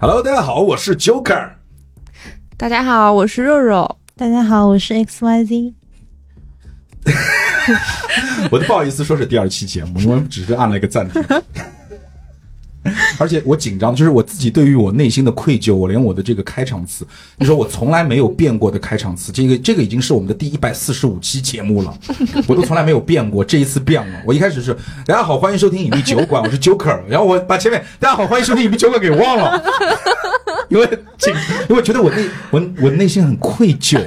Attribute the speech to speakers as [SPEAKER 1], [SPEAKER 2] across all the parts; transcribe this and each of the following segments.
[SPEAKER 1] Hello，大家好，我是 Joker。
[SPEAKER 2] 大家好，我是肉肉。
[SPEAKER 3] 大家好，我是 X Y Z。
[SPEAKER 1] 我都不好意思说是第二期节目，我们只是按了一个暂停。 而且我紧张，就是我自己对于我内心的愧疚，我连我的这个开场词，你说我从来没有变过的开场词，这个这个已经是我们的第一百四十五期节目了，我都从来没有变过，这一次变了。我一开始是大家好，欢迎收听隐秘酒馆，我是 Joker，然后我把前面大家好，欢迎收听隐秘酒馆给忘了，因为紧，因为觉得我内我我内心很愧疚。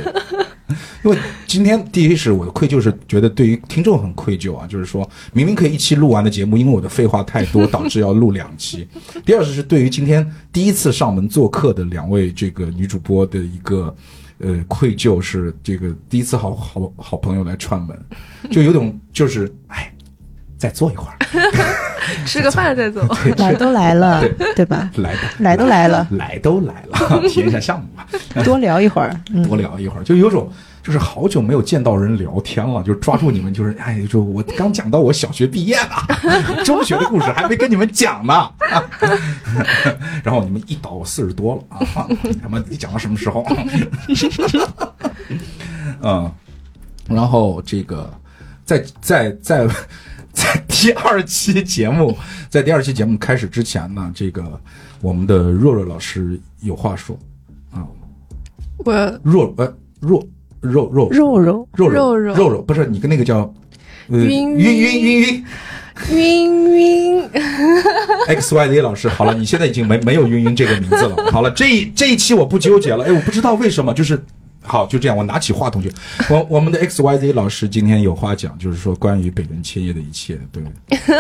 [SPEAKER 1] 因为今天第一是我的愧疚是觉得对于听众很愧疚啊， 就是说明明可以一期录完的节目，因为我的废话太多，导致要录两期。 第二是对于今天第一次上门做客的两位这个女主播的一个呃愧疚，是这个第一次好好好朋友来串门，就有种就是哎，再坐一会儿，
[SPEAKER 2] 吃个饭再走。
[SPEAKER 3] 来都来了，对吧？
[SPEAKER 1] 来吧，
[SPEAKER 3] 来都来了，
[SPEAKER 1] 来都来了， 体验一下项目吧。
[SPEAKER 3] 多聊一会儿。 嗯
[SPEAKER 1] 多聊一会儿，就有种就是好久没有见到人聊天了，就抓住你们，就是哎，就我刚讲到我小学毕业了， 中学的故事还没跟你们讲呢， 啊、然后你们一倒我四十多了啊，他妈你讲到什么时候？啊 嗯，然后这个在在在在第二期节目，在第二期节目开始之前呢，这个我们的若若老师有话说，
[SPEAKER 2] 我
[SPEAKER 1] 若呃若若若肉
[SPEAKER 3] 肉肉，
[SPEAKER 2] 肉
[SPEAKER 1] 肉
[SPEAKER 2] 肉
[SPEAKER 1] 肉肉，不是你跟那个叫。呃
[SPEAKER 2] 晕
[SPEAKER 1] 晕晕晕晕
[SPEAKER 2] 晕晕，
[SPEAKER 1] ，X Y Z 老师，好了，你现在已经没没有晕晕这个名字了。 好了，这一这一期我不纠结了。哎，我不知道为什么，就是好就这样，我拿起话筒就，我我们的 X Y Z 老师今天有话讲，就是说关于北人切叶的一切，对，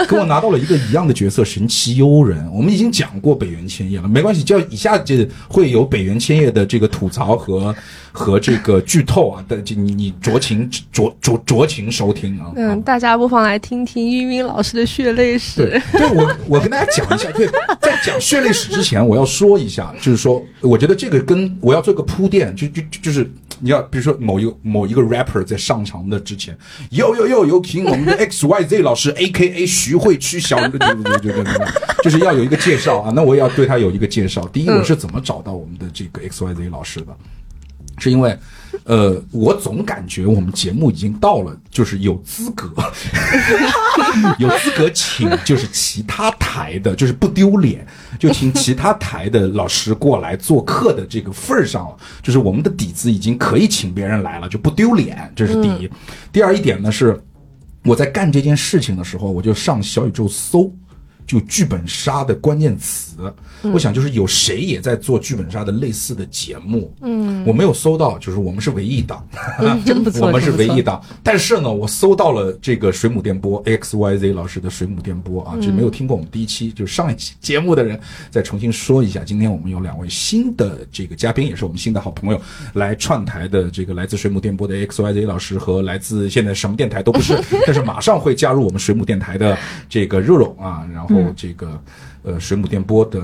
[SPEAKER 1] 跟我拿到了一个一样的角色，神奇悠人。我们已经讲过北原千叶了，没关系，就以下这会有北原千叶的这个吐槽和和这个剧透啊，但这你你酌情酌酌酌情收听啊。啊
[SPEAKER 2] 嗯，大家不妨来听听晕晕老师的血泪史。
[SPEAKER 1] 对，对我我跟大家讲一下，对，在讲血泪史之前，我要说一下，就是说，我觉得这个跟我要做个铺垫，就就就就是你要比如说某一个某一个 rapper 在上场的之前，有有有有请我们的 X Y Z 老师 A K A 徐汇区小，对对对对对，就是要有一个介绍啊，那我也要对他有一个介绍。第一，我是怎么找到我们的这个 X Y Z 老师的？是因为，呃，我总感觉我们节目已经到了，就是有资格，有资格请就是其他台的，就是不丢脸，就请其他台的老师过来做客的这个份儿上了，就是我们的底子已经可以请别人来了，就不丢脸，这是第一。
[SPEAKER 3] 嗯
[SPEAKER 1] 第二一点呢是，我在干这件事情的时候，我就上小宇宙搜。就剧本杀的关键词，
[SPEAKER 3] 嗯
[SPEAKER 1] 我想就是有谁也在做剧本杀的类似的节目，嗯，我没有搜到，就是我们是唯一一档，
[SPEAKER 3] 嗯真不 错
[SPEAKER 1] 我们是
[SPEAKER 3] 真不
[SPEAKER 1] 唯
[SPEAKER 3] 错
[SPEAKER 1] 一档。但是呢，我搜到了这个水母电波 X Y Z 老师的水母电波啊，这没有听过我们第一期，就是上一期节目的人，再重新说一下。今天我们有两位新的这个嘉宾，也是我们新的好朋友来串台的，这个来自水母电波的 X Y Z 老师和来自现在什么电台都不是，但是马上会加入我们水母电台的这个肉肉啊，然后这个呃水母电波的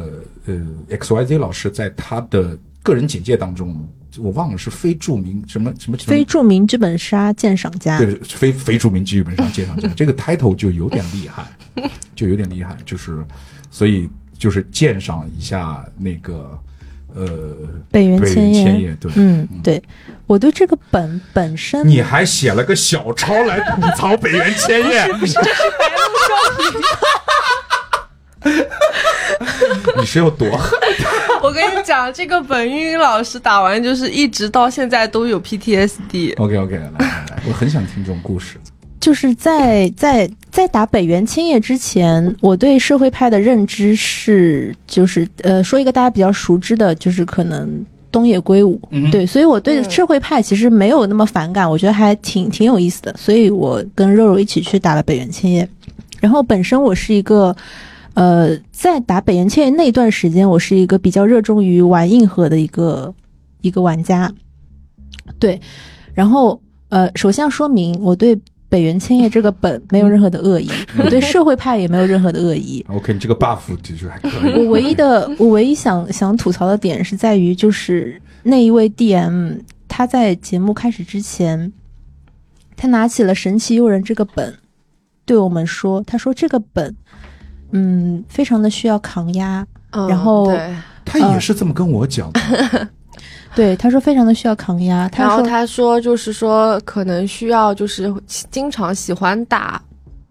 [SPEAKER 1] 呃 X Y Z 老师在他的个人简介当中。我忘了是非著名什么什么什么
[SPEAKER 3] 非著名剧本杀鉴赏家，
[SPEAKER 1] 嗯对，非非著名剧本上介绍这个，这个 title 就有点厉害，就有点厉害，就是所以就是鉴赏一下那个呃
[SPEAKER 3] 北原千
[SPEAKER 1] 千
[SPEAKER 3] 叶。
[SPEAKER 1] 叶，对，
[SPEAKER 3] 嗯，对，我对这个本本身
[SPEAKER 1] 你还写了个小抄来吐槽北原千叶， 你是有多狠？
[SPEAKER 2] 我跟你讲，这个本晕晕老师打完就是一直到现在都有 PTSD。
[SPEAKER 1] OK OK，来来来，我很想听这种故事。
[SPEAKER 3] 就是在在在打北原千叶之前，我对社会派的认知是，就是呃，说一个大家比较熟知的，就是可能东野圭吾，
[SPEAKER 1] 嗯
[SPEAKER 3] 对，所以我对社会派其实没有那么反感，我觉得还挺挺有意思的，所以我跟肉肉一起去打了北原千叶，然后本身我是一个。呃，在打北原千叶那段时间，我是一个比较热衷于玩硬核的一个一个玩家，对。然后，呃，首先要说明我对北原千叶这个本没有任何的恶意，
[SPEAKER 2] 嗯
[SPEAKER 3] 我对社会派也没有任何的恶意。
[SPEAKER 1] OK，你这个 buff 就是还可以。
[SPEAKER 3] 我唯一的，我唯一想想吐槽的点是在于，就是那一位 DM 他在节目开始之前，他拿起了《神奇悠人》这个本，对我们说，他说这个本，嗯，非常的需要抗压，
[SPEAKER 2] 嗯
[SPEAKER 3] 然后
[SPEAKER 2] 对
[SPEAKER 1] 他也是这么跟我讲的。
[SPEAKER 3] 对，他说非常的需要抗压，
[SPEAKER 2] 然后
[SPEAKER 3] 说
[SPEAKER 2] 他说，就是说可能需要，就是经常喜欢打，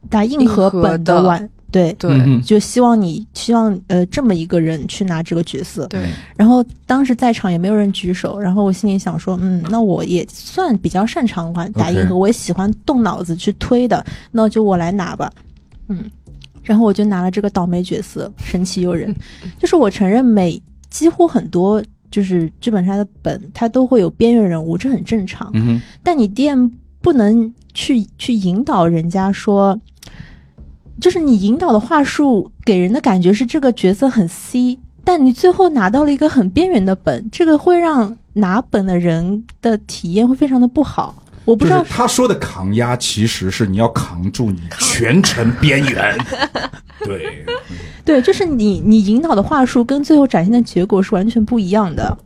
[SPEAKER 3] 打硬
[SPEAKER 2] 硬
[SPEAKER 3] 核
[SPEAKER 2] 核
[SPEAKER 3] 本的
[SPEAKER 2] 的
[SPEAKER 3] 碗，对，
[SPEAKER 2] 对、
[SPEAKER 1] 嗯
[SPEAKER 3] 就希望你希望呃这么一个人去拿这个角色。
[SPEAKER 2] 对，
[SPEAKER 3] 然后当时在场也没有人举手，然后我心里想说，嗯，那我也算比较擅长玩打
[SPEAKER 1] OK
[SPEAKER 3] 硬核我也喜欢动脑子去推的，那就我来拿吧，嗯，然后我就拿了这个倒霉角色，神奇诱人，就是我承认每几乎很多。就是剧本杀的本，它都会有边缘人物，这很正常。
[SPEAKER 1] 嗯哼，
[SPEAKER 3] 但你 DM 不能去去引导人家说，就是你引导的话术给人的感觉是这个角色很 C，但你最后拿到了一个很边缘的本，这个会让拿本的人的体验会非常的不好。我不
[SPEAKER 1] 就
[SPEAKER 3] 知道
[SPEAKER 1] 是他说的扛压，其实是你要扛住你全程边缘。对，
[SPEAKER 3] 对，就是你你引导的话术跟最后展现的结果是完全不一样的，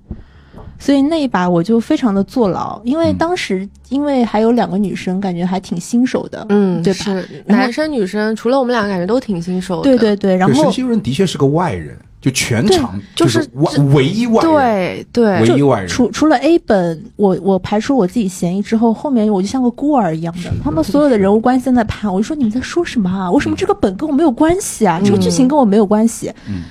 [SPEAKER 3] 所以那一把我就非常的坐牢，因为
[SPEAKER 1] 嗯
[SPEAKER 3] 当时因为还有两个女生，感觉还挺新手的，
[SPEAKER 2] 嗯，
[SPEAKER 3] 对吧
[SPEAKER 2] 是
[SPEAKER 3] 然后
[SPEAKER 2] 男生女生，除了我们俩，感觉都挺新手的，
[SPEAKER 3] 对对对，然
[SPEAKER 1] 对
[SPEAKER 3] 后
[SPEAKER 1] 神奇人的确是个外人，就全
[SPEAKER 3] 对
[SPEAKER 1] 场
[SPEAKER 2] 就是
[SPEAKER 1] 是外唯一外人，
[SPEAKER 2] 对对
[SPEAKER 1] 唯一外人。
[SPEAKER 3] 除除了 A 本，我我排除我自己嫌疑之后，后面我就像个孤儿一样的。他们所有的人物关系在那盘，我就说你们在说什么啊？为什么这个本跟我没有关系啊？这个剧情跟我没有关系。
[SPEAKER 1] 嗯，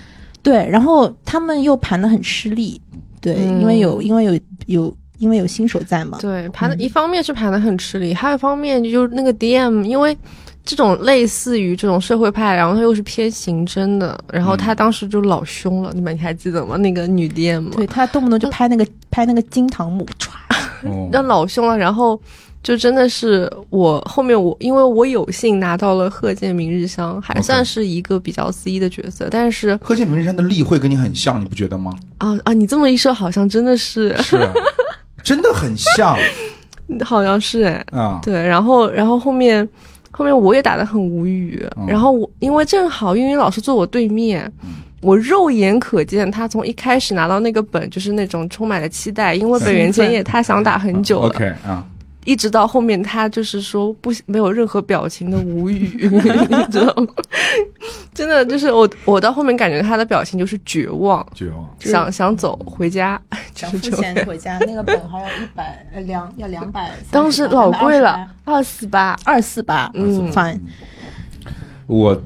[SPEAKER 3] 对，然后他们又盘的很吃力，对，
[SPEAKER 2] 嗯
[SPEAKER 3] 因为有因为有有因为有新手在嘛。
[SPEAKER 2] 对，盘的一方面是盘的很吃力，还有一方面就是那个 DM，因为这种类似于这种社会派，然后他又是偏刑侦的，然后他当时就老凶了，你们你还记得吗？那个女 DM，
[SPEAKER 3] 对他动不动就拍那个拍那个金堂木，歘，
[SPEAKER 1] 哦
[SPEAKER 2] 那老凶了，然后就真的是我后面我因为我有幸拿到了贺建明日香，还
[SPEAKER 1] OK
[SPEAKER 2] 算是一个比较 C 的角色，但是
[SPEAKER 1] 贺建明山的力会跟你很像，你不觉得吗？
[SPEAKER 2] 啊啊，你这么一说，好像真的是，
[SPEAKER 1] 是啊，真的很像
[SPEAKER 2] 好像是哎，
[SPEAKER 1] 啊。
[SPEAKER 2] 对，然后然后后面后面我也打得很无语，
[SPEAKER 1] 嗯
[SPEAKER 2] 然后我因为正好英语老师坐我对面。我肉眼可见，他从一开始拿到那个本就是那种充满了期待，因为
[SPEAKER 1] 兴
[SPEAKER 2] 北原千
[SPEAKER 3] 奋
[SPEAKER 2] 叶他想打很久了，
[SPEAKER 1] OK 啊，
[SPEAKER 2] 一直到后面他就是说不没有任何表情的无语， 你知道吗？ 真的就是我我到后面感觉他的表情就是绝望，
[SPEAKER 1] 绝望。
[SPEAKER 3] 就是
[SPEAKER 2] 想想走回家，就是这种。
[SPEAKER 3] 回家， 那个本还要一百呃两要两百，
[SPEAKER 2] 当时老贵了，二四八，
[SPEAKER 3] 二四八，
[SPEAKER 2] 嗯
[SPEAKER 3] ，fine，
[SPEAKER 1] 我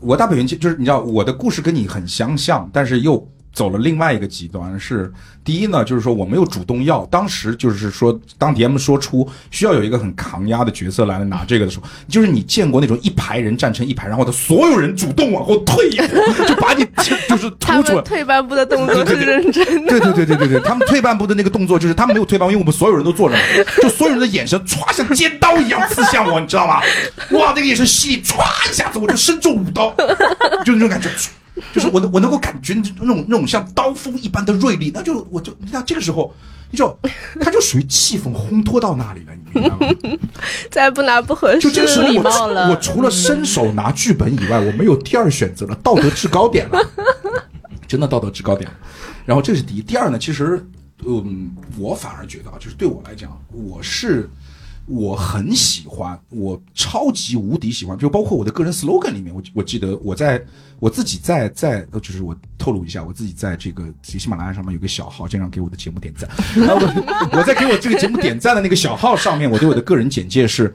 [SPEAKER 1] 我大本营就是你知道我的故事跟你很相像，但是又走了另外一个极端。是第一呢，就是说我没有主动要，当时就是说当 DM 说出需要有一个很扛压的角色来拿这个的时候，就是你见过那种一排人站成一排，然后他所有人主动往后退一步，就把你 就就是
[SPEAKER 2] 他
[SPEAKER 1] 突出
[SPEAKER 2] 们
[SPEAKER 1] 来。
[SPEAKER 2] 退半步的 动作是
[SPEAKER 1] 对对对
[SPEAKER 2] 认真的。
[SPEAKER 1] 对对对对对对，他们退半步的那个动作就是他们没有退半步，因为我们所有人都坐 着，就所有人的眼神歘像尖刀一样刺向我，你知道 吗？哇，那个眼神犀利，歘一下子我就身中五刀，就那种感觉。就是我能我能够感觉那种那种像刀锋一般的锐利，那就我就那这个时候，你就他就属于气氛烘托到那里了，你明白吗？
[SPEAKER 2] 再不拿不合
[SPEAKER 1] 就这
[SPEAKER 2] 适
[SPEAKER 1] 个时
[SPEAKER 2] 的
[SPEAKER 1] 候
[SPEAKER 2] 礼
[SPEAKER 1] 我
[SPEAKER 2] 貌
[SPEAKER 1] 除
[SPEAKER 2] 了。嗯
[SPEAKER 1] 我除了伸手拿剧本以外，我没有第二选择了，道德制高点了，真的道德制高点了。然后这是第一，第二呢，其实嗯，我反而觉得啊，就是对我来讲，我是。我很喜欢，我超级无敌喜欢，就包括我的个人 slogan 里面，我我记得我在我自己在在，呃就是我透露一下，我自己在这个喜马拉雅上面有个小号，经常给我的节目点赞。 然后我我在给我这个节目点赞的那个小号上面，我对我的个人简介是，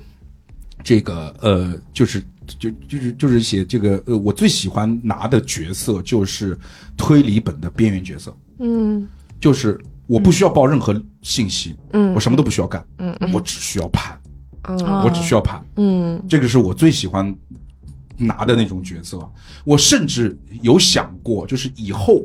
[SPEAKER 1] 这个呃，就是就就是就是写这个呃，我最喜欢拿的角色就是推理本的边缘角色，
[SPEAKER 2] 嗯
[SPEAKER 1] 就是我不需要报任何信息，
[SPEAKER 2] 嗯
[SPEAKER 1] 我什么都不需要干，
[SPEAKER 2] 嗯
[SPEAKER 1] 我只需要盘，
[SPEAKER 2] 嗯
[SPEAKER 1] 我只需要盘，
[SPEAKER 2] 嗯
[SPEAKER 1] 这个是我最喜欢拿的那种角色。我甚至有想过，就是以后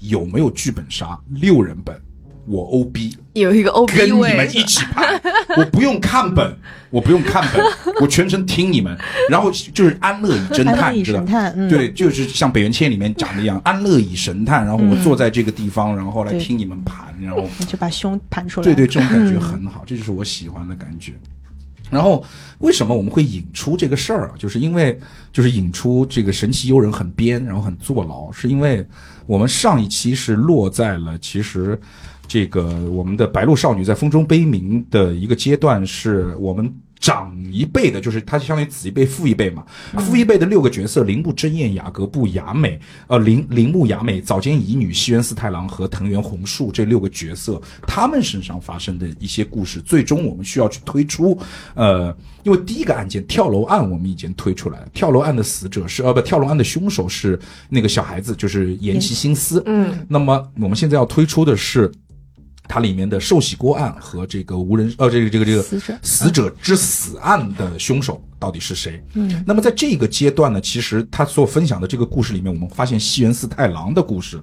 [SPEAKER 1] 有没有剧本杀六人本，我 OB
[SPEAKER 2] 有一个 O
[SPEAKER 1] 跟
[SPEAKER 2] B
[SPEAKER 1] 你们一
[SPEAKER 2] 位，
[SPEAKER 1] 起拍，我不用看本，我不用看 本，我全程听你们，然后就是安乐椅侦
[SPEAKER 3] 还有
[SPEAKER 1] 探，
[SPEAKER 3] 李
[SPEAKER 1] 你知道
[SPEAKER 3] 神。探，嗯，
[SPEAKER 1] 对，就是像北原千里面讲的一样，安乐椅神探，然后我坐在这个地方，然后来
[SPEAKER 3] 对
[SPEAKER 1] 听你们盘，然后
[SPEAKER 3] 你就把胸盘出来，嗯
[SPEAKER 1] 对对，这种感觉很好，这就是我喜欢的感觉。然后为什么我们会引出这个事儿啊？就是因为就是引出这个神奇悠人很编，然后很坐牢，是因为我们上一期是落在了其实这个我们的白鹿少女在风中悲鸣的一个阶段，是我们长一辈的，就是他相当于子一辈父一辈嘛。父一辈的六个角色：铃木真彦、雅各布、雅美，呃，铃铃木雅美、早间乙女、西园四太郎和藤原红树这六个角色，他们身上发生的一些故事，最终我们需要去推出。呃，因为第一个案件跳楼案我们已经推出来了，跳楼案的死者是呃不，跳楼案的凶手是那个小孩子，就是岩崎新司。
[SPEAKER 2] 嗯，
[SPEAKER 1] 那么我们现在要推出的是它里面的寿喜锅案和这个无人呃这个这个这个
[SPEAKER 3] 死者
[SPEAKER 1] 死者之死案的凶手到底是谁？嗯，那么在这个阶段呢，其实他所分享的这个故事里面，我们发现西园四太郎的故事。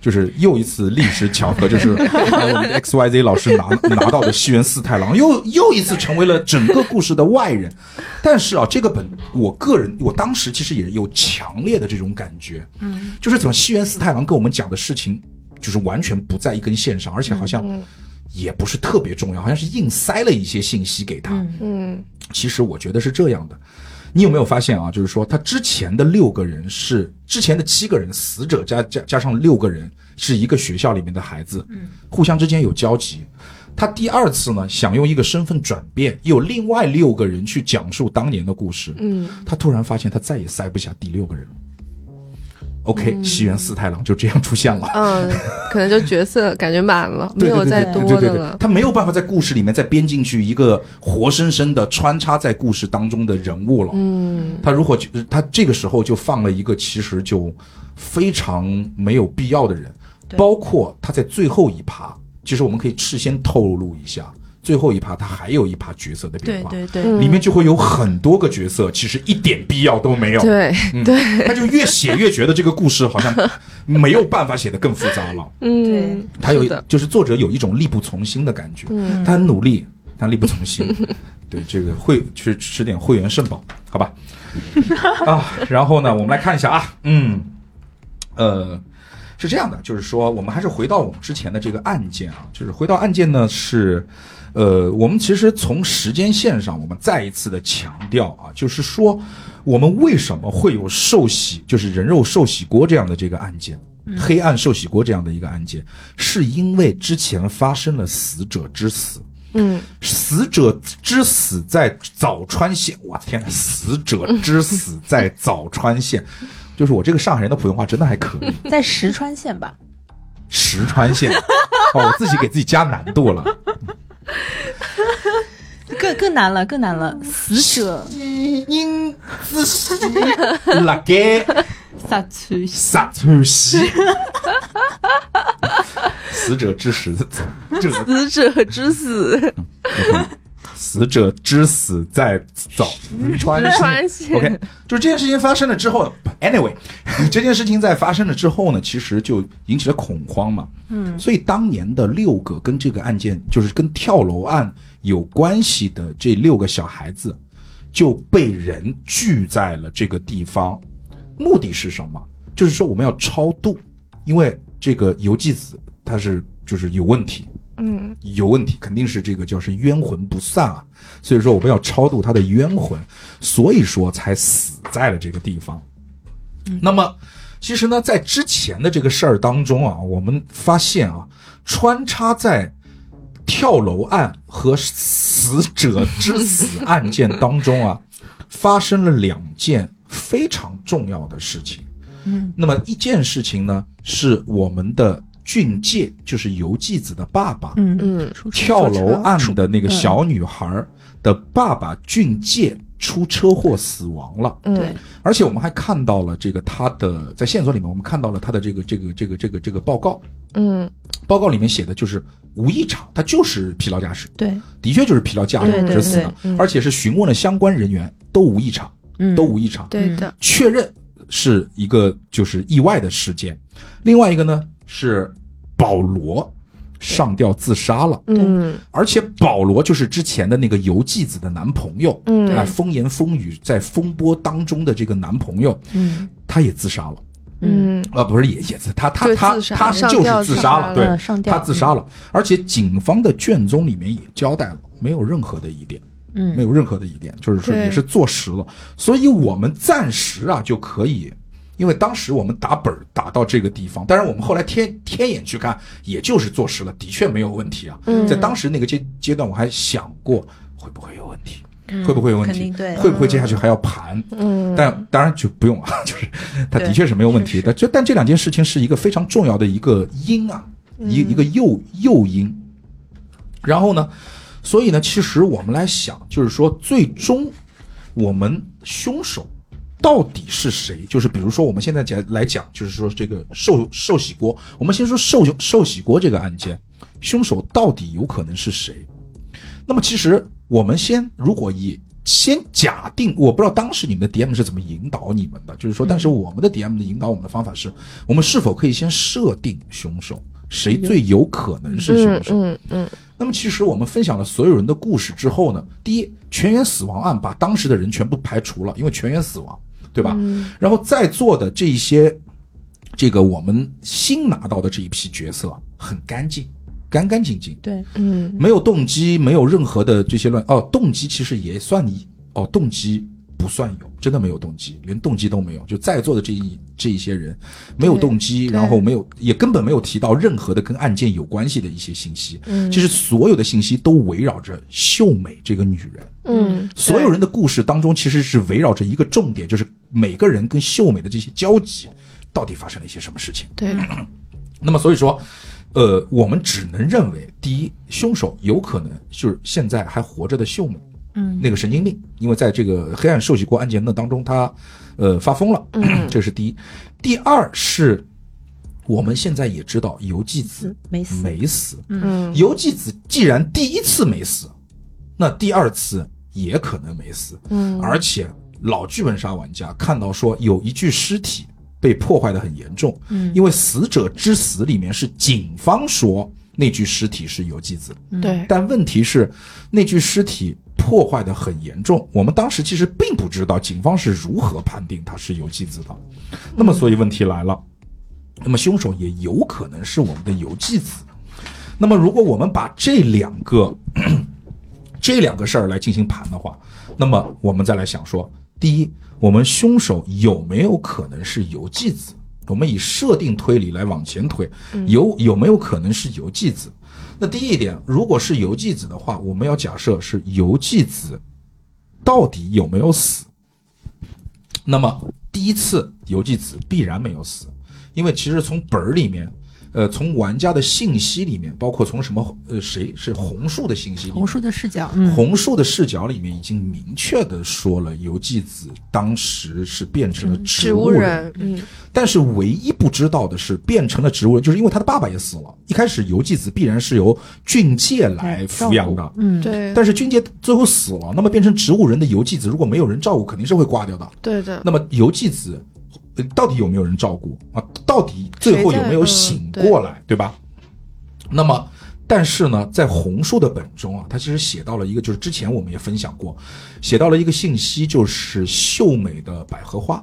[SPEAKER 1] 就是又一次历史巧合， 就是呃我们的 X Y Z 老师拿拿到的西园四太郎，又又一次成为了整个故事的外人。但是啊，这个本我个人我当时其实也有强烈的这种感觉，嗯，就是怎么西园四太郎跟我们讲的事情，就是完全不在一根线上，而且好像也不是特别重要，好像是硬塞了一些信息给他。
[SPEAKER 2] 嗯，
[SPEAKER 1] 其实我觉得是这样的，你有没有发现啊？就是说，他之前的六个人是之前的七个人，死者加加加上六个人是一个学校里面的孩子，互相之间有交集。他第二次呢，想用一个身份转变，有另外六个人去讲述当年的故事，
[SPEAKER 2] 嗯，
[SPEAKER 1] 他突然发现他再也塞不下第六个人了。OK，西园四太郎就这样出现了。
[SPEAKER 2] 嗯，可能就角色感觉满了，没
[SPEAKER 1] 对
[SPEAKER 2] 有
[SPEAKER 1] 对
[SPEAKER 2] 再
[SPEAKER 1] 对
[SPEAKER 2] 多
[SPEAKER 1] 对对
[SPEAKER 2] 的
[SPEAKER 1] 对
[SPEAKER 2] 了。
[SPEAKER 1] 他没有办法在故事里面再编进去一个活生生的穿插在故事当中的人物了。嗯，他如果就他这个时候就放了一个其实就非常没有必要的人，包括他在最后一趴，其实我们可以事先透露一下，最后一趴他还有一趴角色的变
[SPEAKER 4] 对
[SPEAKER 1] 化。
[SPEAKER 4] 对
[SPEAKER 2] 嗯
[SPEAKER 4] 对，
[SPEAKER 1] 里面就会有很多个角色，其实一点必要都没有。
[SPEAKER 2] 对，
[SPEAKER 1] 嗯，他就越写越觉得这个故事好像没有办法写得更复杂了。
[SPEAKER 2] 嗯，
[SPEAKER 1] 他有
[SPEAKER 2] 是的，
[SPEAKER 1] 就是作者有一种力不从心的感觉，
[SPEAKER 2] 嗯
[SPEAKER 1] 他很努力，但力不从 心。对，这个会去吃点会员肾宝，好吧？啊，然后呢，我们来看一下啊，嗯，呃，是这样的，就是说，我们还是回到我们之前的这个案件啊，就是回到案件呢是，呃，我们其实从时间线上，我们再一次的强调啊，就是说，我们为什么会有寿喜，就是人肉寿喜锅这样的这个案件，黑暗寿喜锅这样的一个案件，是因为之前发生了死者之死，
[SPEAKER 2] 嗯，
[SPEAKER 1] 死者之死在早川县，我天呐，死者之死在早川县， 就是我这个上海人的普通话真的还可以。
[SPEAKER 3] 嗯在石川县吧，
[SPEAKER 1] 石川县，哦，我自己给自己加难度了。
[SPEAKER 3] 更更难了，更难了。死者
[SPEAKER 1] 英子西，辣盖
[SPEAKER 3] 萨区
[SPEAKER 1] 萨川西，死者之死，这个
[SPEAKER 2] 死者之死，
[SPEAKER 1] 死者之死在早川
[SPEAKER 2] 石
[SPEAKER 1] 县。
[SPEAKER 2] 川县
[SPEAKER 1] OK，就是这件事情发生了之后，anyway，这 件事情在发生了之后呢，其实就引起了恐慌嘛。嗯，所以当年的六个跟这个案件，就是跟跳楼案有关系的这六个小孩子，就被人聚在了这个地方，目的是什么？就是说我们要超度，因为这个游纪子他是就是有问题，
[SPEAKER 2] 嗯
[SPEAKER 1] 有问题，肯定是这个叫是冤魂不散啊。所以说我们要超度他的冤魂，所以说才死在了这个地方。那么，其实呢，在之前的这个事儿当中啊，我们发现啊，穿插在跳楼案和死者之死案件当中啊，发生了两件非常重要的事情。嗯，那么一件事情呢，是我们的俊介，就是游纪子的爸爸，嗯，
[SPEAKER 2] 嗯，
[SPEAKER 1] 跳楼案的那个小女孩的爸爸俊介出车祸死亡了。
[SPEAKER 2] 嗯，
[SPEAKER 1] 而且我们还看到了这个他的在线索里面，我们看到了他的这个这个这个这个这个报告，
[SPEAKER 2] 嗯，
[SPEAKER 1] 报告里面写的就是无异常，他就是疲劳驾驶，
[SPEAKER 3] 对，
[SPEAKER 1] 的确就是疲劳驾
[SPEAKER 3] 对
[SPEAKER 1] 驶
[SPEAKER 3] 对
[SPEAKER 1] 致死的，而且是询问了相关人员都无异常，
[SPEAKER 3] 嗯
[SPEAKER 1] 都无异常，
[SPEAKER 2] 对的，
[SPEAKER 1] 确认是一个就是意外的事件。另外一个呢是保罗上吊自杀了。
[SPEAKER 2] 嗯
[SPEAKER 1] 而且保罗就是之前的那个游纪子的男朋友，
[SPEAKER 2] 嗯
[SPEAKER 1] 啊，风言风语在风波当中的这个男朋友，
[SPEAKER 3] 嗯
[SPEAKER 1] 他也自杀了，
[SPEAKER 2] 嗯
[SPEAKER 1] 啊，不是也也自他他
[SPEAKER 2] 对
[SPEAKER 1] 他
[SPEAKER 2] 自杀
[SPEAKER 1] 他
[SPEAKER 2] 上
[SPEAKER 1] 就是
[SPEAKER 2] 吊
[SPEAKER 1] 自
[SPEAKER 2] 自
[SPEAKER 1] 杀
[SPEAKER 2] 杀
[SPEAKER 1] 了，
[SPEAKER 2] 了
[SPEAKER 1] 对，
[SPEAKER 3] 嗯上吊
[SPEAKER 1] 他自杀了，而且警方的卷宗里面也交代了，没有任何的疑点。没
[SPEAKER 3] 嗯，
[SPEAKER 1] 有任何的疑点，就是说
[SPEAKER 2] 对
[SPEAKER 1] 也是坐实了，所以我们暂时啊就可以，因为当时我们打本儿打到这个地方，当然我们后来天天眼去看，也就是坐
[SPEAKER 2] 嗯
[SPEAKER 1] 实了，的确没有问题啊。在当时那个阶阶段，我还想过会不会有问题，会不会有问
[SPEAKER 3] 肯
[SPEAKER 1] 题
[SPEAKER 3] 定对，
[SPEAKER 1] 会不会接下去还要盘？
[SPEAKER 2] 嗯，
[SPEAKER 1] 但当然就不用啊， 就是它的确是没有问题
[SPEAKER 3] 是
[SPEAKER 1] 的。就但这两件事情是一个非常重要的一个因啊，一一个诱诱因。然后呢，所以呢，其实我们来想，就是说，最终我们凶手到底是谁？就是比如说，我们现在讲来讲，就是说这个寿寿喜锅，我们先说寿寿喜锅这个案件，凶手到底有可能是谁？那么其实我们先如果以先假定，我不知道当时你们的 DM 是怎么引导你们的，就是说，但是我们的 DM 的引导我们的方法是，我们是否可以先设定凶手，谁最有可能是凶
[SPEAKER 2] 嗯
[SPEAKER 1] 手？
[SPEAKER 2] 嗯嗯，
[SPEAKER 1] 那么其实我们分享了所有人的故事之后呢，第一，全员死亡案把当时的人全部排除了，因为全员死亡，对吧？然后在座的这一些，这个我们新拿到的这一批角色很干净，干干净净，
[SPEAKER 3] 对，
[SPEAKER 2] 嗯
[SPEAKER 1] 没有动机，没有任何的这些乱哦，动机其实也算一哦，动机不算有，真的没有动机，连动机都没有。就在座的这一这一些人，没有动机，然后没有也根本没有提到任何的跟案件有关系的一些信息。
[SPEAKER 2] 嗯
[SPEAKER 1] 其实所有的信息都围绕着秀美这个女人。
[SPEAKER 2] 嗯
[SPEAKER 1] 所有人的故事当中，其实是围绕着一个重点，就是每个人跟秀美的这些交集，到底发生了一些什么事情。
[SPEAKER 2] 对，
[SPEAKER 1] 那么所以说，呃，我们只能认为，第一，凶手有可能就是现在还活着的秀美，
[SPEAKER 3] 嗯，
[SPEAKER 1] 那个神经病，因为在这个黑暗受洗过案件的当中，他呃发疯了，
[SPEAKER 3] 嗯
[SPEAKER 1] 这是第一。第二是，我们现在也知道游纪子
[SPEAKER 3] 死没死，
[SPEAKER 1] 没死，
[SPEAKER 2] 嗯
[SPEAKER 1] 游纪子既然第一次没死，那第二次也可能没死，
[SPEAKER 2] 嗯
[SPEAKER 1] 而且老剧本杀玩家看到说有一具尸体被破坏的很严重，
[SPEAKER 3] 嗯
[SPEAKER 1] 因为死者之死里面是警方说那具尸体是游纪子，
[SPEAKER 2] 对，
[SPEAKER 1] 但问题是那具尸体破坏的很严重，我们当时其实并不知道警方是如何判定他是游纪子的，那么所以问题来了，那么凶手也有可能是我们的游纪子，那么如果我们把这两个这两个事儿来进行盘的话，那么我们再来想说，第一，我们凶手有没有可能是游纪子？我们以设定推理来往前推，有有没有可能是游纪子？那第一点，如果是游纪子的话，我们要假设是游纪子到底有没有死？那么第一次游纪子必然没有死，因为其实从本儿里面，呃，从玩家的信息里面，包括从什么呃谁是红树的信息里面
[SPEAKER 3] 红，树的视角，嗯，
[SPEAKER 1] 红树的视角里面已经明确的说了，游纪子当时是变成了植
[SPEAKER 2] 植
[SPEAKER 1] 物
[SPEAKER 2] 物
[SPEAKER 1] 人，
[SPEAKER 2] 人，嗯
[SPEAKER 1] 但是唯一不知道的是，变成了植物人，就是因为他的爸爸也死了。一开始游纪子必然是由俊介来抚养的，
[SPEAKER 3] 嗯，
[SPEAKER 2] 对
[SPEAKER 1] 但是俊介最后死了，那么变成植物人的游纪子，如果没有人照顾，肯定是会挂掉的。
[SPEAKER 2] 对的，
[SPEAKER 1] 那么游纪子、呃到底有没有人照顾啊？到底最后有没有醒过来，对吧？那么，但是呢，在红树的本中啊，他其实写到了一个，就是之前我们也分享过，写到了一个信息，就是秀美的百合花，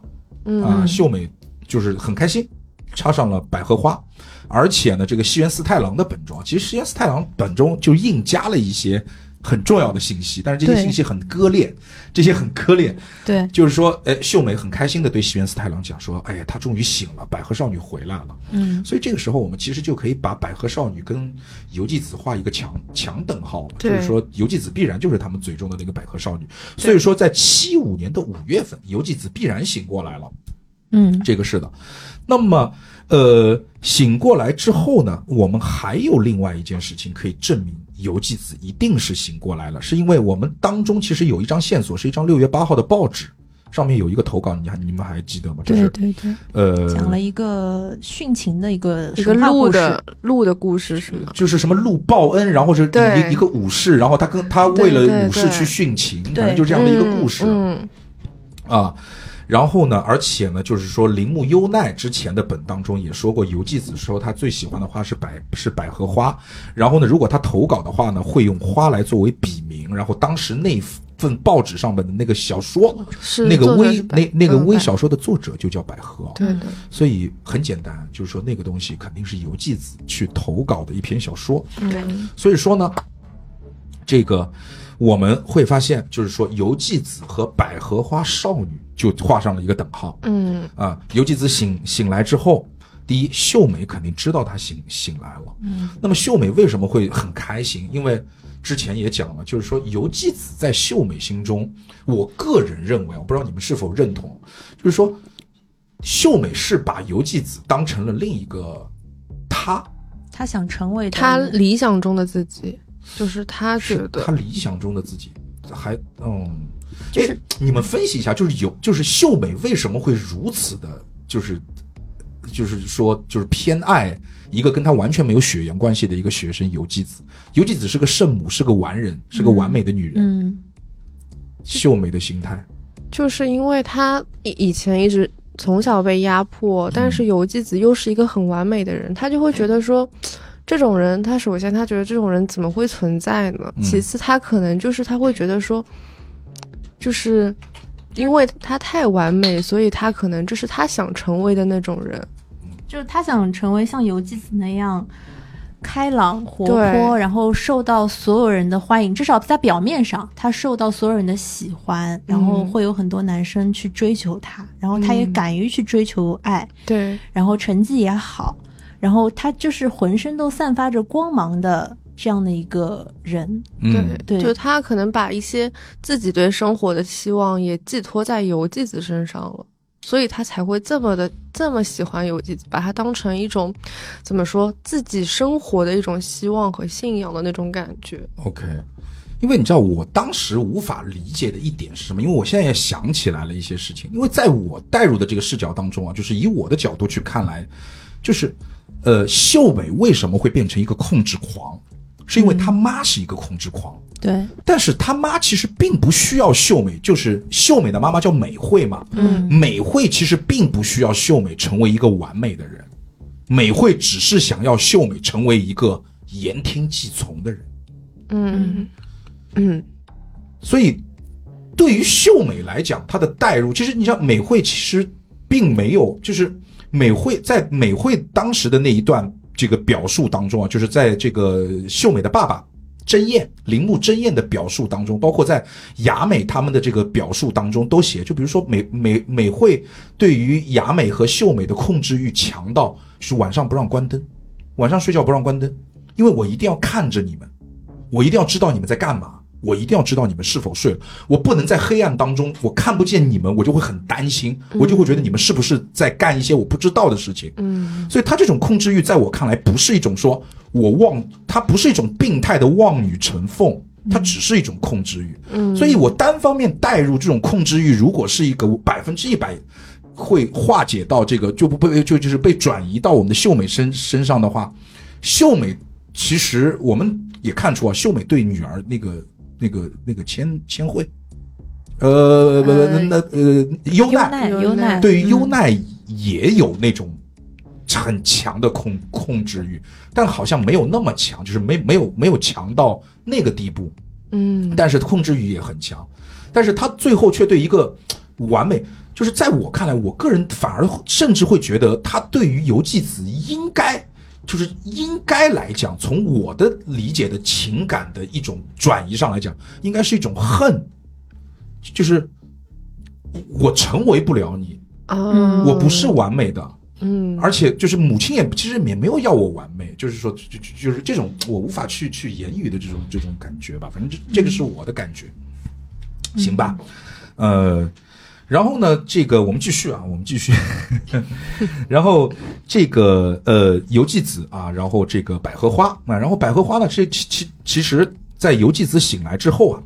[SPEAKER 1] 啊，秀美就是很开心，插上了百合花。而且呢，这个西园四太郎的本中啊，其实西园四太郎本中就硬加了一些很重要的信息，但是这些
[SPEAKER 3] 对
[SPEAKER 1] 信息很割裂，这些很割裂，
[SPEAKER 3] 对，
[SPEAKER 1] 就是说，哎，秀美很开心的对西园四太郎讲说，哎呀，她终于醒了，百合少女回来了。
[SPEAKER 3] 嗯，
[SPEAKER 1] 所以这个时候，我们其实就可以把百合少女跟游纪子画一个强强等号了，就
[SPEAKER 2] 对
[SPEAKER 1] 是说游纪子必然就是他们嘴中的那个百合少女。所以说，在七五年的五月份，游纪子必然醒过来了。
[SPEAKER 3] 嗯，
[SPEAKER 1] 这个是的。那么，呃，醒过来之后呢，我们还有另外一件事情可以证明游纪子一定是醒过来了，是因为我们当中其实有一张线索，是一张六月八号的报纸，上面有一个投稿，你还你们还记得吗？就
[SPEAKER 3] 对
[SPEAKER 1] 是
[SPEAKER 3] 对对，
[SPEAKER 1] 呃，
[SPEAKER 3] 讲了一个殉情的一个
[SPEAKER 2] 一个
[SPEAKER 3] 神话
[SPEAKER 2] 鹿
[SPEAKER 3] 故事
[SPEAKER 2] 的鹿的故事是吗？
[SPEAKER 1] 就是什么陆报恩，然后是
[SPEAKER 2] 对
[SPEAKER 1] 一一个武士，然后他跟他为
[SPEAKER 2] 对对
[SPEAKER 1] 了武士
[SPEAKER 2] 对
[SPEAKER 1] 去殉情，
[SPEAKER 3] 对
[SPEAKER 1] 反正就这样的一个故事。
[SPEAKER 2] 嗯
[SPEAKER 1] 啊。然后呢，而且呢，就是说铃木优奈之前的本当中也说过，游纪子说她最喜欢的花是百是百合花。然后呢，如果她投稿的话呢，会用花来作为笔名。然后当时那份报纸上面的那个小说，
[SPEAKER 2] 哦是
[SPEAKER 1] 那个
[SPEAKER 2] 作者
[SPEAKER 1] 微
[SPEAKER 2] 是百
[SPEAKER 1] 那那个
[SPEAKER 2] 嗯
[SPEAKER 1] 微
[SPEAKER 2] 百
[SPEAKER 1] 小说的作者就叫百合。
[SPEAKER 2] 对的，
[SPEAKER 1] 所以很简单，就是说那个东西肯定是游纪子去投稿的一篇小说。
[SPEAKER 2] 嗯
[SPEAKER 1] 所以说呢，这个我们会发现，就是说游纪子和百合花少女就画上了一个等号
[SPEAKER 2] 嗯
[SPEAKER 1] 啊。游纪子醒醒来之后，第一，秀美肯定知道她醒醒来了。嗯，那么秀美为什么会很开心？因为之前也讲了，就是说游纪子在秀美心中，我个人认为，我不知道你们是否认同，就是说秀美是把游纪子当成了另一个他，
[SPEAKER 3] 他想成为的
[SPEAKER 2] 他理想中的自己，就是他觉
[SPEAKER 1] 是
[SPEAKER 2] 得
[SPEAKER 1] 他理想中的自己，还嗯，
[SPEAKER 3] 就是
[SPEAKER 1] 哎你们分析一下，就是有就是秀美为什么会如此的，就是就是说就是偏爱一个跟她完全没有血缘关系的一个学生游纪子，游纪子是个圣母，是个完人，是个完美的女人，
[SPEAKER 3] 嗯
[SPEAKER 1] 秀美的心态，
[SPEAKER 2] 就是因为他以以前一直从小被压迫，但
[SPEAKER 1] 嗯
[SPEAKER 2] 是游纪子又是一个很完美的人，他就会觉得说。这种人，他首先他觉得这种人怎么会存在呢？
[SPEAKER 1] 嗯
[SPEAKER 2] 其次，他可能就是他会觉得说，就是因为他太完美，所以他可能这是他想成为的那种人。
[SPEAKER 3] 就是他想成为像游纪子那样开朗活泼，嗯
[SPEAKER 2] 对
[SPEAKER 3] 然后受到所有人的欢迎，至少在表面上，他受到所有人的喜欢，然后会有很多男生去追求他，然后他也敢于去追求爱，
[SPEAKER 2] 对，
[SPEAKER 3] 然后成绩也好，然后他就是浑身都散发着光芒的这样的一个人。
[SPEAKER 1] 嗯，
[SPEAKER 3] 对
[SPEAKER 2] 就他可能把一些自己对生活的期望也寄托在游纪子身上了，所以他才会这么的这么喜欢游纪子，把它当成一种怎么说自己生活的一种希望和信仰的那种感觉。
[SPEAKER 1] OK，因为你知道我当时无法理解的一点是什么？因为我现在也想起来了一些事情。因为在我带入的这个视角当中啊，就是以我的角度去看来，就是呃，秀美为什么会变成一个控制狂？是因为他妈是一个控制狂，
[SPEAKER 3] 对，
[SPEAKER 1] 但是他妈其实并不需要秀美，就是秀美的妈妈叫美惠嘛，
[SPEAKER 2] 嗯，
[SPEAKER 1] 美惠其实并不需要秀美成为一个完美的人，美惠只是想要秀美成为一个言听计从的人。
[SPEAKER 2] 嗯嗯
[SPEAKER 1] 所以对于秀美来讲，她的代入，其实你像美惠其实并没有，就是美惠在美惠当时的那一段这个表述当中啊，就是在这个秀美的爸爸。真彦铃木真彦的表述当中，包括在雅美他们的这个表述当中都写，就比如说美 美美惠对于雅美和秀美的控制欲强到是晚上不让关灯，晚上睡觉不让关灯，因为我一定要看着你们，我一定要知道你们在干嘛，我一定要知道你们是否睡了，我不能在黑暗当中，我看不见你们，我就会很担心，我就会觉得你们是不是在干一些我不知道的事情。
[SPEAKER 2] 嗯，
[SPEAKER 1] 所以他这种控制欲，在我看来，不是一种说我望，他不是一种病态的望女成凤，它只是一种控制欲。
[SPEAKER 2] 嗯
[SPEAKER 1] 所以我单方面带入这种控制欲，如果是一个百分之一百会化解到这个，就不被就就是被转移到我们的秀美身身上的话，秀美其实我们也看出啊，秀美对女儿那个那个那个千千惠，呃，不不
[SPEAKER 2] 呃
[SPEAKER 1] 那呃优
[SPEAKER 3] 优
[SPEAKER 1] 奈
[SPEAKER 3] 奈
[SPEAKER 2] 优
[SPEAKER 3] 优奈
[SPEAKER 2] 奈
[SPEAKER 1] 对于优奈也有那种很强的控控制欲，但好像没有那么强，就是没没有没有强到那个地步，
[SPEAKER 2] 嗯
[SPEAKER 1] 但是控制欲也很强，但是他最后却对一个呃完美，就是在我看来，我个人反而甚至会觉得他对于游纪子应该。就是应该来讲，从我的理解的情感的一种转移上来讲，应该是一种恨，就是我成为不了你，
[SPEAKER 2] 啊，
[SPEAKER 1] 我不是完美的，
[SPEAKER 2] 嗯
[SPEAKER 1] 而且就是母亲也其实也没有要我完美，就是说就就就是这种我无法去去言语的这种这种感觉吧，反正这这个是我的感觉，行吧，呃，然后呢，这个我们继续啊，我们继续， 然后这个呃游纪子啊，然后这个百合花啊，然后百合花呢，这其其其实在游纪子醒来之后啊，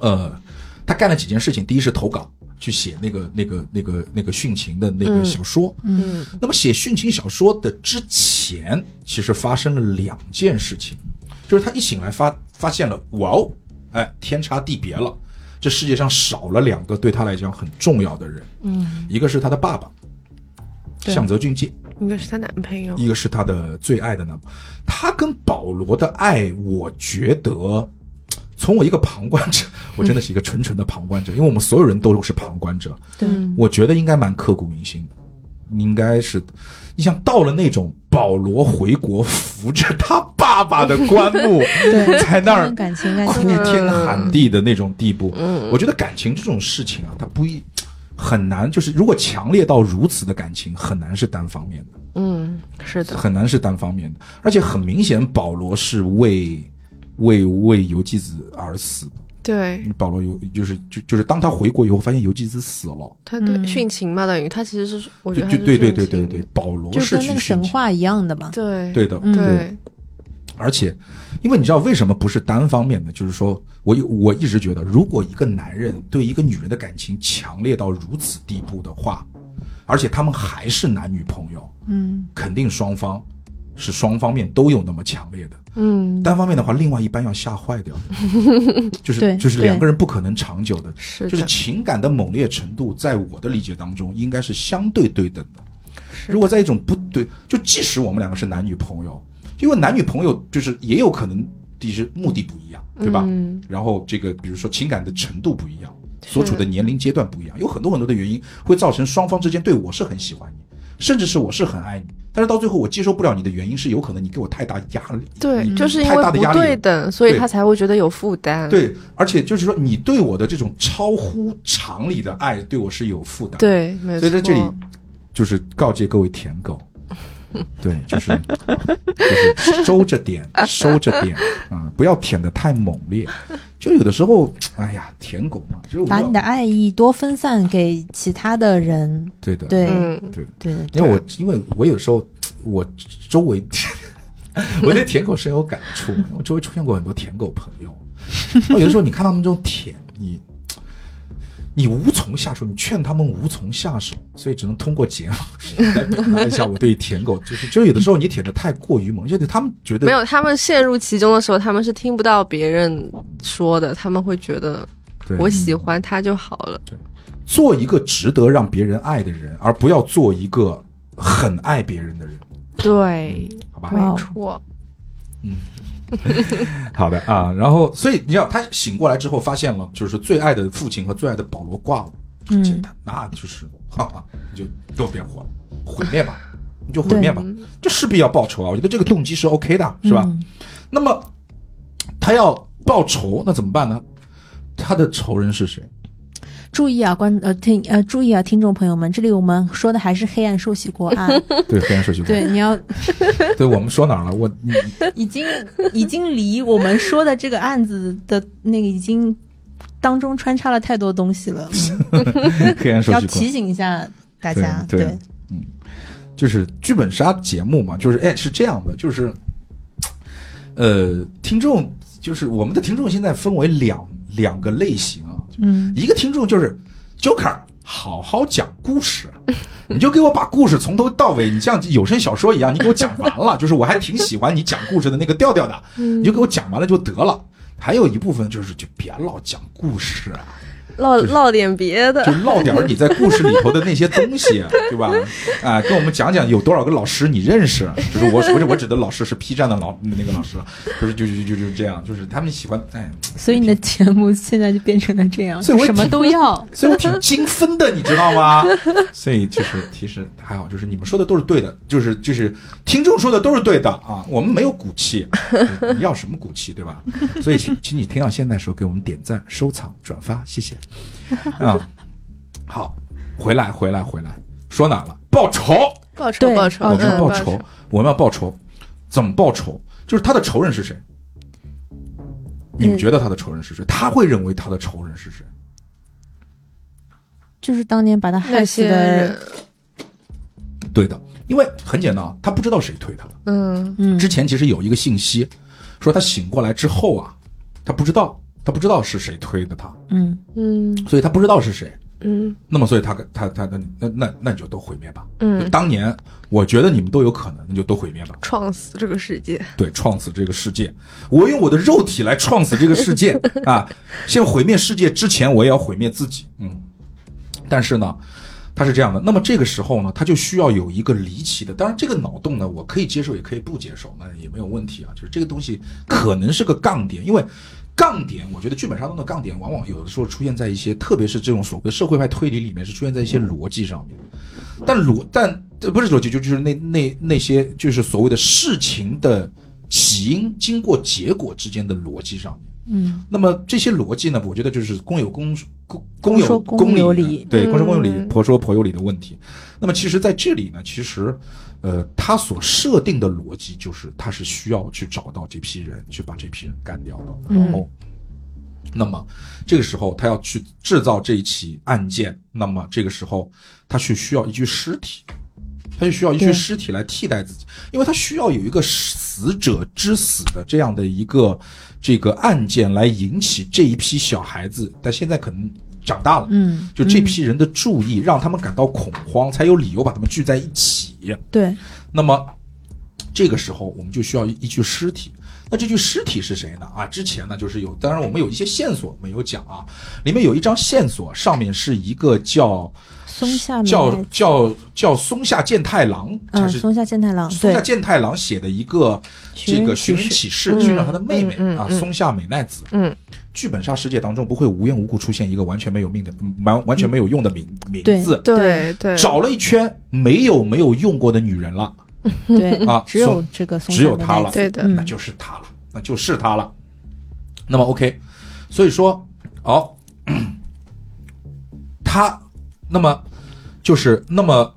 [SPEAKER 1] 呃，他干了几件事情，第一是投稿。去写那个、那个、那个、那个殉情的那个
[SPEAKER 2] 嗯
[SPEAKER 1] 小说，
[SPEAKER 2] 嗯
[SPEAKER 1] 那么写殉情小说的之前，其实发生了两件事情，就是他一醒来发发现了，哇哦，哎，天差地别了，这世界上少了两个对他来讲很重要的人，
[SPEAKER 2] 嗯，
[SPEAKER 1] 一个是他的爸爸，
[SPEAKER 3] 对
[SPEAKER 1] 向泽俊介，
[SPEAKER 2] 应该是她男朋友，
[SPEAKER 1] 一个是他的最爱的男朋友。他跟保罗的爱，我觉得，从我一个旁观者，我真的是一个纯纯的旁观者，因为我们所有人都是旁观者，
[SPEAKER 3] 对
[SPEAKER 2] 嗯
[SPEAKER 1] 我觉得应该蛮刻骨铭心的，应该是，你想到了那种保罗回国扶着他爸爸的棺木
[SPEAKER 3] 对，
[SPEAKER 1] 在那
[SPEAKER 3] 这
[SPEAKER 1] 儿
[SPEAKER 3] 种感嗯情应该
[SPEAKER 1] 哭
[SPEAKER 3] 就是
[SPEAKER 1] 天喊地的那种地步，
[SPEAKER 3] 嗯
[SPEAKER 1] 我觉得感情这种事情啊，它不一很难，就是如果强烈到如此的感情，很难是单方面的。
[SPEAKER 2] 嗯，是的，
[SPEAKER 1] 很难是单方面的，而且很明显，保罗是为为为游纪子而死。
[SPEAKER 2] 对
[SPEAKER 1] 保罗游就是就就是当他回国以后，发现游纪子死了，
[SPEAKER 2] 他对
[SPEAKER 3] 嗯
[SPEAKER 2] 殉情嘛，等于他其实是我觉
[SPEAKER 1] 就
[SPEAKER 2] 得他
[SPEAKER 1] 就是对对对
[SPEAKER 2] 殉情
[SPEAKER 1] 对对，保罗
[SPEAKER 3] 就是是跟
[SPEAKER 1] 去
[SPEAKER 3] 那个
[SPEAKER 1] 殉
[SPEAKER 3] 神
[SPEAKER 1] 情
[SPEAKER 3] 话一样的嘛。
[SPEAKER 2] 对
[SPEAKER 1] 对的，
[SPEAKER 3] 嗯
[SPEAKER 1] 对。
[SPEAKER 2] 对
[SPEAKER 1] 而且，因为你知道为什么不是单方面的？就是说我我一直觉得，如果一个男人对一个女人的感情强烈到如此地步的话，而且他们还是男女朋友，
[SPEAKER 3] 嗯，
[SPEAKER 1] 肯定双方是双方面都有那么强烈的。
[SPEAKER 2] 嗯
[SPEAKER 1] 单方面的话，另外一般要吓坏掉， 就是
[SPEAKER 3] 对
[SPEAKER 1] 就是
[SPEAKER 3] 对
[SPEAKER 1] 两个人不可能长久的，
[SPEAKER 2] 是
[SPEAKER 1] 就是
[SPEAKER 2] 的，
[SPEAKER 1] 情感的猛烈程度，在我的理解当中，应该是相对对等的。如果在一种不对，就即使我们两个是男女朋友，因为男女朋友就是也有可能就是目的不一样，对吧？
[SPEAKER 2] 嗯
[SPEAKER 1] 然后这个比如说情感的程度不一样，
[SPEAKER 2] 是
[SPEAKER 1] 所处的年龄阶段不一样，有很多很多的原因会造成双方之间对我是很喜欢你，甚至是我是很爱你，但是到最后我接受不了你的原因是有可能你给我太大压力，
[SPEAKER 2] 对，
[SPEAKER 1] 你
[SPEAKER 2] 就是因
[SPEAKER 1] 嗯太
[SPEAKER 2] 为
[SPEAKER 1] 大的
[SPEAKER 2] 不
[SPEAKER 1] 压力
[SPEAKER 2] 对
[SPEAKER 1] 了
[SPEAKER 2] 等，所以
[SPEAKER 1] 对
[SPEAKER 2] 他才会觉得有负担。
[SPEAKER 1] 对，而且就是说你对我的这种超乎常理的爱对我是有负担的。
[SPEAKER 2] 对，没错。嗯
[SPEAKER 1] 所以在这里，就是告诫各位舔狗，对，就是就是收着点，收着点啊、不要舔的太猛烈。就有的时候，哎呀，舔狗嘛，就是我
[SPEAKER 3] 把
[SPEAKER 1] 要
[SPEAKER 3] 你的爱意多分散给其他的人。
[SPEAKER 1] 对的，
[SPEAKER 3] 对
[SPEAKER 2] 嗯，
[SPEAKER 1] 对。
[SPEAKER 3] 对
[SPEAKER 1] 因
[SPEAKER 3] 对
[SPEAKER 1] 为我因为我有时候我周围， 我对舔狗深有感触， 我周围出现过很多舔狗朋友，我有的时候你看他们这种舔你。你无从下手，你劝他们无从下手，所以只能通过节目来表达一下我对舔狗，就是 就是有的时候你舔的太过于猛，就是他们觉得
[SPEAKER 2] 没有，他们陷入其中的时候，他们是听不到别人说的，他们会觉得
[SPEAKER 1] 对嗯
[SPEAKER 2] 我喜欢他就好了。
[SPEAKER 1] 做一个值得让别人爱的人，而不要做一个很爱别人的人，
[SPEAKER 2] 对，
[SPEAKER 1] 好吧？
[SPEAKER 3] 哇
[SPEAKER 2] 没错，
[SPEAKER 1] 好的啊，然后所以你知道，他醒过来之后发现了，就是最爱的父亲和最爱的保罗挂了，很
[SPEAKER 3] 嗯
[SPEAKER 1] 简单，那就是哈哈，你就给我别活了，毁灭吧，你就毁灭吧，
[SPEAKER 2] 嗯
[SPEAKER 1] 这势必要报仇啊！我觉得这个动机是 OK 的，
[SPEAKER 3] 嗯
[SPEAKER 1] 是吧？那么他要报仇，那怎么办呢？他的仇人 是谁？
[SPEAKER 3] 注意啊，观呃听呃注意啊，听众朋友们，这里我们说的还是黑暗受洗国 案，
[SPEAKER 1] 对，黑暗社区。
[SPEAKER 3] 对，你要
[SPEAKER 1] 对，我们说哪儿了？我你
[SPEAKER 3] 已经已经离我们说的这个案子的那个已经当中穿插了太多东西了，嗯
[SPEAKER 1] 黑暗社
[SPEAKER 3] 要
[SPEAKER 1] 区。
[SPEAKER 3] 提醒一下大家，
[SPEAKER 1] 对对就是剧本杀节目嘛，就是哎是这样的，就是，呃，听众就是我们的听众现在分为两两个类型啊，
[SPEAKER 3] 嗯，
[SPEAKER 1] 一个听众就是 Joker，好好讲故事，你就给我把故事从头到尾，你像有声小说一样，你给我讲完了，就是我还挺喜欢你讲故事的那个调调的，你就给我讲完了就得了。还有一部分就是就别老讲故事啊，
[SPEAKER 2] 唠
[SPEAKER 1] 就是
[SPEAKER 2] 唠点别的
[SPEAKER 1] 就。唠点儿你在故事里头的那些东西，对吧？啊，跟我们讲讲有多少个老师你认识？啊就是我我我指的老师是 P 站的老那个老师，啊就是就就就就这样，就是他们喜欢哎，
[SPEAKER 3] 所以你的节目现在就变成了这样，
[SPEAKER 1] 所以我
[SPEAKER 3] 什么 都要，
[SPEAKER 1] 所以我挺精分的，你知道吗？所以就是其实还好，就是你们说的都是对的，就是就是听众说的都是对的啊，我们没有骨气，你要什么骨气对吧？所以请请你听到现在的时候给我们点赞、收藏、转发，谢谢。啊、好，回来回来回来，说哪儿了？报仇，
[SPEAKER 2] 报仇
[SPEAKER 3] 对
[SPEAKER 2] 报仇，
[SPEAKER 1] 我们要
[SPEAKER 2] 嗯
[SPEAKER 1] 报仇，，我们要报仇，怎么报仇？就是他的仇人是谁？你们觉得他的仇人是谁？他会认为他的仇人是谁？
[SPEAKER 3] 就是当年把他
[SPEAKER 2] 那
[SPEAKER 3] 害死
[SPEAKER 2] 些
[SPEAKER 3] 的
[SPEAKER 2] 人，，
[SPEAKER 1] 对的，因为很简单啊，他不知道谁推他的。
[SPEAKER 2] 嗯，
[SPEAKER 3] 嗯
[SPEAKER 1] 之前其实有一个信息，说他醒过来之后啊，他不知道，他不知道是谁推的他，
[SPEAKER 3] 嗯
[SPEAKER 2] 嗯
[SPEAKER 1] 所以他不知道是谁。
[SPEAKER 2] 嗯
[SPEAKER 1] 那么，所以他他他那那那那你就都毁灭吧。
[SPEAKER 2] 嗯，
[SPEAKER 1] 当年我觉得你们都有可能，那就都毁灭吧。
[SPEAKER 2] 创死这个世界，
[SPEAKER 1] 对，创死这个世界，我用我的肉体来创死这个世界啊！先毁灭世界之前，我也要毁灭自己。嗯，但是呢，他是这样的。那么这个时候呢，他就需要有一个离奇的，当然这个脑洞呢，我可以接受，也可以不接受，那也没有问题啊。就是这个东西可能是个杠点，因为。杠点，我觉得剧本杀中的杠点，往往有的时候出现在一些，特别是这种所谓的社会派推理里面，是出现在一些逻辑上面。但逻但这不是逻辑，就就是那那那些就是所谓的事情的起因、经过、结果之间的逻辑上面，
[SPEAKER 3] 嗯，
[SPEAKER 1] 那么这些逻辑呢，我觉得就是公有公公公
[SPEAKER 3] 公
[SPEAKER 1] 有
[SPEAKER 3] 说公有理
[SPEAKER 1] 对，公说公有理，
[SPEAKER 2] 嗯
[SPEAKER 1] 婆说婆有理的问题。那么其实在这里呢，其实，呃，他所设定的逻辑就是他是需要去找到这批人，去把这批人干掉
[SPEAKER 3] 嗯
[SPEAKER 1] 的，然后。那么，这个时候他要去制造这一起案件，那么这个时候他去需要一具尸体，他就需要一具
[SPEAKER 3] 对
[SPEAKER 1] 尸体来替代自己，因为他需要有一个死者之死的这样的一个这个案件来引起这一批小孩子，但现在可能长大了，
[SPEAKER 3] 嗯，
[SPEAKER 1] 就这批人的注意，让他们感到恐慌，才有理由把他们聚在一起。
[SPEAKER 3] 对，
[SPEAKER 1] 那么这个时候我们就需要一具尸体。那这具尸体是谁呢？啊，之前呢就是有，当然我们有一些线索没有讲啊，里面有一张线索，上面是一个叫
[SPEAKER 3] 松下明
[SPEAKER 1] 叫
[SPEAKER 3] 奈
[SPEAKER 1] 叫叫松下健太郎，还
[SPEAKER 3] 嗯，
[SPEAKER 1] 是
[SPEAKER 3] 松下健太郎，
[SPEAKER 1] 松下
[SPEAKER 3] 对，
[SPEAKER 1] 健太郎写的一个
[SPEAKER 3] 寻
[SPEAKER 1] 这
[SPEAKER 3] 人
[SPEAKER 1] 个
[SPEAKER 3] 启
[SPEAKER 1] 寻人
[SPEAKER 3] 事
[SPEAKER 1] 启事，寻找他的妹妹
[SPEAKER 2] 嗯嗯
[SPEAKER 1] 啊，
[SPEAKER 2] 嗯
[SPEAKER 1] 松下美奈子。
[SPEAKER 2] 嗯，
[SPEAKER 1] 剧本杀世界当中不会无缘无故出现一个完全没有命的、完完全没有用的名名
[SPEAKER 3] 对
[SPEAKER 1] 字。
[SPEAKER 2] 对对，
[SPEAKER 1] 找了一圈，没有没有用过的女人了，
[SPEAKER 3] 对
[SPEAKER 1] 啊
[SPEAKER 3] 嗯只有
[SPEAKER 1] 松
[SPEAKER 3] 这个松
[SPEAKER 1] 只
[SPEAKER 3] 下
[SPEAKER 1] 有
[SPEAKER 3] 明
[SPEAKER 1] 她
[SPEAKER 3] 奈
[SPEAKER 1] 了，
[SPEAKER 3] 子
[SPEAKER 2] 对的
[SPEAKER 1] 那就是她了，那就是她了。那么 OK，所以说，哦好、她，那么就是那么。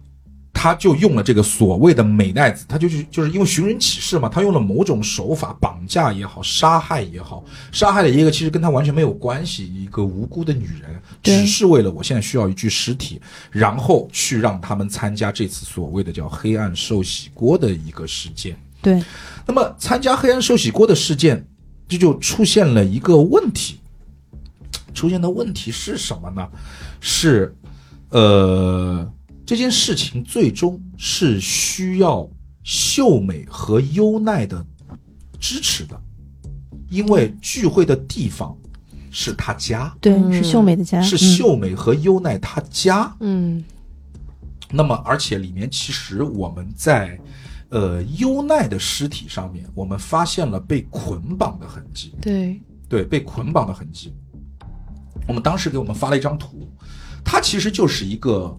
[SPEAKER 1] 他就用了这个所谓的美奈子，他就是就是因为寻人启事嘛，他用了某种手法，绑架也好，杀害也好，杀害了一个其实跟他完全没有关系一个无辜的女人，
[SPEAKER 3] 对
[SPEAKER 1] 只是为了我现在需要一具尸体，然后去让他们参加这次所谓的叫黑暗寿喜锅的一个事件。
[SPEAKER 3] 对，
[SPEAKER 1] 那么参加黑暗寿喜锅的事件，这就出现了一个问题，出现的问题是什么呢？是，呃，这件事情最终是需要秀美和优奈的支持的，因为聚会的地方是他家，
[SPEAKER 3] 对，是秀美的家，
[SPEAKER 1] 是
[SPEAKER 3] 嗯，
[SPEAKER 1] 秀美和优奈他家。
[SPEAKER 2] 嗯
[SPEAKER 1] 那么，而且里面其实我们在，呃，优奈的尸体上面，我们发现了被捆绑的痕迹，
[SPEAKER 2] 对，
[SPEAKER 1] 对，被捆绑的痕迹。我们当时给我们发了一张图，它其实就是一个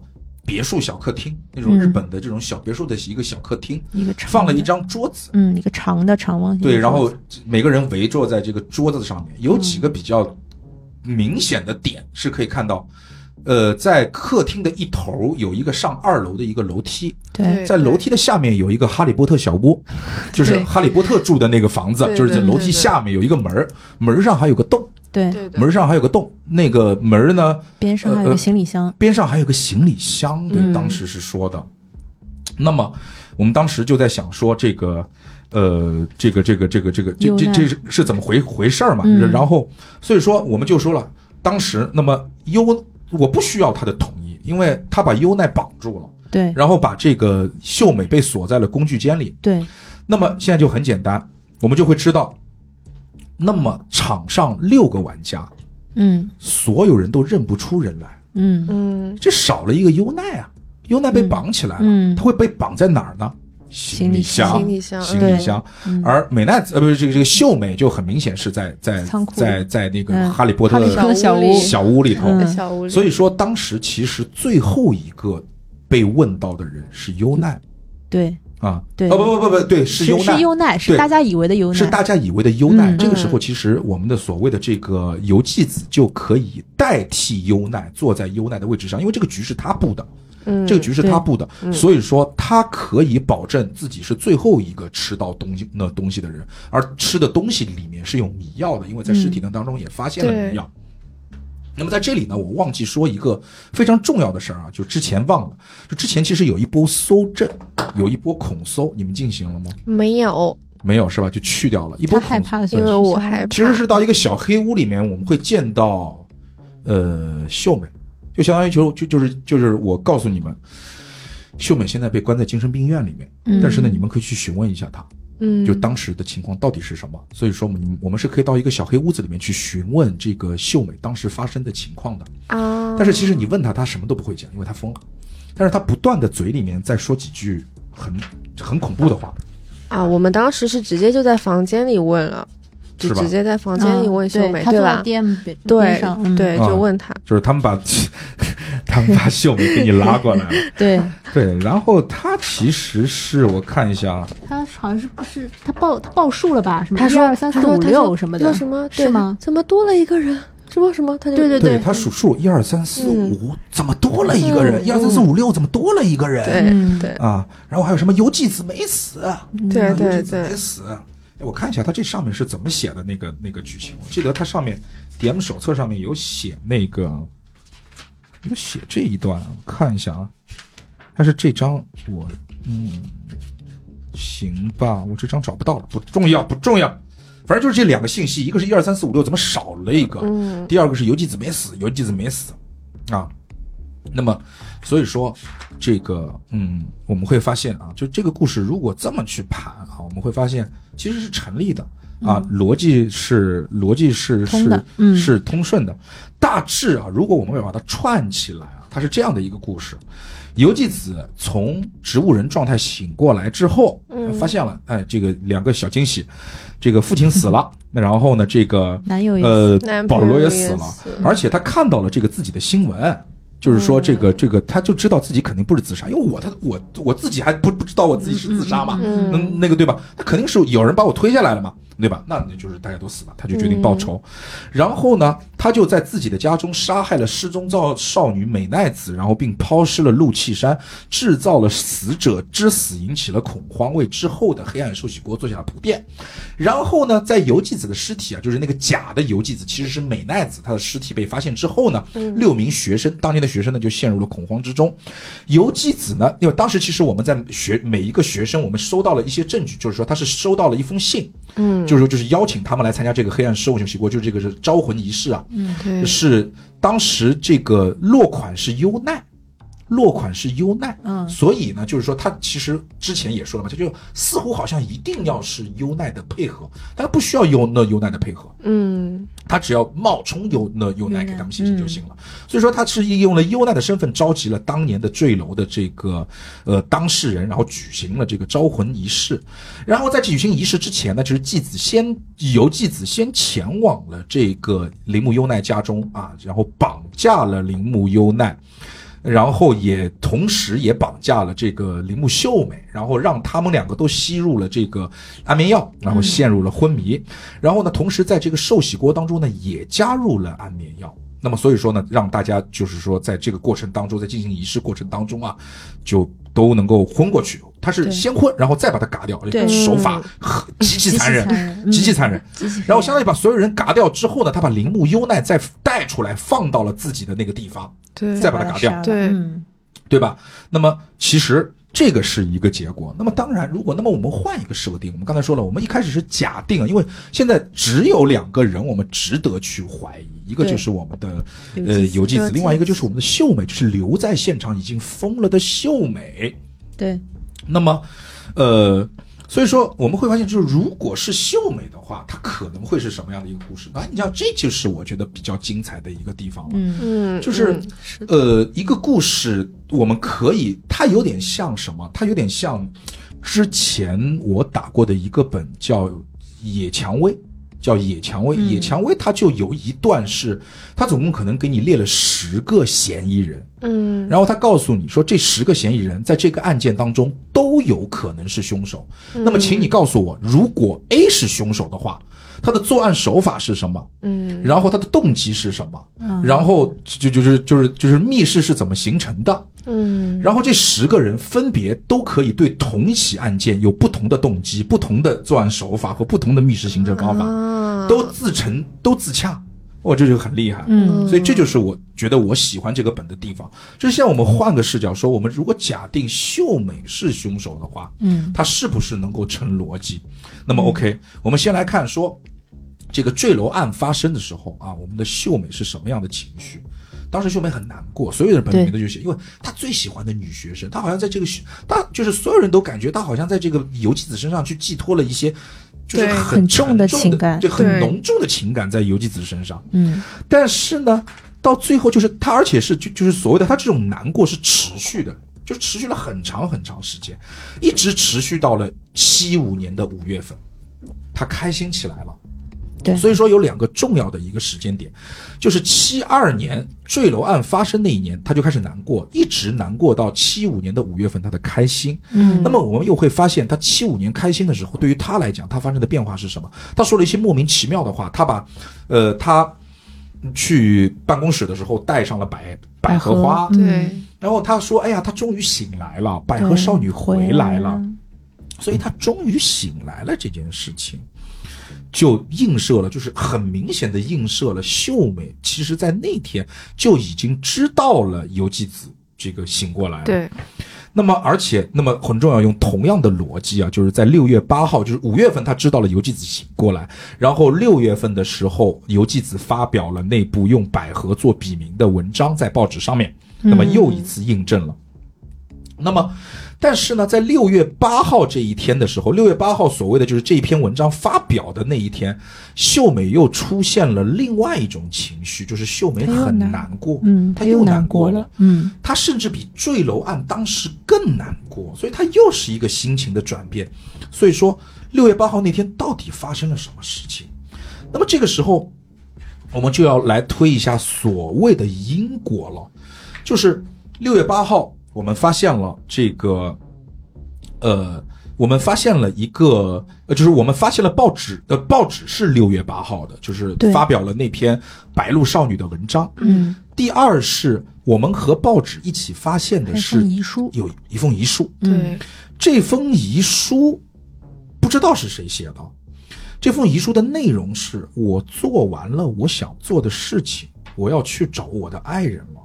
[SPEAKER 1] 别墅小客厅，那种
[SPEAKER 3] 嗯
[SPEAKER 1] 日本的这种小别墅的一个小客厅，
[SPEAKER 3] 一个长
[SPEAKER 1] 放了一
[SPEAKER 3] 的，
[SPEAKER 1] 张桌子，
[SPEAKER 3] 嗯，一个长的长方形的桌
[SPEAKER 1] 对，
[SPEAKER 3] 子，
[SPEAKER 1] 然后每个人围坐在这个桌子上面，有几个比较明显的点是可以看到，呃，在客厅的一头有一个上二楼的一个楼梯，
[SPEAKER 3] 对，
[SPEAKER 1] 哎在楼梯的下面有一个哈利波特小屋，就是
[SPEAKER 2] 对
[SPEAKER 1] 哈利波特住的那个房子，
[SPEAKER 2] 对
[SPEAKER 1] 就是在
[SPEAKER 2] 对
[SPEAKER 1] 楼梯
[SPEAKER 2] 对
[SPEAKER 1] 下面有一个门儿，门儿上还有个洞，
[SPEAKER 3] 对，
[SPEAKER 2] 对的
[SPEAKER 1] 门儿上还有个洞，那个门儿呢
[SPEAKER 3] 边上还
[SPEAKER 1] 呃
[SPEAKER 3] 有个
[SPEAKER 1] 呃
[SPEAKER 3] 行李箱，
[SPEAKER 1] 边上还有个行李箱，对，
[SPEAKER 2] 嗯
[SPEAKER 1] 当时是说的。那么我们当时就在想说这个。呃，这个这个这个这个这这
[SPEAKER 3] 幽
[SPEAKER 1] 这
[SPEAKER 3] 奈
[SPEAKER 1] 是是怎么回回事儿嘛？
[SPEAKER 3] 嗯
[SPEAKER 1] 然后，所以说我们就说了，当时那么优，我不需要他的同意，因为他把优奈绑住了，
[SPEAKER 3] 对
[SPEAKER 1] 然后把这个秀美被锁在了工具间里，
[SPEAKER 3] 对，
[SPEAKER 1] 那么现在就很简单，我们就会知道，那么场上六个玩家，
[SPEAKER 3] 嗯
[SPEAKER 1] 所有人都认不出人来，
[SPEAKER 3] 嗯
[SPEAKER 2] 嗯
[SPEAKER 1] 这少了一个优奈啊，优奈被绑起来了，
[SPEAKER 3] 嗯
[SPEAKER 1] 他会被绑在哪儿呢？行李
[SPEAKER 3] 行
[SPEAKER 2] 行李箱
[SPEAKER 1] 行
[SPEAKER 3] 对
[SPEAKER 1] 李箱，
[SPEAKER 3] 嗯，
[SPEAKER 1] 而美奈子呃不是这个这个秀美就很明显是在在
[SPEAKER 3] 仓库里
[SPEAKER 1] 在在那个
[SPEAKER 3] 嗯
[SPEAKER 1] 哈利波特
[SPEAKER 3] 哈利波特小
[SPEAKER 2] 屋里
[SPEAKER 1] 小屋里头，
[SPEAKER 3] 嗯
[SPEAKER 2] 在小屋里，
[SPEAKER 1] 所以说当时其实最后一个被问到的人是优奈
[SPEAKER 3] 对，
[SPEAKER 1] 啊，
[SPEAKER 3] 对
[SPEAKER 1] 哦不不不不对是
[SPEAKER 3] 是
[SPEAKER 1] 优奈
[SPEAKER 3] 是优奈，是
[SPEAKER 1] 对
[SPEAKER 3] 大家以为的优
[SPEAKER 1] 是
[SPEAKER 3] 奈，
[SPEAKER 1] 大家以为的优奈。
[SPEAKER 3] 嗯
[SPEAKER 1] 这个时候，其实我们的所谓的这个游记子就可以代替优奈，坐在优奈的位置上，因为这个局是他布的，
[SPEAKER 2] 嗯
[SPEAKER 1] 这个局是他布的，
[SPEAKER 2] 嗯
[SPEAKER 1] 所以说他可以保证自己是最后一个吃到东西那东西的人，而吃的东西里面是有迷药的，因为在尸体呢当中也发现了迷药。那么在这里呢，我忘记说一个非常重要的事儿啊，就之前忘了，就之前其实有一波搜证，有一波恐搜，你们进行了吗？
[SPEAKER 2] 没有，
[SPEAKER 1] 没有是吧？就去掉了一波
[SPEAKER 3] 他
[SPEAKER 1] 恐
[SPEAKER 3] 害怕的，
[SPEAKER 2] 因为我害怕，
[SPEAKER 1] 其实是到一个小黑屋里面，我们会见到，呃，秀美，就相当于就就就是就是我告诉你们，秀美现在被关在精神病院里面，
[SPEAKER 3] 嗯
[SPEAKER 1] 但是呢，你们可以去询问一下她，
[SPEAKER 2] 嗯
[SPEAKER 1] 就当时的情况到底是什么。所以说，我们我们是可以到一个小黑屋子里面去询问这个秀美当时发生的情况的。
[SPEAKER 2] 啊，
[SPEAKER 1] 但是其实你问她，她什么都不会讲，因为她疯了。但是她不断的嘴里面在说几句很很恐怖的话，
[SPEAKER 2] 啊，我们当时是直接就在房间里问了，就是
[SPEAKER 1] 吧
[SPEAKER 2] 直接在房
[SPEAKER 4] 嗯
[SPEAKER 2] 间里问秀美，
[SPEAKER 3] 啊他坐在
[SPEAKER 2] 吧？
[SPEAKER 3] 店边
[SPEAKER 2] 对
[SPEAKER 3] 上，嗯
[SPEAKER 2] 对，
[SPEAKER 1] 嗯
[SPEAKER 2] 就问他，
[SPEAKER 1] 就是他们把他长发秀眉给你拉过来了。
[SPEAKER 3] 对
[SPEAKER 1] 对，然后他其实是我看一下啊，
[SPEAKER 4] 他好像是不是他报他报数了吧？什么
[SPEAKER 2] 他
[SPEAKER 4] 一
[SPEAKER 2] 说
[SPEAKER 4] 二三四五六什么
[SPEAKER 2] 那
[SPEAKER 4] 的，
[SPEAKER 2] 什么
[SPEAKER 4] 是
[SPEAKER 2] 对
[SPEAKER 4] 吗？
[SPEAKER 2] 怎么多了一个人？什么什么？他就
[SPEAKER 4] 对对
[SPEAKER 1] 对他数数一二三四
[SPEAKER 2] 嗯
[SPEAKER 1] 五，怎么多了一个人？一二三四五六，怎么多了一个人？
[SPEAKER 2] 对
[SPEAKER 4] 嗯
[SPEAKER 2] 对
[SPEAKER 1] 啊，然后还有什么游记子没死？
[SPEAKER 2] 对
[SPEAKER 1] 啊
[SPEAKER 2] 对
[SPEAKER 1] 游记子
[SPEAKER 2] 对
[SPEAKER 1] 没死。哎我看一下他这上面是怎么写的那个那个剧情，我记得他上面 DM 手册上面有写那个，有写这一段，我看一下啊。但是这张我嗯，行吧，我这张找不到了，不重要不重要，反正就是这两个信息，一个是一二三四五六怎么少了一个，
[SPEAKER 2] 嗯
[SPEAKER 1] 第二个是游记子没死，游记子没死啊。那么，所以说，这个，嗯，我们会发现啊，就这个故事如果这么去盘啊，我们会发现其实是成立的啊，逻辑是逻辑是
[SPEAKER 3] 嗯通的
[SPEAKER 1] 是、
[SPEAKER 3] 嗯
[SPEAKER 1] 是通顺的。大致啊，如果我们要把它串起来啊，它是这样的一个故事：游纪子从植物人状态醒过来之后，
[SPEAKER 2] 嗯
[SPEAKER 1] 发现了，哎，这个两个小惊喜，这个父亲死 了，那然后呢，这个
[SPEAKER 3] 男友也
[SPEAKER 1] 呃
[SPEAKER 2] 男，
[SPEAKER 1] 保
[SPEAKER 2] 朋
[SPEAKER 1] 罗
[SPEAKER 2] 友
[SPEAKER 1] 也
[SPEAKER 2] 也
[SPEAKER 1] 死了，
[SPEAKER 2] 死
[SPEAKER 1] 而且他看到了这个自己的新闻，就是说这
[SPEAKER 2] 嗯
[SPEAKER 1] 个、这个，他就知道自己肯定不是自杀，因为我他我我自己还不不知道我自己是自杀嘛，
[SPEAKER 2] 嗯嗯
[SPEAKER 1] 那那个对吧？那肯定是有人把我推下来了嘛，对吧？那那就是大家都死了，他就决定报仇，然后呢，他就在自己的家中杀害了失踪少少女美奈子，然后并抛尸了陆气山，制造了死者之死，引起了恐慌，为之后的黑暗寿喜锅做下了铺垫。然后呢，在游纪子的尸体啊，就是那个假的游纪子，其实是美奈子，她的尸体被发现之后呢，六名学生，当年的学生呢就陷入了恐慌之中。游纪子呢，因为当时其实我们在学每一个学生，我们收到了一些证据，就是说他是收到了一封信，嗯，就是说就是邀请他们来参加这个黑暗寿喜锅，就是这个是招魂仪式啊，嗯，
[SPEAKER 2] 对
[SPEAKER 1] 是当时这个落款是优奈。落款是优奈，
[SPEAKER 3] 嗯
[SPEAKER 1] 所以呢，就是说他其实之前也说了嘛，他就似乎好像一定要是优奈的配合，但他不需要优那优奈的配合，
[SPEAKER 2] 嗯
[SPEAKER 1] 他只要冒充优那优奈给他们写信就行了。所以说他是利用了优奈的身份召集了当年的坠楼的这个呃当事人，然后举行了这个招魂仪式。然后在举行仪式之前呢，就是继子先由继子先前往了这个铃木优奈家中啊，然后绑架了铃木优奈。然后也同时也绑架了这个铃木秀美，然后让他们两个都吸入了这个安眠药，然后陷入了昏迷。然后呢，同时在这个寿喜锅当中呢，也加入了安眠药。那么所以说呢，让大家就是说，在这个过程当中，在进行仪式过程当中啊，就都能够昏过去。他是
[SPEAKER 3] 对
[SPEAKER 1] 先昏，然后再把他嘎掉，
[SPEAKER 3] 对
[SPEAKER 1] 手法极其残忍，极其残忍。然后相当于把所有人嘎掉之后呢，他把铃木优奈再带出来，放到了自己的那个地方，
[SPEAKER 2] 对
[SPEAKER 1] 再把它嘎掉
[SPEAKER 3] 杀了
[SPEAKER 2] 对
[SPEAKER 3] 嗯
[SPEAKER 1] 对吧？那么其实这个是一个结果。那么当然，如果那么我们换一个设定，我们刚才说了，我们一开始是假定，啊因为现在只有两个人我们值得去怀疑，一个就是我们的呃游记子，另外一个就是我们的秀美，就是留在现场已经疯了的秀美。
[SPEAKER 3] 对
[SPEAKER 1] 那么，呃，所以说我们会发现，就是如果是秀美的话，它可能会是什么样的一个故事？啊，你像这就是我觉得比较精彩的一个地方了。
[SPEAKER 3] 嗯
[SPEAKER 2] 嗯，
[SPEAKER 1] 就是
[SPEAKER 2] 嗯
[SPEAKER 1] 呃，一个故事，我们可以，它有点像什么？它有点像之前我打过的一个本叫《野蔷薇》，叫《野蔷
[SPEAKER 2] 嗯
[SPEAKER 1] 薇》。野蔷薇它就有一段是，它总共可能给你列了十个嫌疑人，
[SPEAKER 2] 嗯
[SPEAKER 1] 然后他告诉你说，这十个嫌疑人在这个案件当中都有可能是凶手。那么，请你
[SPEAKER 2] 嗯
[SPEAKER 1] 告诉我，如果 A 是凶手的话，他的作案手法是什么？
[SPEAKER 2] 嗯
[SPEAKER 1] 然后他的动机是什么？然后就就就是就是就是密室是怎么形成的？
[SPEAKER 2] 嗯
[SPEAKER 1] 然后这十个人分别都可以对同一起案件有不同的动机、不同的作案手法和不同的密室形成方法，
[SPEAKER 2] 啊，
[SPEAKER 1] 都自成都自洽。哇，这就很厉害。
[SPEAKER 3] 嗯
[SPEAKER 1] 所以这就是我觉得我喜欢这个本的地方。就是现在我们换个视角说，我们如果假定秀美是凶手的话，
[SPEAKER 3] 嗯
[SPEAKER 1] 他是不是能够成逻辑？那么 OK，我们先来看说这个坠楼案发生的时候啊，我们的秀美是什么样的情绪？当时秀美很难过，所有的本里面都就写，因为她最喜欢的女学生，她好像在这个学，她就是所有人都感觉她好像在这个游纪子身上去寄托了一些，就是
[SPEAKER 2] 对
[SPEAKER 1] 很
[SPEAKER 3] 很重
[SPEAKER 1] 的
[SPEAKER 3] 的情感
[SPEAKER 1] 对，很
[SPEAKER 2] 对
[SPEAKER 1] 浓重的情感在游纪子身上。
[SPEAKER 3] 嗯
[SPEAKER 1] 但是呢，到最后就是他，而且是就就是所谓的他这种难过是持续的，就持续了很长很长时间，一直持续到了七五年的五月份，他开心起来了，
[SPEAKER 3] 对
[SPEAKER 1] 所以说有两个重要的一个时间点，就是七二年坠楼案发生那一年，他就开始难过，一直难过到七五年的五月份，他的开心。
[SPEAKER 3] 嗯
[SPEAKER 1] 那么我们又会发现，他七五年开心的时候，对于他来讲，他发生的变化是什么？他说了一些莫名其妙的话，他把，呃，他去办公室的时候带上了百百合
[SPEAKER 3] 百合
[SPEAKER 1] 花，
[SPEAKER 3] 嗯
[SPEAKER 2] 对，
[SPEAKER 1] 然后他说：“哎呀，他终于醒来了，百合
[SPEAKER 3] 对
[SPEAKER 1] 少女回来了。
[SPEAKER 3] 回”
[SPEAKER 1] 所以他终于醒来了这件事情，就映射了，就是很明显的映射了秀美，其实在那天就已经知道了游纪子这个醒过
[SPEAKER 4] 嗯
[SPEAKER 1] 来了。
[SPEAKER 2] 对，
[SPEAKER 1] 那么，而且，那么很重要，用同样的逻辑啊，就是在六月八号，就是五月份，他知道了游纪子醒过来，然后六月份的时候，游纪子发表了内部用百合做笔名的文章在报纸上面，那么又一次印证了。那么，但是呢，在六月八号这一天的时候，六月八号所谓的就是这篇文章发表的那一天，秀美又出现了另外一种情绪，就是秀美
[SPEAKER 3] 她又
[SPEAKER 1] 很
[SPEAKER 3] 难
[SPEAKER 1] 难过，
[SPEAKER 3] 嗯，
[SPEAKER 1] 她
[SPEAKER 3] 他又
[SPEAKER 1] 难
[SPEAKER 3] 难
[SPEAKER 1] 过
[SPEAKER 3] 过
[SPEAKER 1] 了
[SPEAKER 3] 了，。嗯，
[SPEAKER 1] 他甚至比坠楼案当时更难过，所以他又是一个心情的转变。所以说，六月八号那天到底发生了什么事情？那么这个时候，我们就要来推一下所谓的因果了，就是六月八号，我们发现了这个，呃。我们发现了一个，呃，就是我们发现了报纸，呃，报纸是六月八号的，就是
[SPEAKER 3] 对
[SPEAKER 1] 发表了那篇《白鹿少女》的文章。
[SPEAKER 3] 嗯，
[SPEAKER 1] 第二是我们和报纸一起发现的
[SPEAKER 3] 还
[SPEAKER 1] 是
[SPEAKER 3] 是遗书，
[SPEAKER 1] 有一封遗书，
[SPEAKER 3] 嗯，
[SPEAKER 2] 对，
[SPEAKER 1] 这封遗书不知道是谁写的。这封遗书的内容是我做完了我想做的事情，我要去找我的爱人了，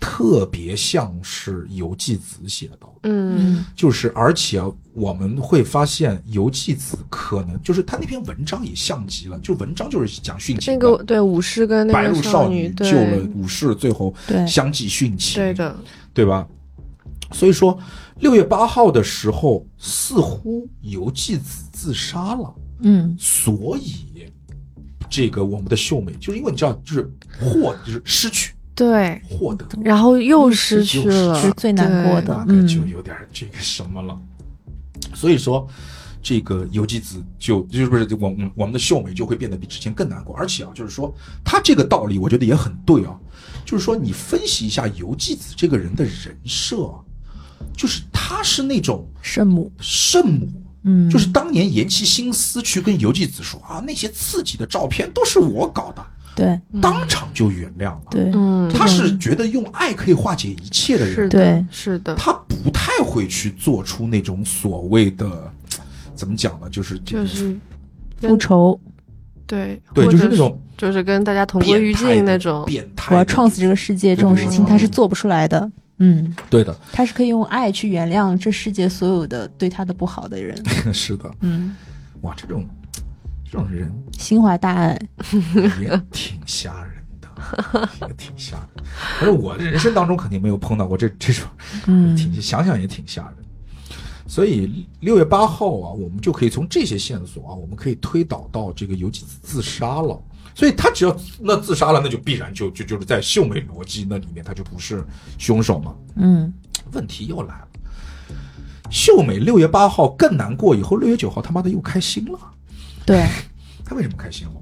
[SPEAKER 1] 特别像是游纪子写的。
[SPEAKER 2] 嗯，
[SPEAKER 1] 就是而且我们会发现游纪子可能就是他那篇文章也像极了，就文章就是讲殉情的。
[SPEAKER 2] 那个对武士跟那
[SPEAKER 1] 白
[SPEAKER 2] 个
[SPEAKER 1] 鹿少
[SPEAKER 2] 女，
[SPEAKER 1] 救了
[SPEAKER 2] 对，
[SPEAKER 1] 武士，最后
[SPEAKER 3] 对
[SPEAKER 1] 相继殉情。
[SPEAKER 2] 对的，
[SPEAKER 1] 对吧？所以说，六月八号的时候，似乎游纪子自杀了，
[SPEAKER 3] 嗯，
[SPEAKER 1] 所以这个我们的秀美，就是因为你知道，就是获，就是失去，
[SPEAKER 2] 对，
[SPEAKER 1] 获得，
[SPEAKER 2] 然后又失去了，
[SPEAKER 1] 是
[SPEAKER 3] 最难过的
[SPEAKER 1] 那个就有点这个什么了。所以说，这个游纪子就就是不是我们我们的秀美就会变得比之前更难过，而且啊，就是说她这个道理，我觉得也很对啊，就是说你分析一下游纪子这个人的人设啊，就是她是那种。
[SPEAKER 3] 圣母，
[SPEAKER 1] 圣母，
[SPEAKER 3] 嗯，
[SPEAKER 1] 就是当年岩崎新司去跟游纪子说啊，那些刺激的照片都是我搞的，
[SPEAKER 3] 对
[SPEAKER 1] 当场就原谅了。
[SPEAKER 3] 嗯对
[SPEAKER 2] 嗯，
[SPEAKER 1] 他是觉得用爱可以化解一切的
[SPEAKER 2] 是
[SPEAKER 1] 人，
[SPEAKER 2] 的
[SPEAKER 3] 对，
[SPEAKER 2] 是的，
[SPEAKER 1] 他不太会去做出那种所谓的，怎么讲呢？就是这种
[SPEAKER 2] 就是
[SPEAKER 3] 复仇，
[SPEAKER 2] 对，
[SPEAKER 1] 对，
[SPEAKER 2] 或
[SPEAKER 1] 就是
[SPEAKER 2] 者
[SPEAKER 1] 那种
[SPEAKER 2] 就是跟大家同归
[SPEAKER 1] 变
[SPEAKER 2] 于
[SPEAKER 1] 态
[SPEAKER 2] 尽
[SPEAKER 1] 的
[SPEAKER 2] 那种，
[SPEAKER 1] 变态的，
[SPEAKER 3] 我要撞死这个世界这种事情，
[SPEAKER 1] 对
[SPEAKER 3] 他是做不出来的。嗯，
[SPEAKER 1] 对的，
[SPEAKER 3] 他是可以用爱去原谅这世界所有的对他的不好的人。
[SPEAKER 1] 是的，
[SPEAKER 3] 嗯，
[SPEAKER 1] 哇，这种这种人
[SPEAKER 3] 心怀大爱，
[SPEAKER 1] 也挺吓人的，也挺吓人的。反正我人生当中肯定没有碰到过这这种，
[SPEAKER 3] 嗯
[SPEAKER 1] 挺想想也挺吓人。所以六月八号啊，我们就可以从这些线索啊，我们可以推导到这个游纪子自杀了。所以他只要那自杀了，那就必然就就就是在秀美逻辑那里面，他就不是凶手嘛。
[SPEAKER 3] 嗯，
[SPEAKER 1] 问题又来了，秀美六月八号更难过，以后六月九号他妈的又开心了。
[SPEAKER 3] 对，
[SPEAKER 1] 他为什么开心了？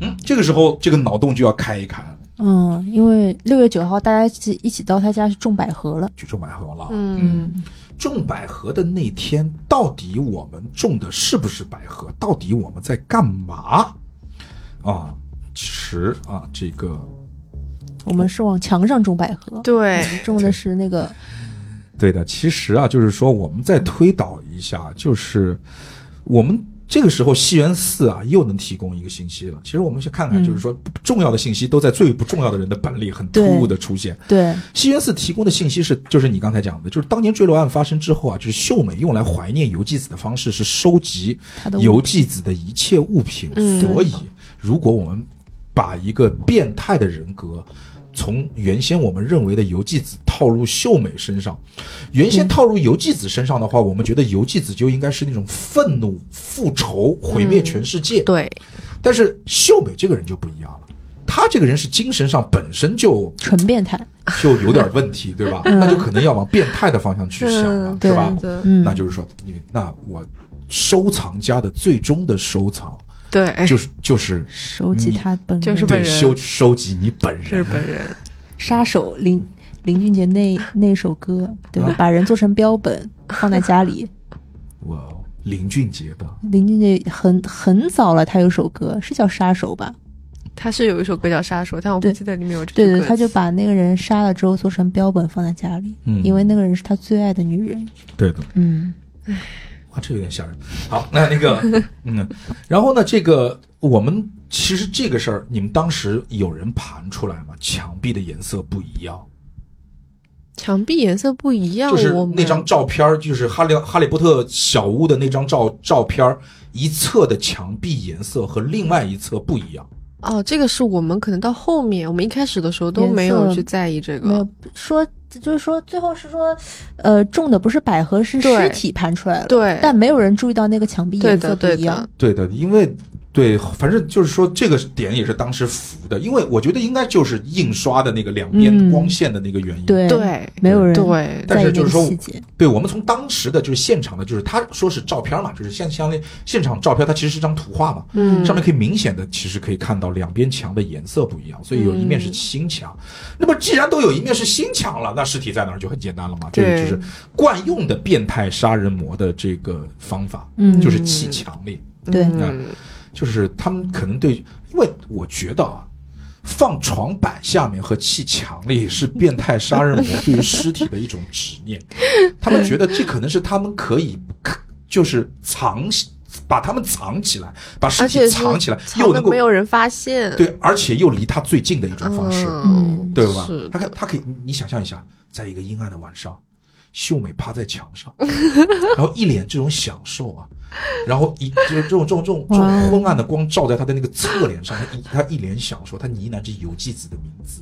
[SPEAKER 1] 嗯，这个时候这个脑洞就要开一开了，
[SPEAKER 3] 嗯，因为六月九号大家一起一起到他家去种百合了。
[SPEAKER 1] 就种百合了。
[SPEAKER 2] 嗯，
[SPEAKER 1] 种百合的那天，到底我们种的是不是百合？到底我们在干嘛？啊，其实啊，这个
[SPEAKER 3] 我们是往墙上种百合，
[SPEAKER 2] 对，
[SPEAKER 3] 种的是那个
[SPEAKER 1] 对的，其实啊，就是说我们再推导一下，就是我们这个时候西园寺啊又能提供一个信息了。其实我们去看看，就是说重要的信息都在最不重要的人的本里很突兀的出现。
[SPEAKER 3] 对，
[SPEAKER 1] 西园寺提供的信息是，就是你刚才讲的，就是当年坠楼案发生之后啊，就是秀美用来怀念游纪子的方式是收集
[SPEAKER 3] 她的物
[SPEAKER 1] 游纪子的一切物品，
[SPEAKER 2] 嗯
[SPEAKER 1] 所以如果我们把一个变态的人格。从原先我们认为的游纪子套入秀美身上，原先套入游纪子身上的话，我们觉得游纪子就应该是那种愤怒、复仇、毁
[SPEAKER 3] 嗯
[SPEAKER 1] 灭全世界。
[SPEAKER 2] 对，
[SPEAKER 1] 但是秀美这个人就不一样了，她这个人是精神上本身就
[SPEAKER 3] 纯变态。
[SPEAKER 1] 就有点问题，对吧？那就可能要往变态的方向去想了
[SPEAKER 2] 嗯，，
[SPEAKER 1] 是
[SPEAKER 2] 对
[SPEAKER 1] 吧？
[SPEAKER 2] 的，
[SPEAKER 3] 嗯，
[SPEAKER 1] 那就是说，你那我收藏家的最终的收藏，
[SPEAKER 2] 对，
[SPEAKER 1] 就是就是
[SPEAKER 3] 收集他本
[SPEAKER 2] 就
[SPEAKER 3] 人
[SPEAKER 2] 是哎日本
[SPEAKER 1] 对
[SPEAKER 2] 人
[SPEAKER 1] 收收集你本人
[SPEAKER 2] 日本人，
[SPEAKER 3] 杀手林林俊杰那那首 歌，对吧？把人做成标本放在家里。
[SPEAKER 1] 哇哦，林俊杰吧，
[SPEAKER 3] 林俊杰很很早了，他有首歌是叫《杀手》吧？
[SPEAKER 2] 他是有一首歌叫《杀手》，但我不
[SPEAKER 3] 对
[SPEAKER 2] 记得里面有这
[SPEAKER 3] 对
[SPEAKER 2] 句
[SPEAKER 3] 对，
[SPEAKER 2] 歌
[SPEAKER 3] 他就
[SPEAKER 2] 词
[SPEAKER 3] 把那个人杀了之后做成标本放在家里，
[SPEAKER 1] 嗯
[SPEAKER 3] 因为那个人是他最爱的女人。
[SPEAKER 1] 对的，
[SPEAKER 3] 嗯，
[SPEAKER 1] 哇，这有点吓人。好，那那 个，嗯，然后呢，这个我们其实这个事儿，你们当时有人盘出来吗？墙壁的颜色不一样，
[SPEAKER 2] 墙壁颜色不一样，
[SPEAKER 1] 就是
[SPEAKER 2] 我们
[SPEAKER 1] 那张照片儿，就是哈利哈利波特小屋的那张照照片儿，一侧的墙壁颜色和另外一侧不一样。
[SPEAKER 2] 哦，这个是我们可能到后面，我们一开始的时候都
[SPEAKER 3] 颜
[SPEAKER 2] 没有
[SPEAKER 3] 色
[SPEAKER 2] 去在意这
[SPEAKER 3] 没
[SPEAKER 2] 个
[SPEAKER 3] 有，说，就是说最后是说，呃，中的不是百合，是
[SPEAKER 2] 对
[SPEAKER 3] 尸体盘出来了。
[SPEAKER 2] 对
[SPEAKER 3] 但没有人注意到那个墙壁
[SPEAKER 2] 对
[SPEAKER 3] 颜色
[SPEAKER 2] 的，
[SPEAKER 3] 不
[SPEAKER 2] 对
[SPEAKER 3] 一样
[SPEAKER 2] 的。，
[SPEAKER 1] 对的，因为对，反正就是说这个点也是当时服的，因为我觉得应该就是印刷的那个两边
[SPEAKER 3] 嗯
[SPEAKER 1] 光线的那个原因。
[SPEAKER 3] 对
[SPEAKER 2] 对
[SPEAKER 3] 没有人
[SPEAKER 2] 对
[SPEAKER 1] 但
[SPEAKER 3] 在
[SPEAKER 1] 是
[SPEAKER 3] 意
[SPEAKER 1] 就
[SPEAKER 3] 这
[SPEAKER 1] 是
[SPEAKER 3] 个
[SPEAKER 1] 说
[SPEAKER 3] 细节。
[SPEAKER 1] 对，我们从当时的就是现场的，就是他说是照片嘛，就是现相当于现场照片，它其实是张图画嘛，
[SPEAKER 2] 嗯
[SPEAKER 1] 上面可以明显的其实可以看到两边墙的颜色不一样，所以有一
[SPEAKER 2] 嗯
[SPEAKER 1] 面是新墙。那么既然都有一面是新墙了，那尸体在哪儿就很简单了嘛，这个
[SPEAKER 2] 对
[SPEAKER 1] 就是惯用的变态杀人魔的这个方法，
[SPEAKER 3] 嗯
[SPEAKER 1] 就是砌墙里，
[SPEAKER 3] 对
[SPEAKER 2] 嗯
[SPEAKER 1] 就是他们可能对，因为我觉得啊。放床板下面和砌墙里是变态杀人魔对于尸体的一种执 念，他们觉得这可能是他们可以，就是藏起，把他们藏起来，把尸
[SPEAKER 2] 而且
[SPEAKER 1] 体
[SPEAKER 2] 是
[SPEAKER 1] 藏起来，
[SPEAKER 2] 藏
[SPEAKER 1] 又
[SPEAKER 2] 的
[SPEAKER 1] 能够
[SPEAKER 2] 没有人发现，
[SPEAKER 1] 对，而且又离他最近的一种方式，
[SPEAKER 2] 嗯，
[SPEAKER 1] 对吧
[SPEAKER 2] 是？
[SPEAKER 1] 他可他可以，你想象一下，在一个阴暗的晚上，秀美趴在墙上，然后一脸这种享受啊，然后一就是这种这种这种这
[SPEAKER 3] 哇
[SPEAKER 1] 种
[SPEAKER 3] 哦
[SPEAKER 1] 昏暗的光照在他的那个侧脸上，他一他一脸享受，他呢喃着游记子的名字，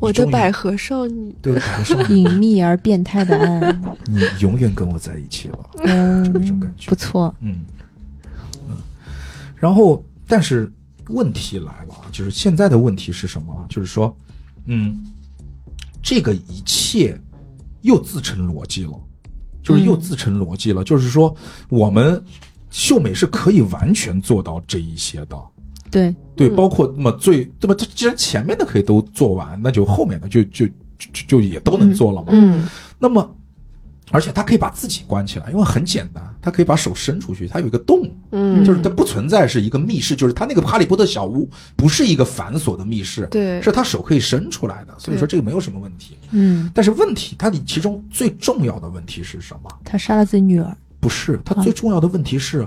[SPEAKER 2] 我
[SPEAKER 1] 你
[SPEAKER 2] 的
[SPEAKER 1] 终于
[SPEAKER 2] 百合少女，
[SPEAKER 1] 对我说你
[SPEAKER 3] 隐秘而变态的爱，
[SPEAKER 1] 你永远跟我在一起了，就这种
[SPEAKER 3] 嗯
[SPEAKER 1] 感，觉
[SPEAKER 3] 不错，
[SPEAKER 1] 嗯，嗯然后但是问题来了啊，就是现在的问题是什么啊？就是说，嗯，这个一切又自成逻辑了，就是
[SPEAKER 2] 嗯
[SPEAKER 1] 又自成逻辑了，就是说我们秀美是可以完全做到这一些的。
[SPEAKER 3] 对，
[SPEAKER 1] 对，
[SPEAKER 2] 嗯
[SPEAKER 1] 包括那么最，那么这既然前面的可以都做完，那就后面的就就就就就也都能做了嘛。
[SPEAKER 2] 嗯
[SPEAKER 1] 那么，而且他可以把自己关起来，因为很简单，他可以把手伸出去，它有一个洞，
[SPEAKER 2] 嗯，
[SPEAKER 1] 就是它不存在是一个密室，就是他那个哈利波特小屋不是一个繁琐的密室，
[SPEAKER 2] 对
[SPEAKER 1] 是他手可以伸出来的，所以说这个没有什么问题。
[SPEAKER 3] 嗯，
[SPEAKER 1] 但是问题，它其中最重要的问题是什么？
[SPEAKER 3] 他杀了自己女儿，
[SPEAKER 1] 不是，它
[SPEAKER 2] 嗯
[SPEAKER 1] 最重要的问题是。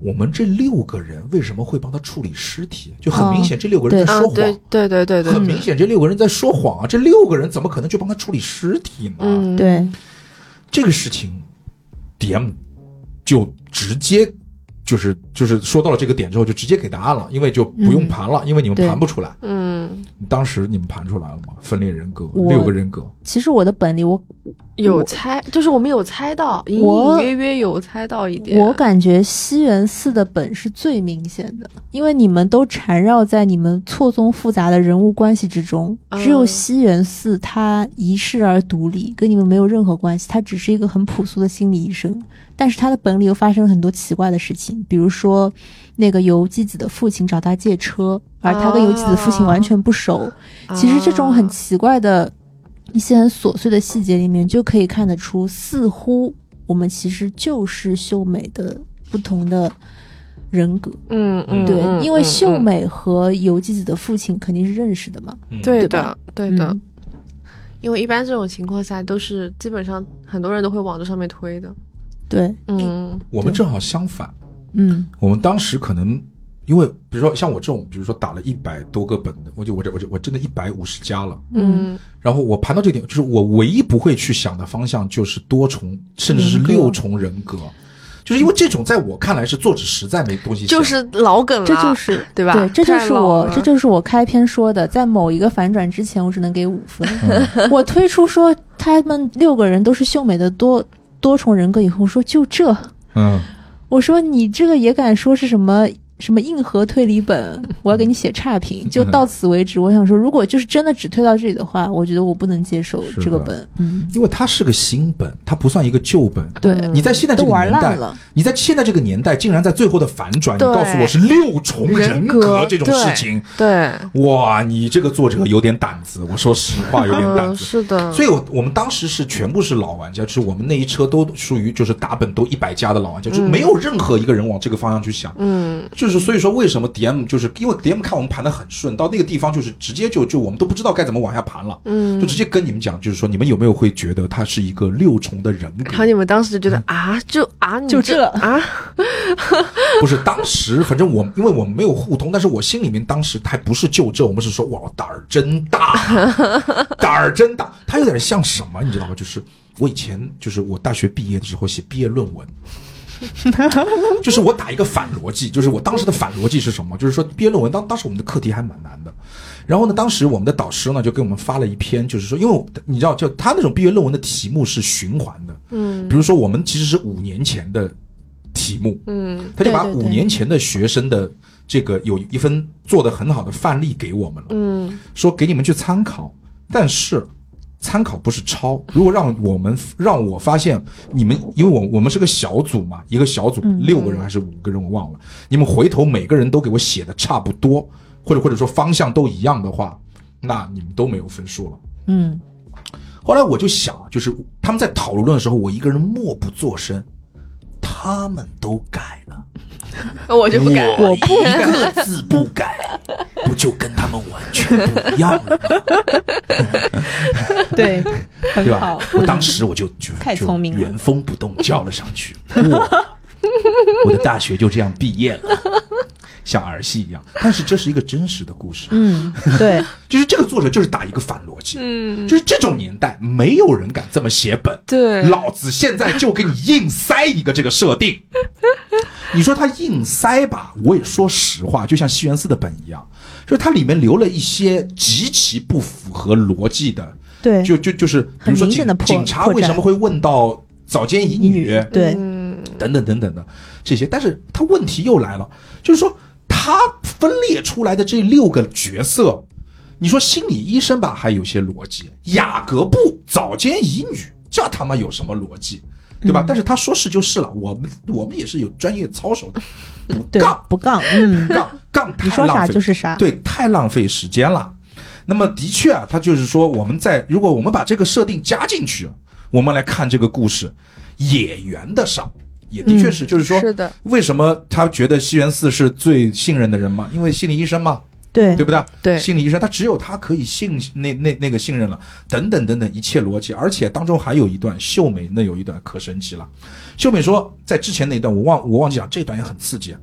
[SPEAKER 1] 我们这六个人为什么会帮他处理尸体？就很明显，这六个人在
[SPEAKER 2] 啊
[SPEAKER 1] 说，谎
[SPEAKER 2] 对，对对对对，
[SPEAKER 1] 很明
[SPEAKER 2] 对
[SPEAKER 1] 显，这六个人在说谎啊！这六个人怎么可能去帮他处理尸体呢？
[SPEAKER 2] 嗯，
[SPEAKER 3] 对，
[SPEAKER 1] 这个事情，DM 就直接就是就是说到了这个点之后，就直接给答案了，因为就不用盘了，因为你们
[SPEAKER 3] 对
[SPEAKER 1] 盘不出来。
[SPEAKER 2] 嗯，
[SPEAKER 1] 当时你们盘出来了吗？分裂人格
[SPEAKER 3] 我
[SPEAKER 1] 六个人格，
[SPEAKER 3] 其实我的本里我，
[SPEAKER 2] 有猜，就是我们有猜到，隐
[SPEAKER 3] 我
[SPEAKER 2] 隐约约有猜到一点，
[SPEAKER 3] 我感觉西园寺的本是最明显的，因为你们都缠绕在你们错综复杂的人物关系之中，
[SPEAKER 2] 嗯
[SPEAKER 3] 只有西园寺他一世而独立，跟你们没有任何关系，他只是一个很朴素的心理医生。但是他的本里又发生了很多奇怪的事情，比如说，那个游纪子的父亲找他借车，而他跟游纪子的父亲完全不熟。其实这种很
[SPEAKER 2] 啊
[SPEAKER 3] 奇怪的一些很琐碎的细节里面，就可以看得出，似乎我们其实就是秀美的不同的人格。
[SPEAKER 2] 嗯嗯，
[SPEAKER 3] 对，
[SPEAKER 2] 嗯
[SPEAKER 3] 因为
[SPEAKER 2] 嗯
[SPEAKER 3] 秀
[SPEAKER 2] 嗯
[SPEAKER 3] 美和游纪子的父亲肯定是认识的嘛。
[SPEAKER 1] 嗯
[SPEAKER 2] 对
[SPEAKER 3] 对
[SPEAKER 2] 的
[SPEAKER 3] 吧，
[SPEAKER 2] 对
[SPEAKER 3] 嗯
[SPEAKER 2] 的，因为一般这种情况下都是基本上很多人都会往这上面推的。
[SPEAKER 3] 对，
[SPEAKER 2] 嗯
[SPEAKER 1] 我们正好相反，
[SPEAKER 3] 嗯
[SPEAKER 1] 我们当时可能。因为比如说像我这种，比如说打了一百多个本的，我就我这我这我真的一百五十加了。
[SPEAKER 3] 嗯，
[SPEAKER 2] 嗯
[SPEAKER 1] 然后我盘到这个点，就是我唯一不会去想的方向就是多重，甚至是
[SPEAKER 2] 嗯
[SPEAKER 3] 人格
[SPEAKER 1] 六重人格，就是因为这种在我看来是作者实在没东西想。
[SPEAKER 2] 就是老梗了，
[SPEAKER 3] 这就是
[SPEAKER 2] 啊对吧？
[SPEAKER 3] 对，这就
[SPEAKER 2] 太
[SPEAKER 3] 是
[SPEAKER 2] 老
[SPEAKER 3] 我
[SPEAKER 2] 了
[SPEAKER 3] 这就是我开篇说的，在某一个反转之前，我只能给五分。 我推出说他们六个人都是秀美的多多重人格以后，我说就这，
[SPEAKER 1] 嗯，
[SPEAKER 3] 我说你这个也敢说是什么什么硬核推理本， 我要给你写差评，就到此为止。我想说，如果就是真的只推到这里的话，我觉得我不能接受
[SPEAKER 1] 是
[SPEAKER 3] 这个
[SPEAKER 1] 的
[SPEAKER 3] 本。嗯，
[SPEAKER 1] 因为它是个新本，它不算一个旧本。
[SPEAKER 3] 对，
[SPEAKER 1] 你在现在这
[SPEAKER 3] 嗯都
[SPEAKER 1] 个
[SPEAKER 3] 玩
[SPEAKER 1] 年代
[SPEAKER 3] 烂，了。
[SPEAKER 1] 你在现在这个年代，竟然在最后的反转，你
[SPEAKER 2] 对
[SPEAKER 1] 告诉我是六重人格这种事情，
[SPEAKER 2] 对，
[SPEAKER 1] 哇，你这个作者有点胆子，我说实话有点胆
[SPEAKER 3] 哦
[SPEAKER 2] 嗯，
[SPEAKER 1] 子。
[SPEAKER 2] 是的，
[SPEAKER 1] 所以，我我们当时是全部是老玩家，就是我们那一车都属于就是打本都一百加的老玩家，就没有任何一个人往这个方向去想。
[SPEAKER 2] 嗯，
[SPEAKER 1] 就是所以说，为什么 DM 就是因为 DM 看我们盘的很顺，到那个地方就是直接就就我们都不知道该怎么往下盘了，嗯，就直接跟你们讲，就是说你们有没有会觉得他是一个六重的人
[SPEAKER 2] 然后
[SPEAKER 1] 格？
[SPEAKER 2] 你们当时就觉得啊，就啊，你
[SPEAKER 3] 就这
[SPEAKER 2] 啊，
[SPEAKER 1] 不是，当时反正我因为我们没有互通，但是我心里面当时还不是就这，我们是说哇胆儿真大，啊胆儿真大，他有点像什么，你知道吗？就是我以前就是我大学毕业的时候写毕业论文。就是我打一个反逻辑，就是我当时的反逻辑是什么？就是说毕业论文当当时我们的课题还蛮难的，然后呢，当时我们的导师呢就给我们发了一篇，就是说，因为我你知道，就他那种毕业论文的题目是循环的，嗯，比如说我们其实是五年前的题目，
[SPEAKER 2] 嗯，
[SPEAKER 1] 他就把
[SPEAKER 3] 对对
[SPEAKER 1] 五
[SPEAKER 3] 对
[SPEAKER 1] 年前的学生的这个有一份做的很好的范例给我们了，
[SPEAKER 2] 嗯，
[SPEAKER 1] 说给你们去参考，但是参考不是抄。如果让我们让我发现你们，因为我我们是个小组嘛，一个小组
[SPEAKER 3] 嗯
[SPEAKER 1] 六个人还是五个人，我忘了。你们回头每个人都给我写的差不多，或者或者说方向都一样的话，那你们都没有分数了。
[SPEAKER 3] 嗯，
[SPEAKER 1] 后来我就想，就是他们在讨论的时候，我一个人默不作声，他们都改了。
[SPEAKER 2] 哦我就不敢，
[SPEAKER 1] 我一个字不改，不就跟他们完全不一样了 吗？
[SPEAKER 3] 对，很
[SPEAKER 1] 对吧
[SPEAKER 3] 好。？
[SPEAKER 1] 我当时我就就
[SPEAKER 3] 太
[SPEAKER 1] 就
[SPEAKER 3] 聪明了
[SPEAKER 1] 原封不动叫了上去，我我的大学就这样毕业了，像儿戏一样。但是这是一个真实的故事，
[SPEAKER 3] 嗯，对，
[SPEAKER 1] 就是这个作者就是打一个反逻辑，
[SPEAKER 2] 嗯，
[SPEAKER 1] 就是这种年代没有人敢这么写本，
[SPEAKER 2] 对
[SPEAKER 1] 老子现在就给你硬塞一个这个设 定。你说他硬塞吧，我也说实话，就像西园寺的本一样，就是它里面留了一些极其不符合逻辑的，
[SPEAKER 3] 对，
[SPEAKER 1] 就就就是，比如说
[SPEAKER 3] 很
[SPEAKER 1] 警
[SPEAKER 3] 明显的破
[SPEAKER 1] 警察
[SPEAKER 3] 破绽
[SPEAKER 1] 为什么会问到早间乙女
[SPEAKER 3] 对，
[SPEAKER 2] 嗯，
[SPEAKER 1] 等等等等的这些，但是他问题又来了，就是说他分裂出来的这六个角色，你说心理医生吧，还有些逻辑，雅各布早间乙女，这他妈有什么逻辑？对吧？但是他说是就是了，我们我们也是有专业操守的，不
[SPEAKER 3] 对
[SPEAKER 1] 杠，
[SPEAKER 3] 不杠，嗯，
[SPEAKER 1] 杠杠
[SPEAKER 3] 你
[SPEAKER 1] 太
[SPEAKER 3] 说
[SPEAKER 1] 浪
[SPEAKER 3] 啥
[SPEAKER 1] 费
[SPEAKER 3] 就是啥，
[SPEAKER 1] 对，太浪费时间了。那么的确啊，他就是说，我们在如果我们把这个设定加进去，啊我们来看这个故事，也圆得上，也的
[SPEAKER 3] 嗯
[SPEAKER 1] 确是，就是说，
[SPEAKER 2] 是的，
[SPEAKER 1] 为什么他觉得西园寺是最信任的人嘛？因为心理医生嘛，
[SPEAKER 3] 对
[SPEAKER 1] 对不对？
[SPEAKER 2] 对
[SPEAKER 1] 心理医生他只有他可以信那那那个信任了，等等等等一切逻辑，而且当中还有一段秀美那有一段可神奇了，秀美说在之前那一段我忘我忘记讲这段也很刺激，啊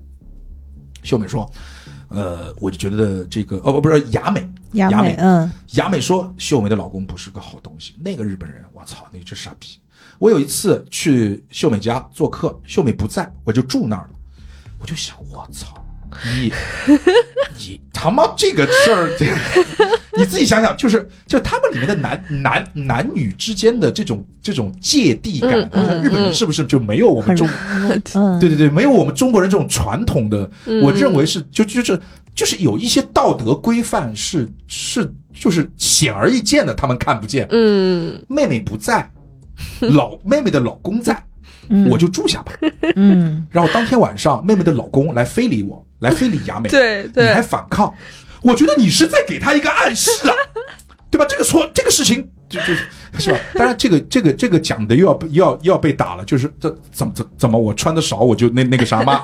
[SPEAKER 1] 秀美说，呃，我就觉得这个哦不不是雅美
[SPEAKER 3] 亚
[SPEAKER 1] 雅
[SPEAKER 3] 美，嗯，
[SPEAKER 1] 雅美说秀美的老公不是个好东西，那个日本人，我操，那只傻逼。我有一次去秀美家做客，秀美不在，我就住那儿了，我就想，我操，你你他妈这个事儿，这你自己想想，就是就他们里面的男男男女之间的这种这种芥蒂感，
[SPEAKER 2] 嗯嗯
[SPEAKER 1] 日本人是不是就没有我们
[SPEAKER 3] 很
[SPEAKER 1] 中
[SPEAKER 3] 嗯，
[SPEAKER 1] 对对对，没有我们中国人这种传统的，
[SPEAKER 2] 嗯
[SPEAKER 1] 我认为是就就是就是有一些道德规范是是就是显而易见的，他们看不见。
[SPEAKER 2] 嗯，
[SPEAKER 1] 妹妹不在， 老妹妹的老公在，
[SPEAKER 3] 嗯
[SPEAKER 1] 我就住下吧。
[SPEAKER 3] 嗯，
[SPEAKER 1] 然后当天晚上，妹妹的老公来非礼我，来非礼雅美，
[SPEAKER 2] 对
[SPEAKER 1] 你还
[SPEAKER 2] 对，
[SPEAKER 1] 反抗，我觉得你是在给他一个暗示啊， 对吧？这个错，这个事情就就是吧？当然，这个这个这个讲的又要被又要又要被打了，就是这怎么怎怎么我穿的少我就那那个啥嘛，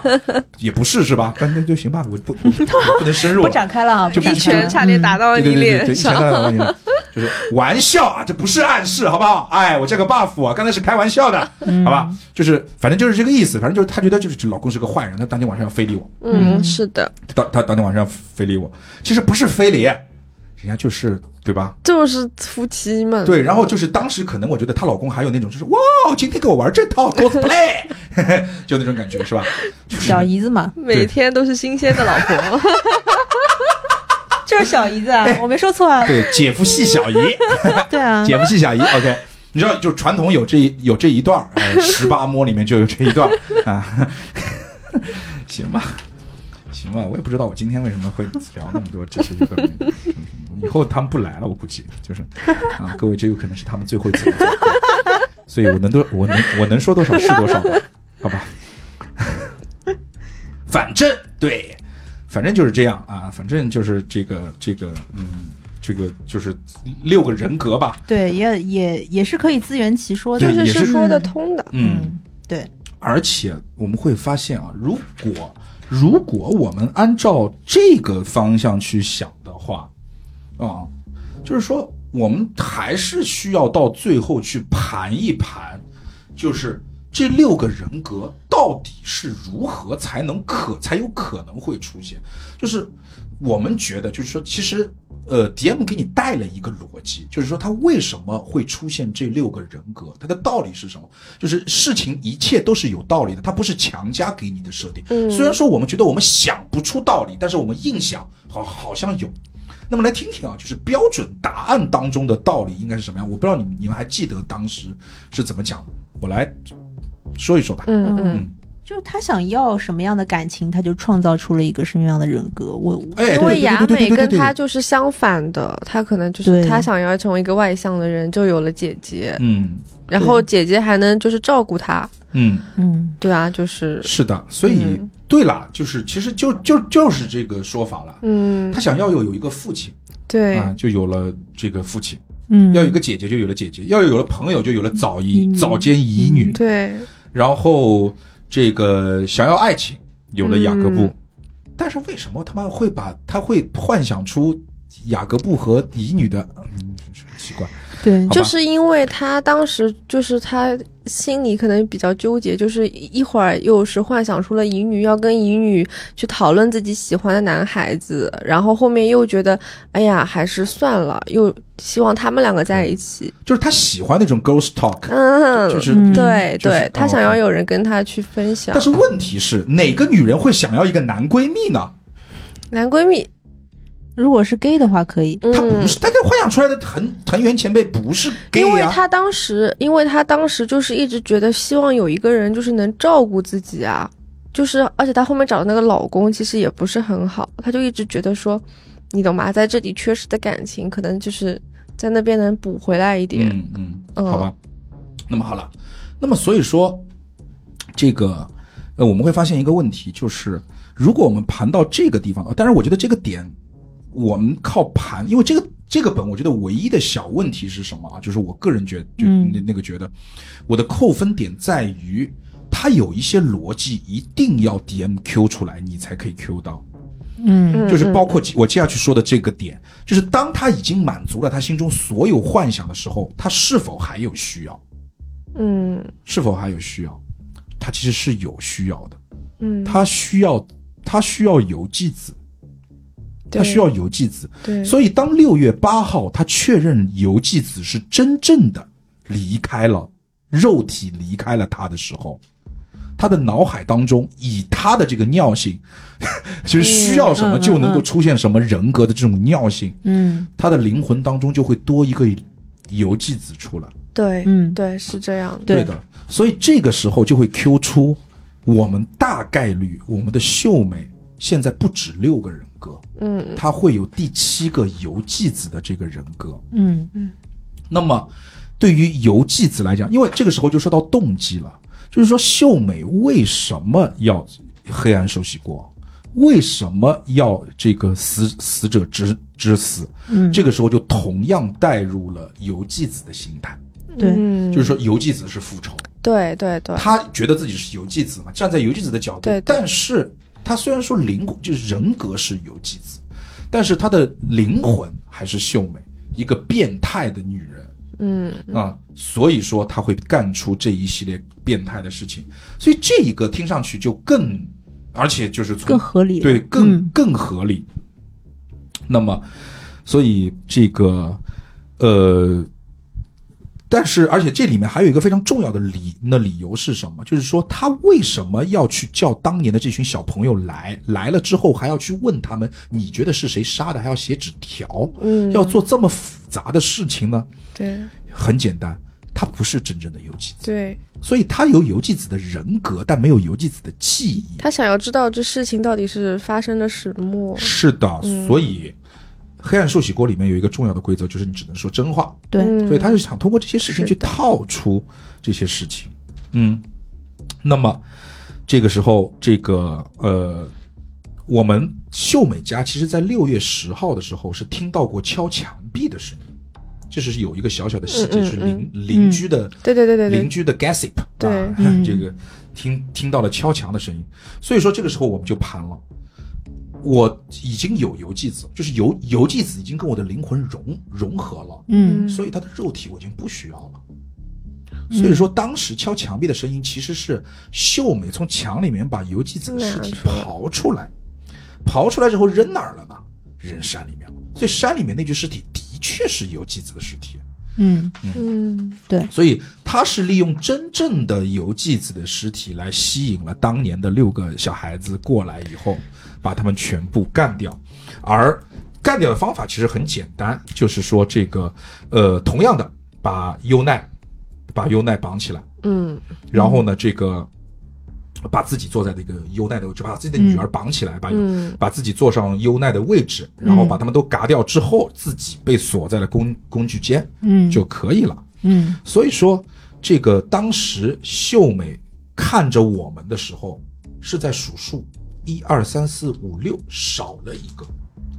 [SPEAKER 1] 也不是是吧？那那就行吧，我不 我不我不能深入
[SPEAKER 3] 不
[SPEAKER 1] 了。
[SPEAKER 3] 展开了啊，
[SPEAKER 1] 就
[SPEAKER 3] 不展
[SPEAKER 2] 一
[SPEAKER 3] 开了
[SPEAKER 2] 拳差点打到
[SPEAKER 1] 对
[SPEAKER 2] 你
[SPEAKER 1] 对对对对，
[SPEAKER 2] 脸
[SPEAKER 1] 一拳
[SPEAKER 2] 上，
[SPEAKER 1] 到两万年，就是玩笑啊，这不是暗示，好不好？哎，我这个 buff 啊，刚才是开玩笑的，
[SPEAKER 2] 嗯
[SPEAKER 1] 好吧？就是反正就是这个意思，反正就是他觉得就是这老公是个坏人，他当天晚上要非礼我，
[SPEAKER 2] 嗯，是的，
[SPEAKER 1] 当他当天晚上非礼我，其实不是非礼，人家就是对吧？
[SPEAKER 2] 就是夫妻
[SPEAKER 3] 嗯
[SPEAKER 2] 嘛，
[SPEAKER 1] 对，然后就是当时可能我觉得她老公还有那种就是哇，今天跟我玩这套 cosplay，嘿 嘿就那种感觉是吧？就是
[SPEAKER 3] 小姨子嘛，
[SPEAKER 2] 每天都是新鲜的老婆，
[SPEAKER 3] 就是小姨子啊，我没说错啊，
[SPEAKER 1] 对姐夫系小姨，
[SPEAKER 3] 对啊，
[SPEAKER 1] 姐夫系小姨，OK。你知道，就是传统有这一有这一段儿，哎 呃，十八摸里面就有这一段儿啊，行吧。行吧，我也不知道我今天为什么会聊那么多这些有的没的。嗯以后他们不来了，我估计就是啊，各位，这有可能是他们最后一次来做客，所以我能多，我能我能说多少是多少吧，好吧。反正对，反正就是这样啊，反正就是这个这个嗯，这个就是六个人格吧，
[SPEAKER 3] 对，也也也是可以自圆其说 的，
[SPEAKER 2] 就是
[SPEAKER 1] 也是
[SPEAKER 2] 是说得通的。
[SPEAKER 1] 嗯
[SPEAKER 3] 嗯，对，
[SPEAKER 1] 而且我们会发现啊，如果如果我们按照这个方向去想的话，啊、就是说我们还是需要到最后去盘一盘，就是这六个人格到底是如何才能可才有可能会出现，就是我们觉得，就是说，其实，呃，DM 给你带了一个逻辑，就是说他为什么会出现这六个人格，它的道理是什么？就是事情一切都是有道理的，它不是强加给你的设定。
[SPEAKER 2] 嗯
[SPEAKER 1] 虽然说我们觉得我们想不出道理，但是我们硬想，好好像有。那么来听听啊，就是标准答案当中的道理应该是什么样？我不知道你们你们还记得当时是怎么讲的，我来说一说吧。
[SPEAKER 2] 嗯嗯，
[SPEAKER 1] 嗯，
[SPEAKER 3] 就是他想要什么样的感情，他就创造出了一个什么样的人格。我我
[SPEAKER 1] 哎，对
[SPEAKER 2] 因为
[SPEAKER 1] 对对
[SPEAKER 2] 雅
[SPEAKER 1] 对对
[SPEAKER 2] 美
[SPEAKER 1] 对
[SPEAKER 2] 跟
[SPEAKER 1] 对
[SPEAKER 2] 他
[SPEAKER 1] 对，
[SPEAKER 2] 就是相反的，他可能就
[SPEAKER 3] 对
[SPEAKER 2] 是他想要成为一个外向的人，就有了姐姐，
[SPEAKER 1] 嗯
[SPEAKER 2] 然后姐姐还能就是照顾他，
[SPEAKER 1] 嗯。
[SPEAKER 3] 嗯，
[SPEAKER 2] 对啊，就是
[SPEAKER 1] 是的，所以、
[SPEAKER 2] 嗯
[SPEAKER 1] 对了，就是其实就就就是这个说法了。
[SPEAKER 2] 嗯
[SPEAKER 1] 他，想要有有一个父亲
[SPEAKER 2] 对，
[SPEAKER 1] 啊，就有了这个父亲；
[SPEAKER 3] 嗯
[SPEAKER 1] 要有一个姐姐，就有了姐姐；要有了朋友，就有了早
[SPEAKER 3] 遗
[SPEAKER 1] 姨、
[SPEAKER 2] 嗯
[SPEAKER 3] 女
[SPEAKER 1] 早间遗女。
[SPEAKER 2] 对，
[SPEAKER 1] 然后这个想要爱情，有了雅各布。
[SPEAKER 2] 嗯
[SPEAKER 1] 但是为什么他妈会把他会幻想出雅各布和乙女的？嗯，奇怪。
[SPEAKER 3] 对
[SPEAKER 1] 好吧
[SPEAKER 2] 就是因为他当时就是他心里可能比较纠结，就是一一会儿又是幻想出了乙女要跟乙女去讨论自己喜欢的男孩子，然后后面又觉得哎呀还是算了，又希望他们两个在一起。
[SPEAKER 1] 就是他喜欢那种 ghost talk，、
[SPEAKER 2] 嗯，
[SPEAKER 1] 就是
[SPEAKER 3] 嗯
[SPEAKER 2] 对
[SPEAKER 1] 就是
[SPEAKER 2] 对，他
[SPEAKER 1] 哦
[SPEAKER 2] 想要有人跟他去分享
[SPEAKER 1] 但。是问题是，哪个女人会想要一个男闺蜜呢？
[SPEAKER 2] 男闺蜜，
[SPEAKER 3] 如果是 gay 的话，可以。
[SPEAKER 1] 他不
[SPEAKER 2] 嗯。
[SPEAKER 1] 是，他这幻想出来的藤藤原前辈不是 gay
[SPEAKER 2] 因为
[SPEAKER 1] 啊，
[SPEAKER 2] 他当时，因为他当时就是一直觉得希望有一个人就是能照顾自己啊，就是而且他后面找的那个老公其实也不是很好，他就一直觉得说，你懂吗？在这里缺失的感情，可能就是在那边能补回来一点。
[SPEAKER 1] 嗯嗯，
[SPEAKER 2] 嗯
[SPEAKER 1] 好吧。那么好了，那么所以说，这个呃，我们会发现一个问题，就是如果我们盘到这个地方，呃当然我觉得这个点我们靠盘，因为这个这个本我觉得唯一的小问题是什么啊？就是我个人觉就
[SPEAKER 3] 嗯
[SPEAKER 1] 那那个觉得，我的扣分点在于。它有一些逻辑一定要 DMQ 出来，你才可以 Q 到。
[SPEAKER 3] 嗯
[SPEAKER 2] 嗯
[SPEAKER 1] 就是包括我接下去说的这个点，就是当他已经满足了他心中所有幻想的时候，他是否还有需要？
[SPEAKER 2] 嗯
[SPEAKER 1] 是否还有需要？他其实是有需要的，
[SPEAKER 2] 嗯，
[SPEAKER 1] 他需要他需要游纪子，他
[SPEAKER 2] 对
[SPEAKER 1] 需要游纪子。
[SPEAKER 2] 对，
[SPEAKER 1] 所以当六月八号他确认游纪子是真正的离开了肉体离开了他的时候，他的脑海当中以他的这个尿性， 其实需要什么
[SPEAKER 3] 嗯嗯
[SPEAKER 1] 就能够出现什么人格的这种尿性。
[SPEAKER 3] 嗯
[SPEAKER 1] 他的灵魂当中就会多一个游记子出来。
[SPEAKER 2] 对
[SPEAKER 3] 嗯
[SPEAKER 2] 对是这样的。
[SPEAKER 3] 对
[SPEAKER 1] 的，所以这个时候就会 Q 出我们大概率我们的秀美现在不止六个人格，
[SPEAKER 2] 嗯
[SPEAKER 1] 她会有第七个游记子的这个人格。
[SPEAKER 3] 嗯
[SPEAKER 1] 那么对于游记子来讲，因为这个时候就说到动机了，就是说秀美为什么要黑暗受洗国？为什么要这个死死者之之死？
[SPEAKER 3] 嗯，
[SPEAKER 1] 这个时候就同样带入了游记子的心态，
[SPEAKER 3] 对，
[SPEAKER 2] 嗯，
[SPEAKER 1] 就是说游记子是复仇，
[SPEAKER 2] 对对对，
[SPEAKER 1] 他觉得自己是游记子嘛，站在游记子的角度
[SPEAKER 2] 对，对
[SPEAKER 1] 但是他虽然说灵魂就是人格是游记子，但是他的灵魂还是秀美，一个变态的女人。
[SPEAKER 2] 嗯
[SPEAKER 1] 啊，所以说他会干出这一系列变态的事情，所以这一个听上去就更，而且就是从
[SPEAKER 3] 更合理了。
[SPEAKER 1] 对，更、
[SPEAKER 3] 嗯
[SPEAKER 1] 更合理。那么，所以这个，呃，但是而且这里面还有一个非常重要的理，那理由是什么？就是说他为什么要去叫当年的这群小朋友来？来了之后还要去问他们，你觉得是谁杀的？还要写纸条，
[SPEAKER 2] 嗯，
[SPEAKER 1] 要做这么复杂的事情呢？
[SPEAKER 2] 对
[SPEAKER 1] 很简单，他不是真正的游纪子，
[SPEAKER 2] 对
[SPEAKER 1] 所以他有游纪子的人格，但没有游纪子的记忆。
[SPEAKER 2] 他想要知道这事情到底是发生的始末。
[SPEAKER 1] 是的，
[SPEAKER 2] 嗯
[SPEAKER 1] 所以黑暗寿喜锅里面有一个重要的规则，就是你只能说真话。
[SPEAKER 3] 对，
[SPEAKER 2] 嗯
[SPEAKER 1] 所以他就想通过这些事情
[SPEAKER 3] 是
[SPEAKER 1] 去套出这些事情。嗯，那么这个时候，这个呃，我们秀美家其实在六月十号的时候是听到过敲墙壁的声音，这是有一个小小的细节，
[SPEAKER 2] 嗯嗯
[SPEAKER 1] 是邻邻居的
[SPEAKER 2] 对对对对
[SPEAKER 1] 邻
[SPEAKER 2] 对，
[SPEAKER 1] 居的 gossip，
[SPEAKER 2] 对
[SPEAKER 1] 啊
[SPEAKER 3] 嗯
[SPEAKER 1] 这个听听到了敲墙的声音，所以说这个时候我们就盘了。我已经有游记子，就是游游记子已经跟我的灵魂融融合了，
[SPEAKER 3] 嗯，
[SPEAKER 1] 所以他的肉体我已经不需要了。所以说，当时敲墙壁的声音其实是秀美从墙里面把游纪子的尸体刨出来，刨出来之后扔哪儿了呢？扔山里面了。所以山里面那具尸体的确是游纪子的尸体。啊
[SPEAKER 3] 嗯，
[SPEAKER 2] 嗯，
[SPEAKER 1] 所以他是利用真正的游纪子的尸体来吸引了当年的六个小孩子过来以后，把他们全部干掉，而干掉的方法其实很简单，就是说这个呃，同样的把优奈把优奈绑起来，
[SPEAKER 2] 嗯，
[SPEAKER 1] 然后呢这个。呃把自己坐在那个优奈的位置，把自己的女儿绑起来，把
[SPEAKER 2] 嗯
[SPEAKER 1] 把自己坐上优奈的位置，然后把他们都嘎掉之后，自己被锁在了工工具间，
[SPEAKER 3] 嗯，
[SPEAKER 1] 就可以了。
[SPEAKER 3] 嗯，
[SPEAKER 1] 所以说，这个当时秀美看着我们的时候是在数数，一二三四五六，少了一个，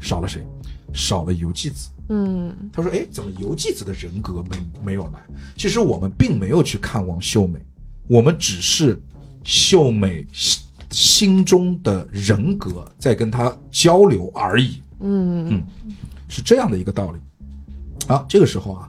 [SPEAKER 1] 少了谁？少了游纪子。
[SPEAKER 2] 嗯，
[SPEAKER 1] 他说：“哎，怎么游纪子的人格没没有来？其实我们并没有去看望秀美，我们只是秀美心心中的人格在跟她交流而已。”
[SPEAKER 2] 嗯，
[SPEAKER 1] 是这样的一个道理。好，这个时候啊，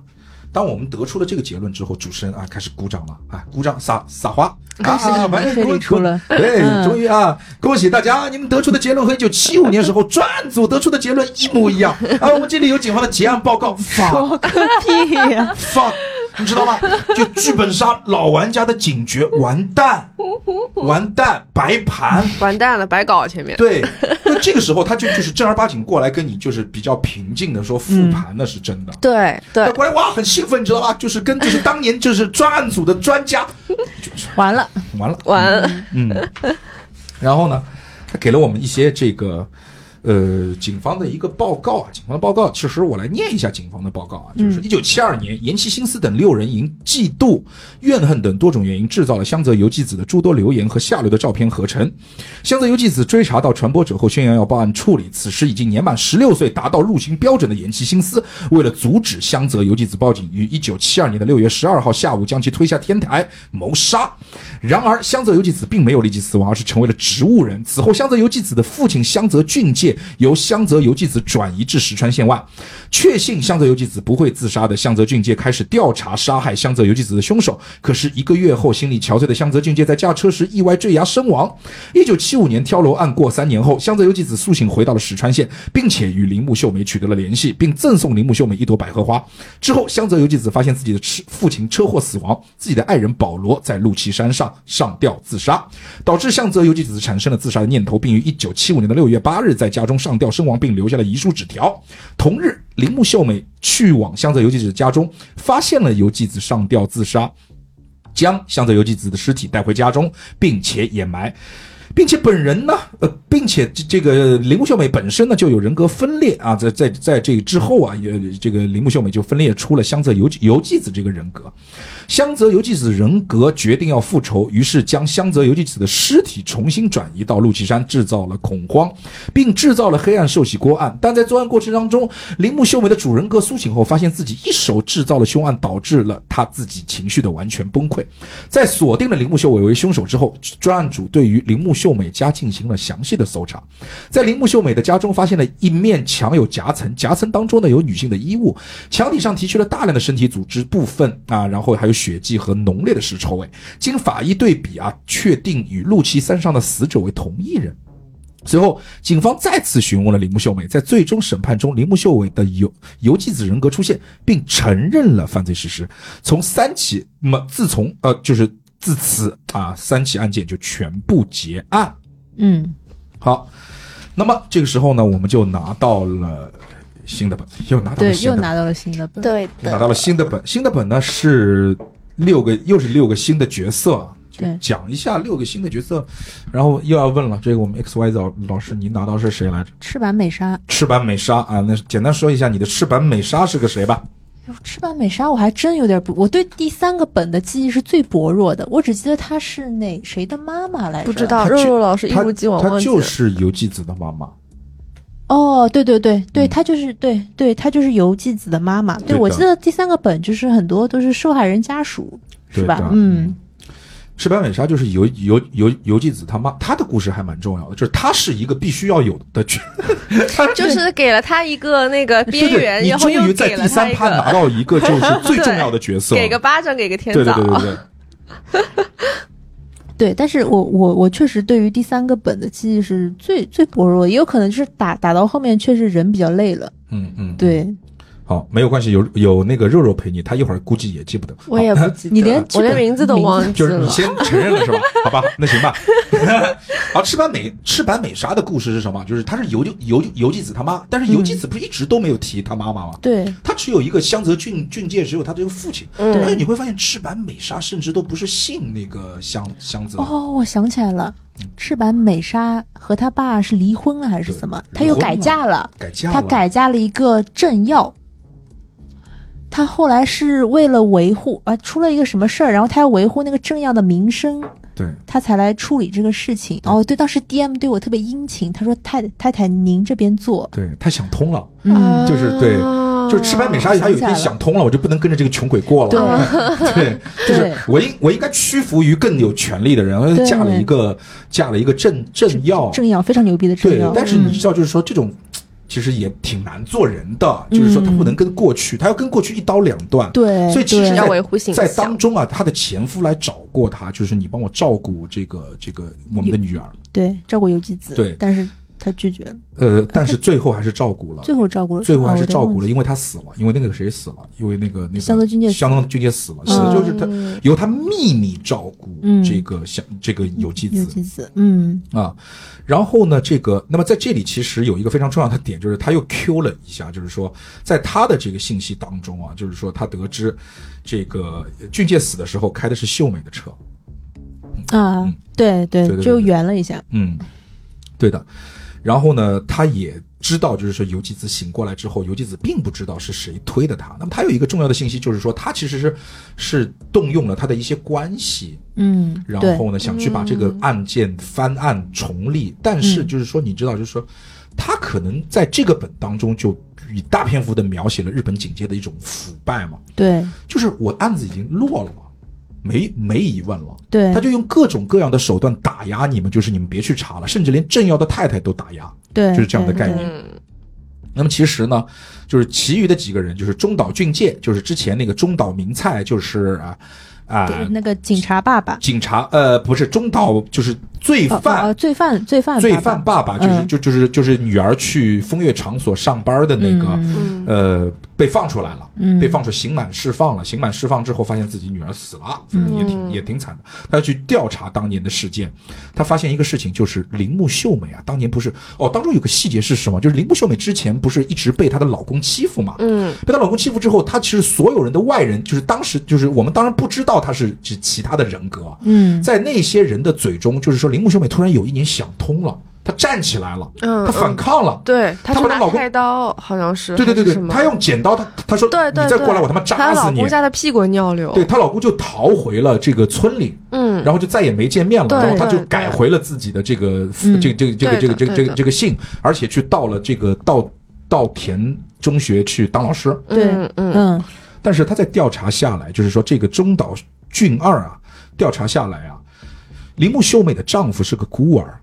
[SPEAKER 1] 当我们得出了这个结论之后，主持人啊开始鼓掌了啊，鼓掌撒撒花啊，完全
[SPEAKER 3] 确立出了
[SPEAKER 1] 对，
[SPEAKER 3] 嗯
[SPEAKER 1] 终于啊，恭喜大家，你们得出的结论和一九七五年时候专案组得出的结论一模一样啊。我们这里有警方的结案报告， 放
[SPEAKER 3] 屁呀，
[SPEAKER 1] 放，你知道吗？就剧本杀老玩家的警觉，完蛋，完蛋，白盘。
[SPEAKER 2] 完蛋了，白搞前面。
[SPEAKER 1] 对，那这个时候他就就是正儿八经过来跟你就是比较平静的说复盘，那是真的。
[SPEAKER 2] 对
[SPEAKER 1] 他
[SPEAKER 2] 对，
[SPEAKER 1] 过来哇，很兴奋，你知道吧？就是跟就是当年就是专案组的专家，就是
[SPEAKER 3] 完了，
[SPEAKER 1] 完了，
[SPEAKER 2] 完了，
[SPEAKER 1] 嗯。然后呢，他给了我们一些这个呃警方的一个报告啊，警方的报告，其实我来念一下警方的报告啊，就是一九七二年，岩崎新司等六人因嫉妒、怨恨等多种原因，制造了香泽由纪子的诸多留言和下流的照片合成。香泽由纪子追查到传播者后，宣扬要报案处理。此时已经年满十六岁、达到入刑标准的岩崎新司，为了阻止香泽由纪子报警，于一九七二年的六月十二号下午将其推下天台谋杀。然而，香泽由纪子并没有立即死亡，而是成为了植物人。此后，香泽由纪子的父亲香泽俊介由香泽由纪子转移至石川县外。确信香泽由纪子不会自杀的香泽俊介开始调查杀害香泽由纪子的凶手。可是一个月后，心力憔悴的香泽俊介在驾车时意外坠崖身亡。一九七五年跳楼案过三年后，香泽由纪子苏醒回到了石川县，并且与铃木秀美取得了联系，并赠送铃木秀美一朵百合花。之后，香泽由纪子发现自己的吃父亲车祸死亡，自己的爱人保罗在陆崎山上上吊自杀，导致香泽由纪子产生了自杀的念头，并于一九七五年的六月八日在家中上吊身亡，并留下了遗书纸条。同日，铃木秀美去往香泽由纪子家中，发现了由纪子上吊自杀，将香泽由纪子的尸体带回家中，并且掩埋。并且本人呢，呃，并且这这个铃木秀美本身呢就有人格分裂啊，在在在这之后啊，也这个铃木秀美就分裂出了香泽由纪由纪子这个人格。香泽由纪子人格决定要复仇，于是将香泽由纪子的尸体重新转移到陆崎山，制造了恐慌，并制造了黑暗寿喜锅案。但在作案过程当中，铃木秀美的主人格苏醒后，发现自己一手制造了凶案，导致了她自己情绪的完全崩溃。在锁定了铃木秀美为凶手之后，专案组对于铃木秀美家进行了详细的搜查，在铃木秀美的家中发现了一面墙有夹层，夹层当中呢有女性的衣物，墙体上提取了大量的身体组织部分啊，然后还有血迹和浓烈的尸臭味。经法医对比啊，确定与陆崎山上的死者为同一人。随后，警方再次询问了铃木秀美，在最终审判中，铃木秀美的游游纪子人格出现，并承认了犯罪事实。从三起，那么自从呃，就是自此啊，三起案件就全部结案。
[SPEAKER 3] 嗯，
[SPEAKER 1] 好，那么这个时候呢，我们就拿到了新的本，又拿到了
[SPEAKER 3] 对，
[SPEAKER 1] 新
[SPEAKER 3] 又
[SPEAKER 1] 的本，
[SPEAKER 3] 拿到了新的本，
[SPEAKER 4] 对
[SPEAKER 1] 又拿到了新的本。新的本呢是六个又是六个新的角色，就
[SPEAKER 3] 对
[SPEAKER 1] 讲一下六个新的角色，然后又要问了，这个我们 X Y 老老师，您拿到是谁来着？
[SPEAKER 3] 赤坂美沙，
[SPEAKER 1] 赤坂美沙啊，那简单说一下你的赤坂美沙是个谁吧？
[SPEAKER 3] 哎呦赤坂美沙我还真有点不，我对第三个本的记忆是最薄弱的，我只记得她是哪谁的妈妈来着，
[SPEAKER 2] 不知道
[SPEAKER 1] 他
[SPEAKER 2] 肉
[SPEAKER 1] 就
[SPEAKER 2] 肉老师一
[SPEAKER 1] 她
[SPEAKER 2] 如既往
[SPEAKER 1] 她
[SPEAKER 2] 忘记
[SPEAKER 1] 就
[SPEAKER 2] 了。
[SPEAKER 1] 是游纪子的妈妈，
[SPEAKER 3] 哦，对对对对，
[SPEAKER 1] 嗯
[SPEAKER 3] 她就是对对，她就是游纪子的妈妈。对
[SPEAKER 1] 对
[SPEAKER 3] 我
[SPEAKER 1] 的
[SPEAKER 3] 记得第三个本就是很多都是受害人家属，是
[SPEAKER 1] 对
[SPEAKER 3] 吧
[SPEAKER 1] 的？
[SPEAKER 3] 嗯，
[SPEAKER 1] 赤坂美沙就是游游游游纪子他妈，她的故事还蛮重要的，就是她是一个必须要有的 角，她
[SPEAKER 2] 就是给了他一个那个
[SPEAKER 1] 对
[SPEAKER 2] 边
[SPEAKER 1] 对，
[SPEAKER 2] 缘，
[SPEAKER 1] 你
[SPEAKER 2] 然后
[SPEAKER 1] 终
[SPEAKER 2] 又
[SPEAKER 1] 于在
[SPEAKER 2] 给
[SPEAKER 1] 第
[SPEAKER 2] 了他
[SPEAKER 1] 三
[SPEAKER 2] 一
[SPEAKER 1] 趴拿
[SPEAKER 2] 个，
[SPEAKER 1] 到一个就是最重要的角色，
[SPEAKER 2] 给个巴掌，给个天
[SPEAKER 1] 对对
[SPEAKER 2] 枣。
[SPEAKER 1] 对对对，
[SPEAKER 3] 对。但是我我我确实对于第三个本的记忆是最最薄弱，也有可能是打打到后面确实人比较累了。
[SPEAKER 1] 嗯嗯，
[SPEAKER 3] 对、
[SPEAKER 1] 好，没有关系，有有那个肉肉陪你，他一会儿估计也记不得。
[SPEAKER 2] 我也
[SPEAKER 1] 好
[SPEAKER 2] 不记得，
[SPEAKER 3] 哦你连
[SPEAKER 2] 我连
[SPEAKER 3] 剧本
[SPEAKER 2] 名字都
[SPEAKER 3] 名字
[SPEAKER 2] 忘记
[SPEAKER 1] 就是你
[SPEAKER 2] 了。
[SPEAKER 1] 先承认了是吧？ 好吧，那行吧。好，赤坂美赤坂美沙的故事是什么？就是她是游游游纪子他妈，但是游纪子不是一直都没有提她妈妈吗？
[SPEAKER 3] 对，
[SPEAKER 1] 她只有一个香泽俊俊介，只有她这个父亲。
[SPEAKER 2] 嗯
[SPEAKER 1] 而且你会发现，赤坂美沙甚至都不是姓那个香香泽的，
[SPEAKER 3] 哦，我想起来了，赤坂美沙和她爸是离婚了还是什么？
[SPEAKER 1] 对
[SPEAKER 3] 她又
[SPEAKER 1] 离婚
[SPEAKER 3] 改
[SPEAKER 1] 了
[SPEAKER 3] 嫁了。
[SPEAKER 1] 改嫁了。
[SPEAKER 3] 他改嫁了一个政要。他后来是为了维护啊，出了一个什么事儿，然后他要维护那个政要的名声，
[SPEAKER 1] 对，
[SPEAKER 3] 他才来处理这个事情。哦，对，当时 DM 对我特别殷勤，他说太太太您这边做，
[SPEAKER 1] 对她想通了，
[SPEAKER 2] 啊
[SPEAKER 3] 嗯，
[SPEAKER 1] 就是对就是赤坂美沙，她有一
[SPEAKER 3] 想起来
[SPEAKER 1] 天
[SPEAKER 3] 了
[SPEAKER 1] 想通了，我就不能跟着这个穷鬼过了。
[SPEAKER 3] 对
[SPEAKER 1] 对，就是
[SPEAKER 3] 对
[SPEAKER 1] 我应我应该屈服于更有权力的人，而
[SPEAKER 3] 对
[SPEAKER 1] 嫁了一个嫁了一个政政要，
[SPEAKER 3] 政要非常牛逼的嗯政
[SPEAKER 1] 对
[SPEAKER 3] 要，。
[SPEAKER 1] 但是你知道，就是说这种。其实也挺难做人的，就是说他不能跟过去，他要跟过去一刀两断。
[SPEAKER 3] 对
[SPEAKER 1] 所以其实
[SPEAKER 3] 对
[SPEAKER 1] 在
[SPEAKER 2] 要维护形象
[SPEAKER 1] 在当中啊，她的前夫来找过她，就是你帮我照顾这个这个我们的女儿。
[SPEAKER 3] 对照顾游纪子，
[SPEAKER 1] 对
[SPEAKER 3] 但是他拒绝了，
[SPEAKER 1] 呃，但是最后还是照顾了，
[SPEAKER 3] 最后照顾了，哦
[SPEAKER 1] 最后还是照顾
[SPEAKER 3] 了。
[SPEAKER 1] 了，因为他死了，因为那个谁死了，因为那个那个
[SPEAKER 3] 香泽俊介死了嗯
[SPEAKER 1] 香泽俊介死了，死
[SPEAKER 2] 嗯
[SPEAKER 1] 的就是他由他秘密照顾这个香这个有纪
[SPEAKER 3] 游
[SPEAKER 1] 子
[SPEAKER 3] 纪嗯子，嗯，
[SPEAKER 1] 啊。然后呢，这个那么在这里其实有一个非常重要的点，就是他又 Q 了一下，就是说在他的这个信息当中啊，就是说他得知这个俊介死的时候开的是秀美的车，
[SPEAKER 3] 啊
[SPEAKER 1] 嗯，
[SPEAKER 3] 对对
[SPEAKER 1] 对对对
[SPEAKER 3] 就
[SPEAKER 1] 对
[SPEAKER 3] 圆了一下，
[SPEAKER 1] 嗯，对的。然后呢，他也知道，就是说游纪子醒过来之后，游纪子并不知道是谁推的他。那么他有一个重要的信息，就是说他其实是是动用了他的一些关系，
[SPEAKER 3] 嗯，
[SPEAKER 1] 然
[SPEAKER 3] 对
[SPEAKER 1] 后呢想去把这个案件翻案重立。但是就是说，你知道，就是说。他可能在这个本当中就以大篇幅的描写了日本警界的一种腐败嘛，
[SPEAKER 3] 对
[SPEAKER 1] 就是我案子已经落了嘛，没没疑问了，
[SPEAKER 3] 对，
[SPEAKER 1] 他就用各种各样的手段打压你们，就是你们别去查了，甚至连政要的太太都打压。
[SPEAKER 3] 对
[SPEAKER 1] 就是这样的
[SPEAKER 3] 对
[SPEAKER 1] 概
[SPEAKER 2] 嗯
[SPEAKER 3] 对
[SPEAKER 1] 念那么其实呢，就是其余的几个人，就是中岛俊介，就是之前那个中岛明菜，就是啊啊、
[SPEAKER 3] 对那个警察爸爸，
[SPEAKER 1] 警察呃不是中岛就是罪
[SPEAKER 3] 哦
[SPEAKER 1] 犯。
[SPEAKER 3] 哦哦罪犯，罪犯，
[SPEAKER 1] 罪犯
[SPEAKER 3] 爸
[SPEAKER 1] 爸爸就是、
[SPEAKER 3] 嗯
[SPEAKER 1] 就就是就是女儿去风月场所上班的那个，
[SPEAKER 2] 嗯
[SPEAKER 1] 呃，被放出来了，
[SPEAKER 3] 嗯
[SPEAKER 1] 被放出刑满释放了。刑满释放之后，发现自己女儿死了，
[SPEAKER 3] 嗯
[SPEAKER 1] 也挺也挺惨的。他去调查当年的事件，他发现一个事情，就是铃木秀美啊，当年不是哦，当中有个细节是什么？就是铃木秀美之前不是一直被她的老公欺负嘛？
[SPEAKER 2] 嗯
[SPEAKER 1] 被她老公欺负之后，她其实所有人的外人，就是当时就是我们当然不知道她是指其他的人格啊，
[SPEAKER 3] 嗯，
[SPEAKER 1] 在那些人的嘴中，就是说铃木秀美突然有一年想通了，她站起来了，
[SPEAKER 2] 嗯
[SPEAKER 1] 她反
[SPEAKER 2] 嗯
[SPEAKER 1] 抗了。
[SPEAKER 2] 对，他
[SPEAKER 1] 她
[SPEAKER 2] 去
[SPEAKER 1] 把她
[SPEAKER 2] 拿
[SPEAKER 1] 老公
[SPEAKER 2] 菜刀，好像是
[SPEAKER 1] 对对对
[SPEAKER 2] 还是什
[SPEAKER 1] 对，
[SPEAKER 2] 么
[SPEAKER 1] 她用剪刀，她她说
[SPEAKER 2] 对对
[SPEAKER 1] 你再过来，
[SPEAKER 2] 对
[SPEAKER 1] 我他妈
[SPEAKER 2] 她
[SPEAKER 1] 扎
[SPEAKER 2] 老
[SPEAKER 1] 死你
[SPEAKER 2] 公。在她屁股尿流，
[SPEAKER 1] 对她老公就逃回了这个村里，
[SPEAKER 2] 嗯，
[SPEAKER 1] 然后就再也没见面了，
[SPEAKER 2] 对
[SPEAKER 1] 然后她
[SPEAKER 2] 对
[SPEAKER 1] 就改回了自己的这个
[SPEAKER 3] 嗯
[SPEAKER 1] 这个这个这个这个这
[SPEAKER 2] 对的
[SPEAKER 1] 个这
[SPEAKER 2] 对
[SPEAKER 1] 个
[SPEAKER 2] 的
[SPEAKER 1] 这个姓，而且去到了这个稻稻田中学去当老师。
[SPEAKER 3] 对
[SPEAKER 2] 嗯嗯
[SPEAKER 3] 嗯，
[SPEAKER 1] 但是他在调查下来，就是说这个中岛俊二啊，调查下来啊，铃木秀美的丈夫是个孤儿，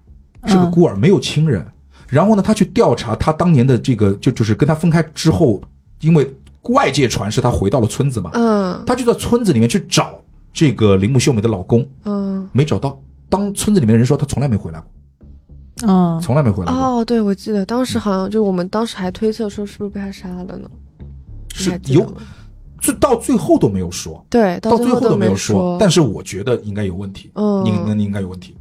[SPEAKER 1] 是个
[SPEAKER 3] 嗯
[SPEAKER 1] 孤儿，没有亲人。然后呢，他去调查他当年的这个，就就是跟他分开之后，因为外界传是他回到了村子嘛，
[SPEAKER 2] 嗯
[SPEAKER 1] 他就到村子里面去找这个铃木秀美的老公，
[SPEAKER 2] 嗯，
[SPEAKER 1] 没找到。当村子里面的人说他从来没回来过，
[SPEAKER 3] 哦，
[SPEAKER 1] 从来没回来过，
[SPEAKER 2] 哦，对，我记得当时好像就我们当时还推测说是不是被他杀了呢，你还
[SPEAKER 1] 是
[SPEAKER 2] 记得
[SPEAKER 1] 有
[SPEAKER 2] 吗？
[SPEAKER 1] 最到最后都没有说，
[SPEAKER 2] 对，
[SPEAKER 1] 到
[SPEAKER 2] 最
[SPEAKER 1] 最后
[SPEAKER 2] 都
[SPEAKER 1] 都没有
[SPEAKER 2] 说
[SPEAKER 1] 说。，哦但是我觉得应该有问题，
[SPEAKER 2] 嗯
[SPEAKER 1] 应该应该有问题。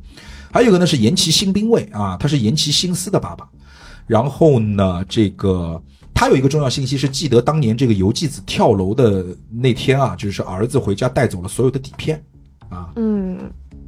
[SPEAKER 1] 还有一个呢是岩崎新兵卫啊，他是岩崎新司的爸爸。然后呢，这个他有一个重要信息是记得当年这个游纪子跳楼的那天啊，就是儿子回家带走了所有的底片啊，
[SPEAKER 2] 嗯，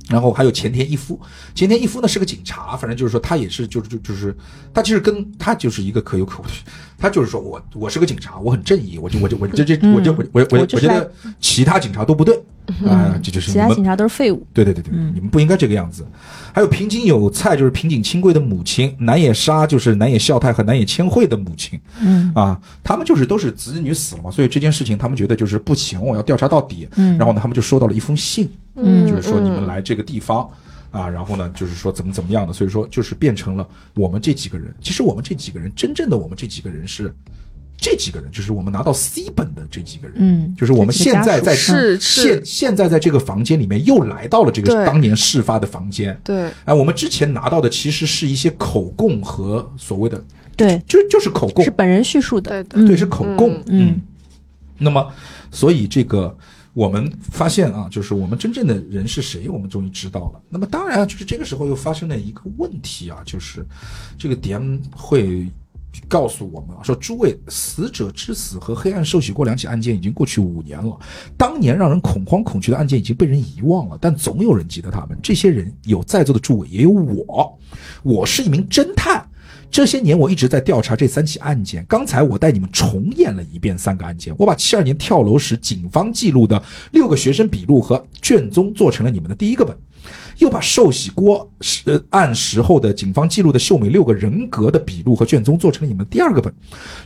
[SPEAKER 1] 然后还有前田一夫，前田一夫呢是个警察，反正就是说他也是就是就就是他其实跟他就是一个可有可无的，他就是说我我是个警察，我很正义，我就我就我这这我就我我我
[SPEAKER 3] 嗯
[SPEAKER 1] 我
[SPEAKER 3] 我就
[SPEAKER 1] 觉
[SPEAKER 3] 是来嗯
[SPEAKER 1] 得其他警察都不对啊，这就是
[SPEAKER 3] 其
[SPEAKER 1] 你
[SPEAKER 3] 他
[SPEAKER 1] 们
[SPEAKER 3] 警察都是废物。
[SPEAKER 1] 对对对对，
[SPEAKER 3] 嗯
[SPEAKER 1] 你们不应该这个样子。还有平井有菜就是平井清贵的母亲，南野纱就是南野孝太和南野千惠的母亲
[SPEAKER 3] 嗯
[SPEAKER 1] 啊，他们就是都是子女死了嘛，所以这件事情他们觉得就是不行，我要调查到底。
[SPEAKER 3] 嗯
[SPEAKER 1] 然后呢，他们就收到了一封信，
[SPEAKER 3] 嗯
[SPEAKER 1] 就是说你们来这个地方。啊，然后呢，就是说怎么怎么样的，所以说就是变成了我们这几个人。其实我们这几个人，真正的我们这几个人是这几个人，就是我们拿到 C 本的这几个人，
[SPEAKER 3] 嗯
[SPEAKER 1] 就是我们现在在
[SPEAKER 2] 是
[SPEAKER 1] 现
[SPEAKER 2] 是，
[SPEAKER 1] 现在在这个房间里面又来到了这个
[SPEAKER 2] 对
[SPEAKER 1] 当年事发的房间。
[SPEAKER 2] 对，
[SPEAKER 1] 哎，我们之前拿到的其实是一些口供和所谓的，
[SPEAKER 3] 对，
[SPEAKER 1] 就就是口供
[SPEAKER 3] 是，本人叙述
[SPEAKER 2] 对
[SPEAKER 3] 的。
[SPEAKER 2] 的
[SPEAKER 3] 嗯
[SPEAKER 1] 对，是口供。
[SPEAKER 3] 嗯
[SPEAKER 1] 那么所以这个我们发现啊，就是我们真正的人是谁，我们终于知道了。那么当然啊就是这个时候又发生了一个问题啊，就是这个 DM 会。告诉我们啊，说诸位，死者之死和黑暗受洗过两起案件已经过去五年了，当年让人恐慌恐惧的案件已经被人遗忘了，但总有人记得他们。这些人有在座的诸位，也有我，我是一名侦探。这些年我一直在调查这三起案件。刚才我带你们重演了一遍三个案件，我把七二年跳楼时警方记录的六个学生笔录和卷宗做成了你们的第一个本，又把寿喜锅时呃案时候的警方记录的秀美六个人格的笔录和卷宗做成了你们的第二个本。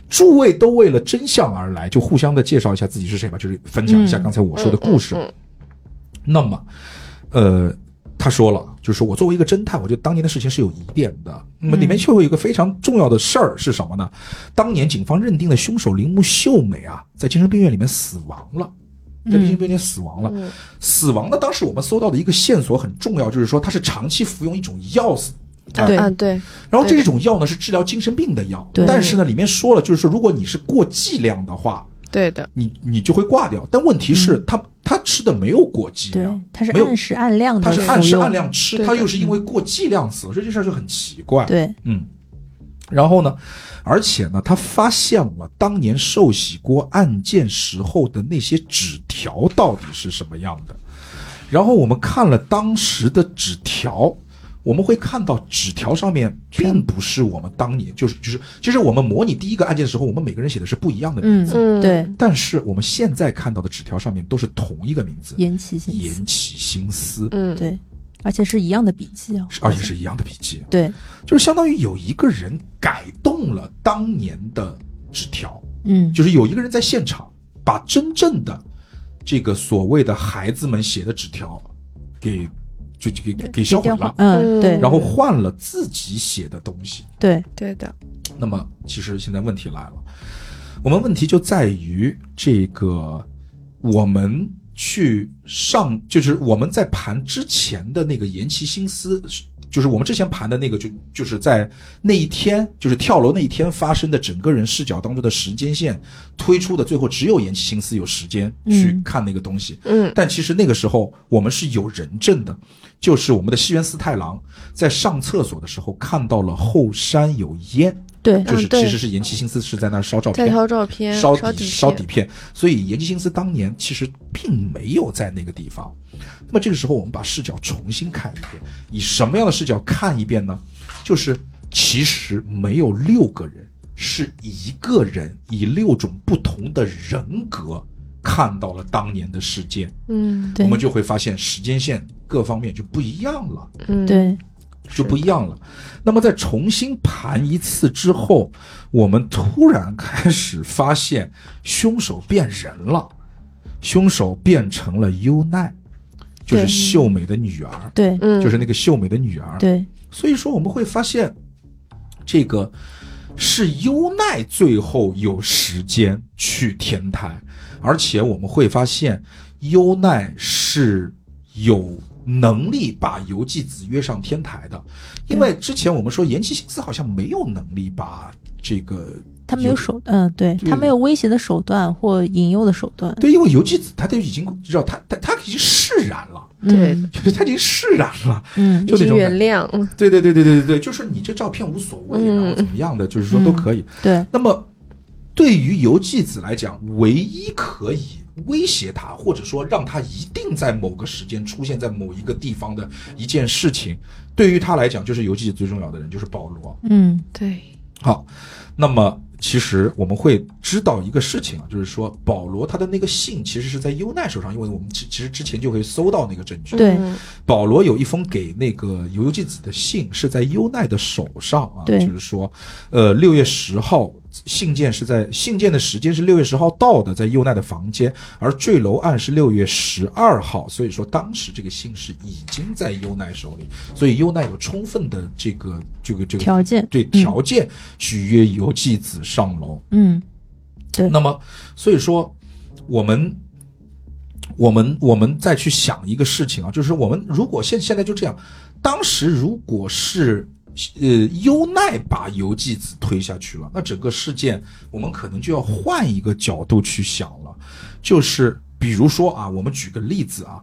[SPEAKER 1] 诸位都为了真相而来，就互相的介绍一下自己是谁吧，就是分享一下
[SPEAKER 3] 嗯
[SPEAKER 1] 刚才我说的故事。
[SPEAKER 2] 嗯嗯
[SPEAKER 1] 那么，呃，他说了，就是我作为一个侦探，我觉得当年的事情是有疑点的。那么里面就有一个非常重要的事儿是什么呢？当年警方认定的凶手铃木秀美啊，在精神病院里面死亡了。在精神病院里死亡了，
[SPEAKER 2] 嗯
[SPEAKER 1] 死亡呢？当时我们搜到的一个线索很重要，就是说他是长期服用一种药死，啊
[SPEAKER 3] 对
[SPEAKER 2] 啊，对，
[SPEAKER 1] 然后这种药呢是治疗精神病的药，
[SPEAKER 3] 对
[SPEAKER 1] 但是呢里面说了，就是说如果你是过剂量的话，
[SPEAKER 2] 对的，
[SPEAKER 1] 你你就会挂掉。但问题是，他他吃的没有过剂
[SPEAKER 3] 对
[SPEAKER 1] 量，，
[SPEAKER 3] 它是
[SPEAKER 1] 啊没有
[SPEAKER 3] 按时按
[SPEAKER 2] 嗯
[SPEAKER 3] 量
[SPEAKER 1] 他
[SPEAKER 3] 的
[SPEAKER 1] 是
[SPEAKER 3] 服用，
[SPEAKER 1] 按时按量吃，
[SPEAKER 2] 对嗯
[SPEAKER 1] 他
[SPEAKER 2] 的
[SPEAKER 1] 又是因为过剂量死，所以这事儿就很奇怪。，
[SPEAKER 3] 对，
[SPEAKER 1] 嗯。然后呢，而且呢，他发现了当年寿喜锅案件时候的那些纸条到底是什么样的。然后我们看了当时的纸条，我们会看到纸条上面并不是我们当年就是就是就是我们模拟第一个案件的时候，我们每个人写的是不一样的名字，
[SPEAKER 2] 嗯，
[SPEAKER 3] 对，
[SPEAKER 1] 但是我们现在看到的纸条上面都是同一个名字，
[SPEAKER 3] 延期信息，
[SPEAKER 1] 岩崎新司，
[SPEAKER 2] 嗯，
[SPEAKER 3] 对，而且是一样的笔记啊，
[SPEAKER 1] 而且是一样的笔记。
[SPEAKER 3] 对，
[SPEAKER 1] 就是相当于有一个人改动了当年的纸条，
[SPEAKER 3] 嗯，
[SPEAKER 1] 就是有一个人在现场把真正的这个所谓的孩子们写的纸条给就就给给销毁
[SPEAKER 3] 电话
[SPEAKER 1] 了，，
[SPEAKER 2] 嗯
[SPEAKER 3] 嗯，对
[SPEAKER 1] 然后换了自己写的东西。
[SPEAKER 3] 对，
[SPEAKER 2] 对的，
[SPEAKER 1] 那么其实现在问题来了，我们问题就在于这个我们。去上就是我们在盘之前的那个延期心思，就是我们之前盘的那个就就是在那一天，就是跳楼那一天发生的整个人视角当中的时间线推出的，最后只有延期心思有时间去
[SPEAKER 3] 嗯
[SPEAKER 1] 看那个东西。
[SPEAKER 2] 嗯
[SPEAKER 1] 但其实那个时候我们是有人证的，就是我们的西园四太郎在上厕所的时候看到了后山有烟，
[SPEAKER 3] 对，
[SPEAKER 1] 就是
[SPEAKER 2] 嗯对
[SPEAKER 1] 其实是岩崎新司是在那儿烧照
[SPEAKER 2] 在
[SPEAKER 1] 片，
[SPEAKER 2] 挑照片，
[SPEAKER 1] 烧
[SPEAKER 2] 烧
[SPEAKER 1] 底
[SPEAKER 2] 底
[SPEAKER 1] 烧底
[SPEAKER 2] 片，
[SPEAKER 1] 片，所以岩崎新司当年其实并没有在那个地方。那么这个时候，我们把视角重新看一遍，以什么样的视角看一遍呢？就是其实没有六个人，是一个人以六种不同的人格看到了当年的事件，
[SPEAKER 2] 嗯
[SPEAKER 3] 对
[SPEAKER 1] 我们就会发现时间线各方面就不一样了。
[SPEAKER 2] 嗯，
[SPEAKER 3] 对，
[SPEAKER 1] 就不一样了。那么在重新盘一次之后，我们突然开始发现凶手变人了，凶手变成了优奈，就是
[SPEAKER 3] 对
[SPEAKER 1] 秀美的女儿，
[SPEAKER 3] 对，
[SPEAKER 2] 嗯，
[SPEAKER 1] 就是那个秀美的女儿。
[SPEAKER 3] 对，
[SPEAKER 1] 所以说我们会发现，这个是优奈最后有时间去天台，而且我们会发现优奈是有能力把游纪子约上天台的，因为之前我们说岩崎幸司好像没有能力把这个
[SPEAKER 3] 他没有
[SPEAKER 1] 游
[SPEAKER 3] 手，嗯，对
[SPEAKER 1] 对
[SPEAKER 3] 他没有威胁的手段或引诱的手段，
[SPEAKER 1] 对，因为游纪子他都已经知道他他他已经释然了，
[SPEAKER 2] 对
[SPEAKER 3] 嗯
[SPEAKER 1] 就是他已经释然了。
[SPEAKER 3] 嗯，
[SPEAKER 1] 就那
[SPEAKER 2] 已经
[SPEAKER 1] 种
[SPEAKER 2] 原
[SPEAKER 1] 感
[SPEAKER 2] 谅了，
[SPEAKER 1] 对啊对对对对对对，就是你这照片无所谓，然后怎么样的，就是说都可以。
[SPEAKER 3] 对，
[SPEAKER 1] 那么对于游纪子来讲，唯一可以威胁他，或者说让他一定在某个时间出现在某一个地方的一件事情，对于他来讲，就是游纪子最重要的人，就是保罗。
[SPEAKER 3] 嗯
[SPEAKER 2] 对，
[SPEAKER 1] 好，那么其实我们会知道一个事情啊，就是说保罗他的那个信其实是在优奈手上，因为我们其其实之前就可以搜到那个证据。
[SPEAKER 3] 对
[SPEAKER 2] 嗯
[SPEAKER 1] 保罗有一封给那个游纪子的信是在优奈的手上啊，
[SPEAKER 3] 对
[SPEAKER 1] 就是说，呃，六月十号。信件是在信件的时间是六月十号到的，在优奈的房间，而坠楼案是六月十二号，所以说当时这个信是已经在优奈手里，所以优奈有充分的这个这个这个
[SPEAKER 3] 条件
[SPEAKER 1] 对条件去约游纪子上楼。
[SPEAKER 3] 嗯对
[SPEAKER 1] 那么，所以说我们。我们我们再去想一个事情啊，就是我们如果现现在就这样，当时如果是呃优奈把游纪子推下去了，那整个事件我们可能就要换一个角度去想了，就是比如说啊，我们举个例子啊，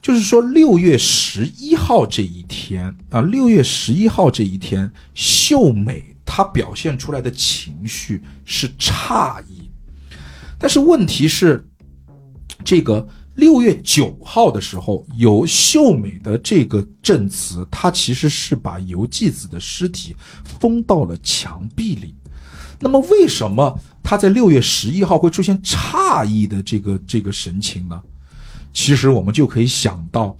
[SPEAKER 1] 就是说六月十一号这一天啊，六月十一号这一天，秀美她表现出来的情绪是诧异，但是问题是，这个六月九号的时候，由秀美的这个证词，她其实是把游纪子的尸体封到了墙壁里。那么为什么她在六月十一号会出现诧异的这个这个神情呢？其实我们就可以想到，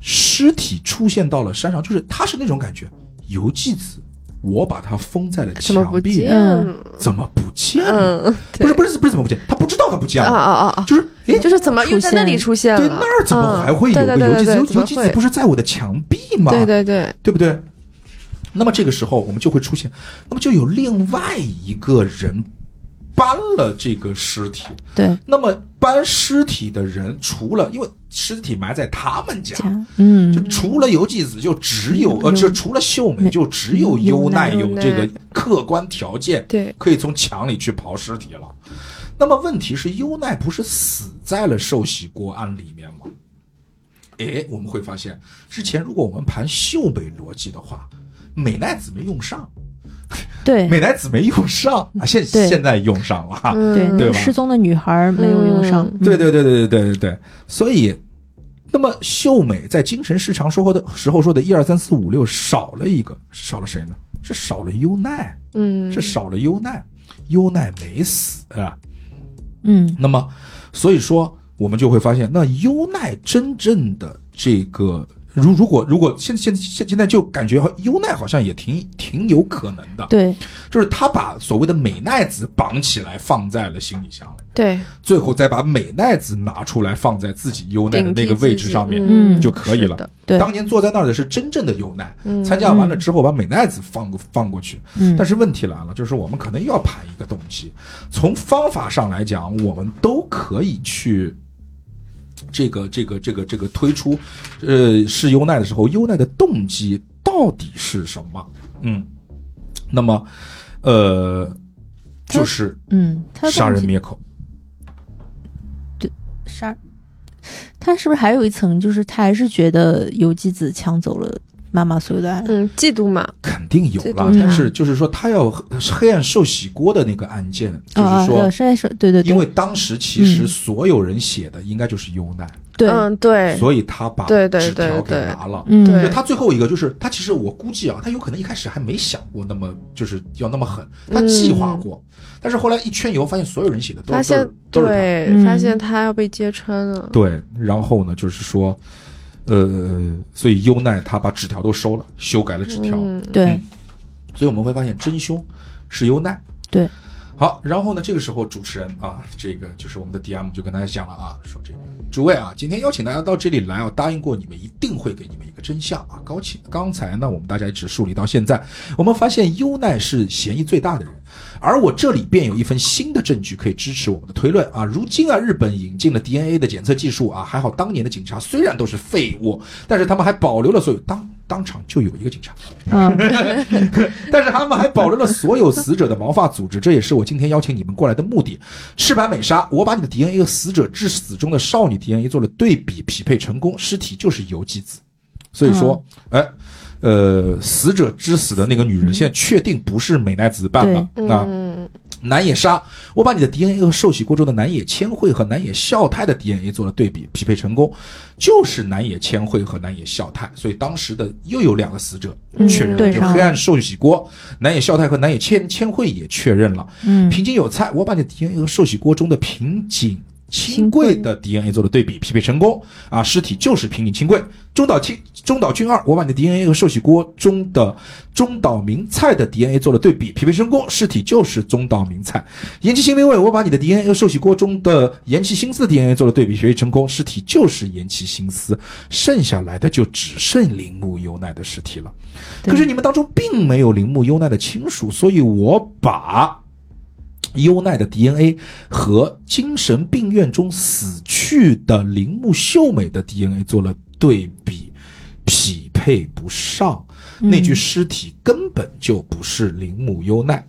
[SPEAKER 1] 尸体出现到了山上，就是他是那种感觉，游纪子，我把它封在了
[SPEAKER 2] 怎么
[SPEAKER 1] 墙
[SPEAKER 2] 不
[SPEAKER 1] 壁
[SPEAKER 2] 见
[SPEAKER 1] 里，？
[SPEAKER 3] 嗯
[SPEAKER 1] 怎么不见了？
[SPEAKER 2] 嗯，
[SPEAKER 1] 不是
[SPEAKER 2] 对
[SPEAKER 1] 不是不是怎么不见，他不知道他不见
[SPEAKER 2] 啊
[SPEAKER 1] 了，
[SPEAKER 2] 啊啊啊！
[SPEAKER 1] 就是诶，
[SPEAKER 2] 就是怎么又在那里出现了？
[SPEAKER 1] 对那儿怎么还会有
[SPEAKER 2] 嗯
[SPEAKER 1] 个
[SPEAKER 2] 对
[SPEAKER 1] 游记
[SPEAKER 2] 对对
[SPEAKER 1] 子？
[SPEAKER 2] 对
[SPEAKER 1] 游
[SPEAKER 2] 对，怎么
[SPEAKER 1] 游记子
[SPEAKER 2] 会
[SPEAKER 1] 不是啊在我的墙壁吗？
[SPEAKER 2] 对对对，
[SPEAKER 1] 对不对？那么这个时候，我们就会出现，那么就有另外一个人搬了这个尸体。
[SPEAKER 3] 对
[SPEAKER 1] 那么搬尸体的人，除了因为尸体埋在他们家，
[SPEAKER 3] 加嗯
[SPEAKER 1] 就除了游纪子，就只有呃，
[SPEAKER 3] 嗯
[SPEAKER 1] 就除了秀美，
[SPEAKER 3] 嗯
[SPEAKER 1] 就只有优奈有
[SPEAKER 2] 优奈
[SPEAKER 1] 这个客观条件，
[SPEAKER 2] 对
[SPEAKER 1] 可以从墙里去刨尸体了。那么问题是，优奈不是死在了寿喜锅庵里面吗？诶，我们会发现，之前如果我们盘秀美逻辑的话，美奈子没用上，
[SPEAKER 3] 对
[SPEAKER 1] 美奈子没用上啊，现
[SPEAKER 3] 对
[SPEAKER 1] 现在用上了哈。
[SPEAKER 3] 对
[SPEAKER 2] 嗯
[SPEAKER 3] 那
[SPEAKER 1] 啊对
[SPEAKER 3] 个
[SPEAKER 1] 吧
[SPEAKER 3] 失踪的女孩没有用上
[SPEAKER 2] 嗯，
[SPEAKER 1] 对对对对对对对对，所以，那么秀美在精神失常说后的时候说的一二三四五六少了一个，少了谁呢？是少了优奈，
[SPEAKER 2] 嗯，
[SPEAKER 1] 是少了优奈，优奈没死啊。
[SPEAKER 3] 嗯
[SPEAKER 1] 那么，所以说我们就会发现，那优奈真正的这个。如如果如果现现现现在就感觉优奈好像也挺挺有可能的，
[SPEAKER 3] 嗯对
[SPEAKER 1] 就是他把所谓的美奈子绑起来放在了行李箱里，
[SPEAKER 2] 对
[SPEAKER 1] 最后再把美奈子拿出来放在自己优奈的
[SPEAKER 2] 顶替
[SPEAKER 1] 那个位置上面
[SPEAKER 2] 自己
[SPEAKER 3] 嗯
[SPEAKER 1] 就可以
[SPEAKER 2] 是
[SPEAKER 1] 了
[SPEAKER 2] 的。
[SPEAKER 3] 对
[SPEAKER 1] 当年坐在那儿的是真正的优奈，
[SPEAKER 2] 嗯
[SPEAKER 1] 参加完了之后把美奈子放过放过去。
[SPEAKER 3] 嗯
[SPEAKER 1] 但是问题来了，就是我们可能又要盘一个动机。从方法上来讲，我们都可以去。这个这个这个这个推出，呃，是优奈的时候，优奈的动机到底是什么？嗯，那么，呃，就是
[SPEAKER 3] 嗯，他的
[SPEAKER 1] 杀
[SPEAKER 3] 动
[SPEAKER 1] 人
[SPEAKER 3] 机
[SPEAKER 1] 灭口。
[SPEAKER 3] 杀，他是不是还有一层，就是他还是觉得游纪子抢走了妈妈所有的爱？
[SPEAKER 2] 嗯，嫉妒嘛，
[SPEAKER 1] 肯定有
[SPEAKER 2] 这
[SPEAKER 1] 啦
[SPEAKER 2] 种，
[SPEAKER 1] 但是就是说，他要黑暗寿喜锅的那个案件，就是
[SPEAKER 3] 啊，
[SPEAKER 1] 说，
[SPEAKER 3] 是是，对对对，
[SPEAKER 1] 因为当时其实所有人写的应该就是优奈，
[SPEAKER 3] 对，
[SPEAKER 2] 嗯，对，
[SPEAKER 1] 所以他把
[SPEAKER 2] 对对
[SPEAKER 1] 纸条给
[SPEAKER 2] 对对
[SPEAKER 1] 拿了。
[SPEAKER 3] 嗯，
[SPEAKER 1] 就
[SPEAKER 2] 对
[SPEAKER 1] 他最后一个就是他，其实我估计啊，他有可能一开始还没想过那么就是要那么狠，他计划过，但是后来一圈油发现所有人写的都
[SPEAKER 2] 嗯发现
[SPEAKER 1] 都是都是他
[SPEAKER 2] 对
[SPEAKER 3] 嗯，
[SPEAKER 2] 发现他要被揭穿了，
[SPEAKER 1] 对，然后呢，就是说，呃，所以优奈他把纸条都收了，修改了纸条，
[SPEAKER 2] 嗯，
[SPEAKER 3] 对，
[SPEAKER 1] 所以我们会发现真凶是优奈。
[SPEAKER 3] 对，
[SPEAKER 1] 好，然后呢，这个时候主持人啊，这个就是我们的 DM 就跟大家讲了啊，说这个诸位啊，今天邀请大家到这里来啊，答应过你们一定会给你们一个真相啊。高起刚才呢，我们大家一直梳理到现在，我们发现优奈是嫌疑最大的人。而我这里便有一份新的证据可以支持我们的推论啊！如今啊，日本引进了 DNA 的检测技术啊，还好当年的警察虽然都是废物，但是他们还保留了所有当当场就有一个警察，
[SPEAKER 3] 嗯，
[SPEAKER 1] 但是他们还保留了所有死者的毛发组织，这也是我今天邀请你们过来的目的。赤坂美沙，我把你的 DNA 和死者致死中的少女 DNA 做了对比，匹配成功，尸体就是游纪子。所以说，哎、呃，死者致死的那个女人现在确定不是美奈子办了
[SPEAKER 2] 嗯
[SPEAKER 1] 啊。
[SPEAKER 2] 嗯
[SPEAKER 1] 南野沙，我把你的 DNA 和受洗过咒的南野千惠和南野孝太的 DNA 做了对比，匹配成功，就是南野千惠和南野孝太，所以当时的又有两个死者
[SPEAKER 3] 嗯
[SPEAKER 1] 确认了，
[SPEAKER 3] 对啊
[SPEAKER 1] 就
[SPEAKER 3] 上
[SPEAKER 1] 黑
[SPEAKER 3] 了
[SPEAKER 1] 暗受洗锅，南野孝太和南野千千惠也确认了。
[SPEAKER 3] 嗯
[SPEAKER 1] 平井有菜，我把你的 DNA 和寿喜锅中的平井清贵的 DNA 做了对比，匹配成功啊，尸体就是平井清贵。中岛清中岛俊二，我把你的 DNA 和寿喜锅中的中岛明菜的 DNA 做了对比，匹配成功，尸体就是中岛明菜。岩崎新明卫，我把你的 DNA 和寿喜呃锅中的岩崎新司的 DNA 做了对比，匹配成功，尸体就是岩崎新司。剩下来的就只剩铃木优奈的尸体了。
[SPEAKER 3] 对
[SPEAKER 1] 可是你们当中并没有铃木优奈的亲属，所以我把优奈的 DNA 和精神病院中死去的铃木秀美的 DNA 做了对比，匹配不上，那具尸体根本就不是铃木优奈。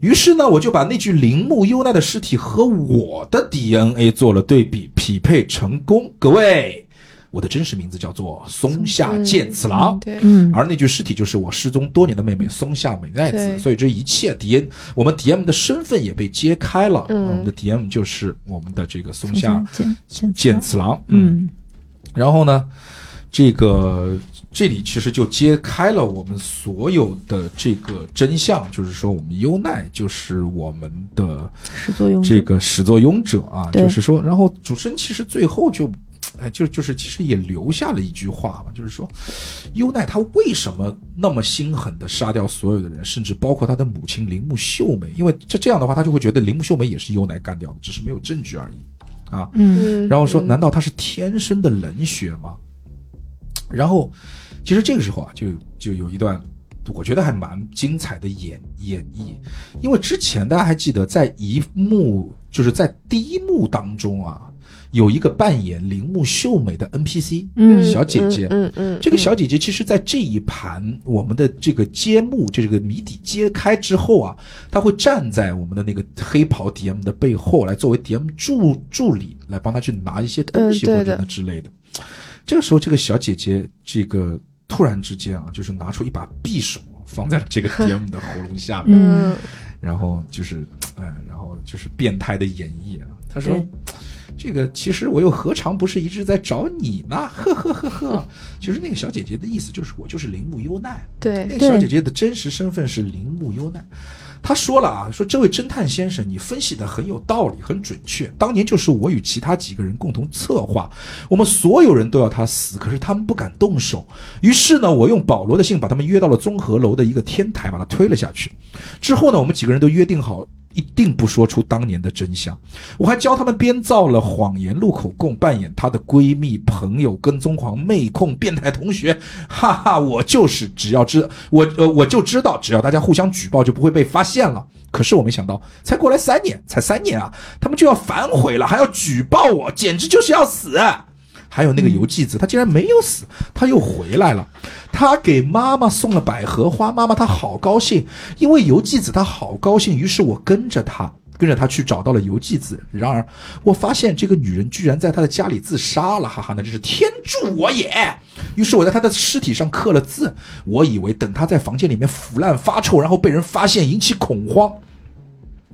[SPEAKER 1] 于是呢，我就把那具铃木优奈的尸体和我的 DNA 做了对比，匹配成功。各位，我的真实名字叫做松下健次郎。
[SPEAKER 2] 嗯对，
[SPEAKER 3] 嗯，
[SPEAKER 1] 而那具尸体就是我失踪多年的妹妹松下美奈子，
[SPEAKER 2] 对
[SPEAKER 1] 所以这一切 DM 我们 DM 的身份也被揭开了，
[SPEAKER 2] 嗯
[SPEAKER 1] 我们的 DM 就是我们的这个松
[SPEAKER 3] 好
[SPEAKER 1] 下
[SPEAKER 3] 像嗯见见
[SPEAKER 1] 健次郎，
[SPEAKER 3] 嗯
[SPEAKER 1] 然后呢，这个这里其实就揭开了我们所有的这个真相，就是说我们优奈就是我们的
[SPEAKER 3] 始作俑者
[SPEAKER 1] 这个始作俑者啊，
[SPEAKER 3] 对
[SPEAKER 1] 就是说，然后主持人其实最后就，哎，就就是其实也留下了一句话嘛，就是说，优奈她为什么那么心狠的杀掉所有的人，甚至包括她的母亲铃木秀美，因为这这样的话，她就会觉得铃木秀美也是优奈干掉的，只是没有证据而已啊。
[SPEAKER 3] 嗯
[SPEAKER 2] 嗯
[SPEAKER 1] 然后说，难道她是天生的冷血吗？然后，其实这个时候啊，就就有一段。我觉得还蛮精彩的演演绎，因为之前大家还记得，在一幕就是在第一幕当中啊，有一个扮演铃木秀美的 NPC，
[SPEAKER 3] 嗯
[SPEAKER 1] 小姐姐
[SPEAKER 2] 嗯嗯，嗯
[SPEAKER 1] 这个小姐姐其实，在这一盘我们的这个揭幕，这个谜底揭开之后啊，她会站在我们的那个黑袍 DM 的背后，来作为 DM 助助理，来帮她去拿一些东西
[SPEAKER 2] 嗯对
[SPEAKER 1] 或者
[SPEAKER 2] 的
[SPEAKER 1] 那之类的。这个时候，这个小姐姐这个突然之间啊，就是拿出一把匕首，放在了这个 DM 的喉咙下面。
[SPEAKER 3] 嗯
[SPEAKER 2] 嗯
[SPEAKER 1] 然后就是，嗯，然后就是变态的演绎啊。他说
[SPEAKER 3] 对：“
[SPEAKER 1] 这个其实我又何尝不是一直在找你呢？”呵呵呵呵。其实那个小姐姐的意思就是我就是铃木优奈，
[SPEAKER 2] 对
[SPEAKER 1] 那个
[SPEAKER 3] 对
[SPEAKER 1] 小姐姐的真实身份是铃木优奈。她说了啊，说这位侦探先生，你分析的很有道理，很准确。当年就是我与其他几个人共同策划，我们所有人都要他死，可是他们不敢动手。于是呢，我用保罗的信把他们约到了综合楼的一个天台，把他推了下去。之后呢，我们几个人都约定好，一定不说出当年的真相。我还教他们编造了谎言录口供，扮演她的闺蜜、朋友、跟踪狂、妹控、变态同学。 哈哈，我就是只要知我呃我就知道，只要大家互相举报就不会被发现了。可是我没想到，才过来三年，才三年啊，他们就要反悔了，还要举报我，简直就是要死。还有那个游记子，他竟然没有死，他又回来了。他给妈妈送了百合花，妈妈她好高兴，因为游记子她好高兴，于是我跟着她，跟着她去找到了游记子。然而，我发现这个女人居然在她的家里自杀了，哈哈，那真是天助我也！于是我在她的尸体上刻了字，我以为等她在房间里面腐烂发臭，然后被人发现引起恐慌，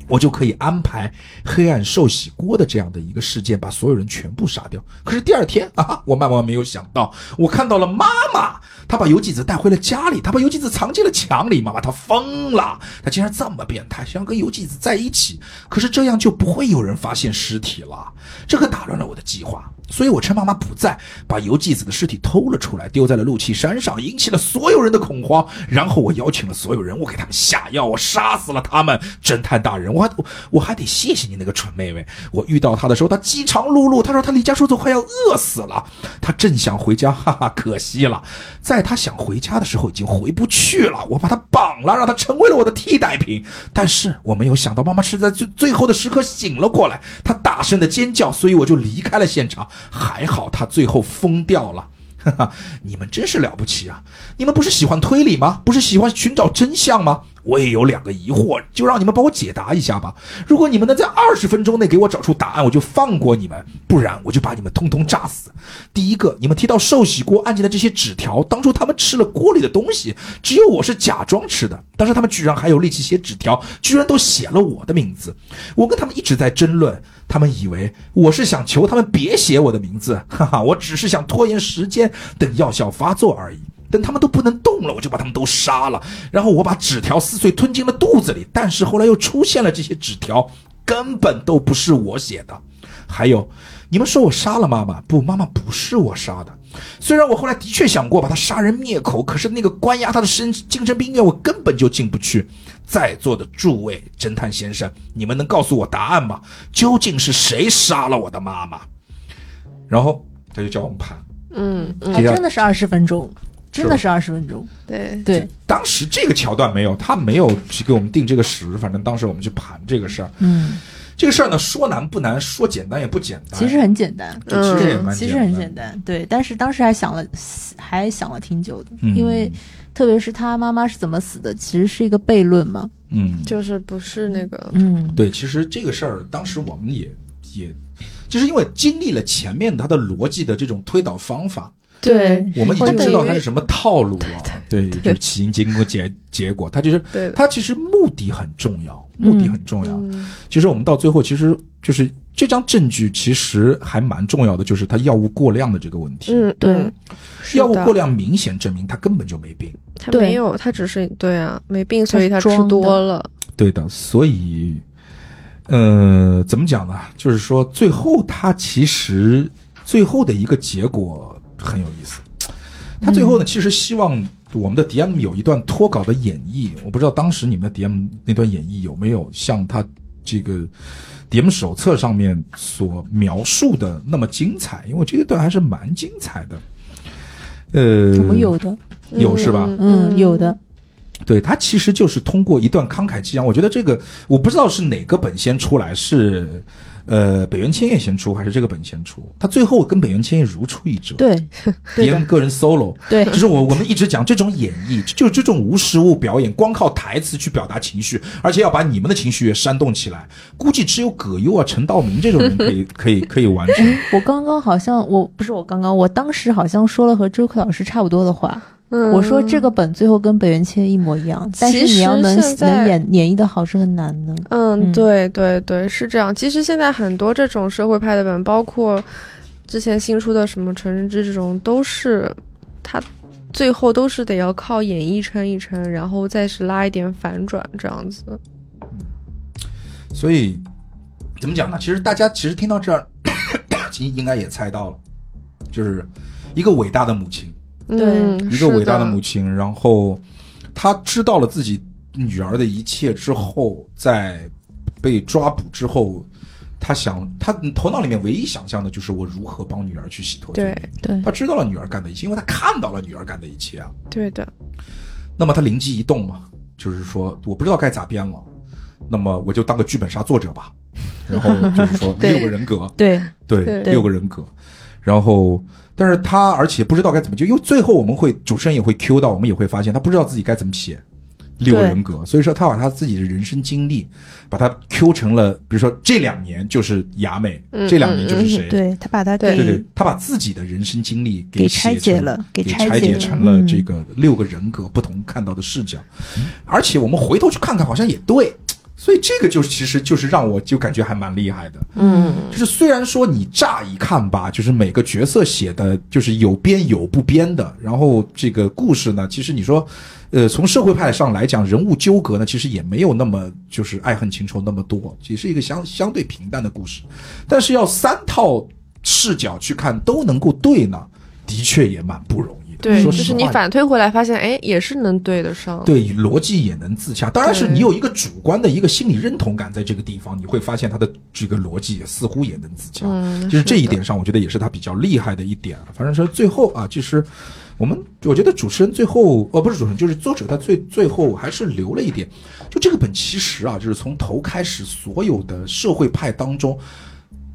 [SPEAKER 1] 我就可以安排黑暗寿喜锅的这样的一个事件，把所有人全部杀掉。可是第二天啊，我万万没有想到，我看到了妈妈，她把游纪子带回了家里，她把游纪子藏进了墙里。妈妈她疯了，她竟然这么变态，想要跟游纪子在一起。可是这样就不会有人发现尸体了，这个打乱了我的计划。所以我趁妈妈不在，把游纪子的尸体偷了出来，丢在了陆气山上，引起了所有人的恐慌。然后我邀请了所有人，我给他们下药，我杀死了他们。侦探大人，我还我我还得谢谢你那个蠢妹妹。我遇到她的时候，她饥肠辘辘，她说她离家出走快要饿死了，她正想回家，哈哈，可惜了，在她想回家的时候已经回不去了。我把她绑了，让她成为了我的替代品。但是我没有想到，妈妈是在最最后的时刻醒了过来，她大声的尖叫，所以我就离开了现场。还好她最后疯掉了。 哈哈，你们真是了不起啊！你们不是喜欢推理吗？不是喜欢寻找真相吗？我也有两个疑惑，就让你们帮我解答一下吧。如果你们能在二十分钟内给我找出答案，我就放过你们；不然我就把你们通通炸死。第一个，你们提到寿喜锅案件的这些纸条，当初他们吃了锅里的东西，只有我是假装吃的。当时他们居然还有力气写纸条，居然都写了我的名字。我跟他们一直在争论，他们以为我是想求他们别写我的名字， 哈哈，我只是想拖延时间，等药效发作而已。等他们都不能动了，我就把他们都杀了。然后我把纸条撕碎吞进了肚子里，但是后来又出现了这些纸条，根本都不是我写的。还有，你们说我杀了妈妈，不，妈妈不是我杀的。虽然我后来的确想过把她杀人灭口，可是那个关押她的身精神病院，我根本就进不去。在座的诸位侦探先生，你们能告诉我答案吗？究竟是谁杀了我的妈妈？然后他就叫我们判。
[SPEAKER 2] 嗯嗯，
[SPEAKER 3] 还真的是二十分钟，真的是二十分钟。
[SPEAKER 2] 对，
[SPEAKER 3] 对，
[SPEAKER 1] 当时这个桥段没有，他没有去给我们定这个时，反正当时我们去盘这个事儿。
[SPEAKER 3] 嗯，
[SPEAKER 1] 这个事儿呢，说难不难，说简单也不简单。
[SPEAKER 3] 其实很简单，
[SPEAKER 1] 对其实也
[SPEAKER 3] 对，
[SPEAKER 1] 蛮
[SPEAKER 3] 其实很
[SPEAKER 1] 简
[SPEAKER 3] 简单，对。但是当时还想了，还想了挺久的，
[SPEAKER 1] 嗯
[SPEAKER 3] 因为特别是他妈妈是怎么死的，其实是一个悖论嘛。
[SPEAKER 1] 嗯，
[SPEAKER 2] 就是不是那个，
[SPEAKER 3] 嗯，
[SPEAKER 1] 对，其实这个事儿当时我们也也，就是因为经历了前面它的逻辑的这种推导方法，
[SPEAKER 2] 对
[SPEAKER 1] 我们已经
[SPEAKER 2] 或者
[SPEAKER 1] 知道
[SPEAKER 2] 于
[SPEAKER 1] 它是什么套路啊，对，就是起因、结果、结结果，它就是
[SPEAKER 2] 对的，
[SPEAKER 1] 它其实目的很重要，目的很重要。
[SPEAKER 2] 嗯
[SPEAKER 1] 其实我们到最后，其实就是这张证据其实还蛮重要的，就是它药物过量的这个问题。
[SPEAKER 2] 嗯，
[SPEAKER 3] 对
[SPEAKER 2] 嗯，是
[SPEAKER 1] 药物
[SPEAKER 2] 的
[SPEAKER 1] 过量明显证明他根本就没病。
[SPEAKER 2] 他
[SPEAKER 3] 对
[SPEAKER 2] 没有，他只是对啊，没病，所以
[SPEAKER 3] 他
[SPEAKER 2] 他
[SPEAKER 3] 是
[SPEAKER 2] 吃
[SPEAKER 3] 装的
[SPEAKER 2] 多了，
[SPEAKER 1] 对的，所以，呃，怎么讲呢？就是说，最后他其实最后的一个结果很有意思。他最后呢，其实希望我们的 DM 有一段脱稿的演绎。我不知道当时你们的 DM 那段演绎有没有像他这个 DM 手册上面所描述的那么精彩，因为这一段还是蛮精彩的。呃，
[SPEAKER 3] 我们有的，
[SPEAKER 1] 有是吧
[SPEAKER 3] 嗯，有的，
[SPEAKER 1] 对，它其实就是通过一段慷慨激昂。我觉得这个我不知道是哪个本先出来，是呃北原千叶先出还是这个本先出？他最后跟北原千叶如出一辙，
[SPEAKER 3] 对，对
[SPEAKER 1] 别
[SPEAKER 3] 的
[SPEAKER 1] 人，个人 solo。
[SPEAKER 3] 对
[SPEAKER 1] 就是我我们一直讲这种演绎，就这种无实物表演，光靠台词去表达情绪，而且要把你们的情绪也煽动起来，估计只有葛优啊、陈道明这种人可 以可以可以完成。
[SPEAKER 3] 我刚刚好像我不是我刚刚，我当时好像说了和周克老师差不多的话。
[SPEAKER 2] 嗯
[SPEAKER 3] 我说这个本最后跟北原千一模一样，但是
[SPEAKER 2] 其实
[SPEAKER 3] 你要能
[SPEAKER 2] 现在
[SPEAKER 3] 能演演绎的好是很难的。嗯
[SPEAKER 2] 嗯，对对对，是这样。其实现在很多这种社会派的本，包括之前新出的什么《成人之》这种，都是它最后都是得要靠演绎撑一撑，然后再是拉一点反转这样子。
[SPEAKER 1] 所以怎么讲呢？其实大家其实听到这儿， 其实应该也猜到了，就是一个伟大的母亲。
[SPEAKER 2] 嗯，
[SPEAKER 1] 一
[SPEAKER 2] 是
[SPEAKER 1] 个伟大的母亲，然后她知道了自己女儿的一切之后，在被抓捕之后，她想，她头脑里面唯一想象的就是我如何帮女儿去洗脱罪
[SPEAKER 2] 对。
[SPEAKER 3] 对
[SPEAKER 1] 她知道了女儿干的一切，因为她看到了女儿干的一切啊。
[SPEAKER 2] 对的，
[SPEAKER 1] 那么她灵机一动嘛，就是说我不知道该咋编了，那么我就当个剧本杀作者吧。然后就是 说
[SPEAKER 3] 对
[SPEAKER 1] 六个人格，
[SPEAKER 3] 对
[SPEAKER 1] 对，
[SPEAKER 2] 对
[SPEAKER 1] 六个人格，然后，但是他而且不知道该怎么，就因为最后我们会主持人也会 Q 到，我们也会发现他不知道自己该怎么写六个
[SPEAKER 3] 对
[SPEAKER 1] 人格，所以说他把他自己的人生经历，把他 Q 成了，比如说这两年就是雅美，
[SPEAKER 2] 嗯
[SPEAKER 1] 这两年就是谁，
[SPEAKER 3] 对，他把它
[SPEAKER 2] 对
[SPEAKER 1] 对
[SPEAKER 3] 给
[SPEAKER 1] 对，他把自己的人生经历
[SPEAKER 3] 给
[SPEAKER 1] 写成
[SPEAKER 3] 拆解了，给
[SPEAKER 1] 给
[SPEAKER 3] 拆
[SPEAKER 1] 解
[SPEAKER 3] 解
[SPEAKER 1] 成了这
[SPEAKER 3] 嗯
[SPEAKER 1] 个六个人格不同看到的视角，而且我们回头去看看，好像也对。所以这个就是其实就是让我就感觉还蛮厉害的，
[SPEAKER 3] 嗯，
[SPEAKER 1] 就是虽然说你乍一看吧，就是每个角色写的就是有编有不编的，然后这个故事呢，其实你说，呃，从社会派上来讲，人物纠葛呢，其实也没有那么就是爱恨情仇那么多，也是一个相相对平淡的故事，但是要三套视角去看都能够对呢，的确也蛮不容易的。
[SPEAKER 2] 对，就
[SPEAKER 1] 说实
[SPEAKER 2] 是
[SPEAKER 1] 话
[SPEAKER 2] 你反推回来发现，哎，也是能对得上。
[SPEAKER 1] 对逻辑也能自洽，当然是
[SPEAKER 2] 对
[SPEAKER 1] 你有一个主观的一个心理认同感在这个地方，你会发现他的这个逻辑也似乎也能自洽。
[SPEAKER 2] 嗯，
[SPEAKER 1] 就是这一
[SPEAKER 2] 的，
[SPEAKER 1] 点上，我觉得也是他比较厉害的一点。反正说最后啊，就是我们，我觉得主持人最后，呃，不是主持人，就是作者他最最后还是留了一点。就这个本其实啊，就是从头开始，所有的社会派当中，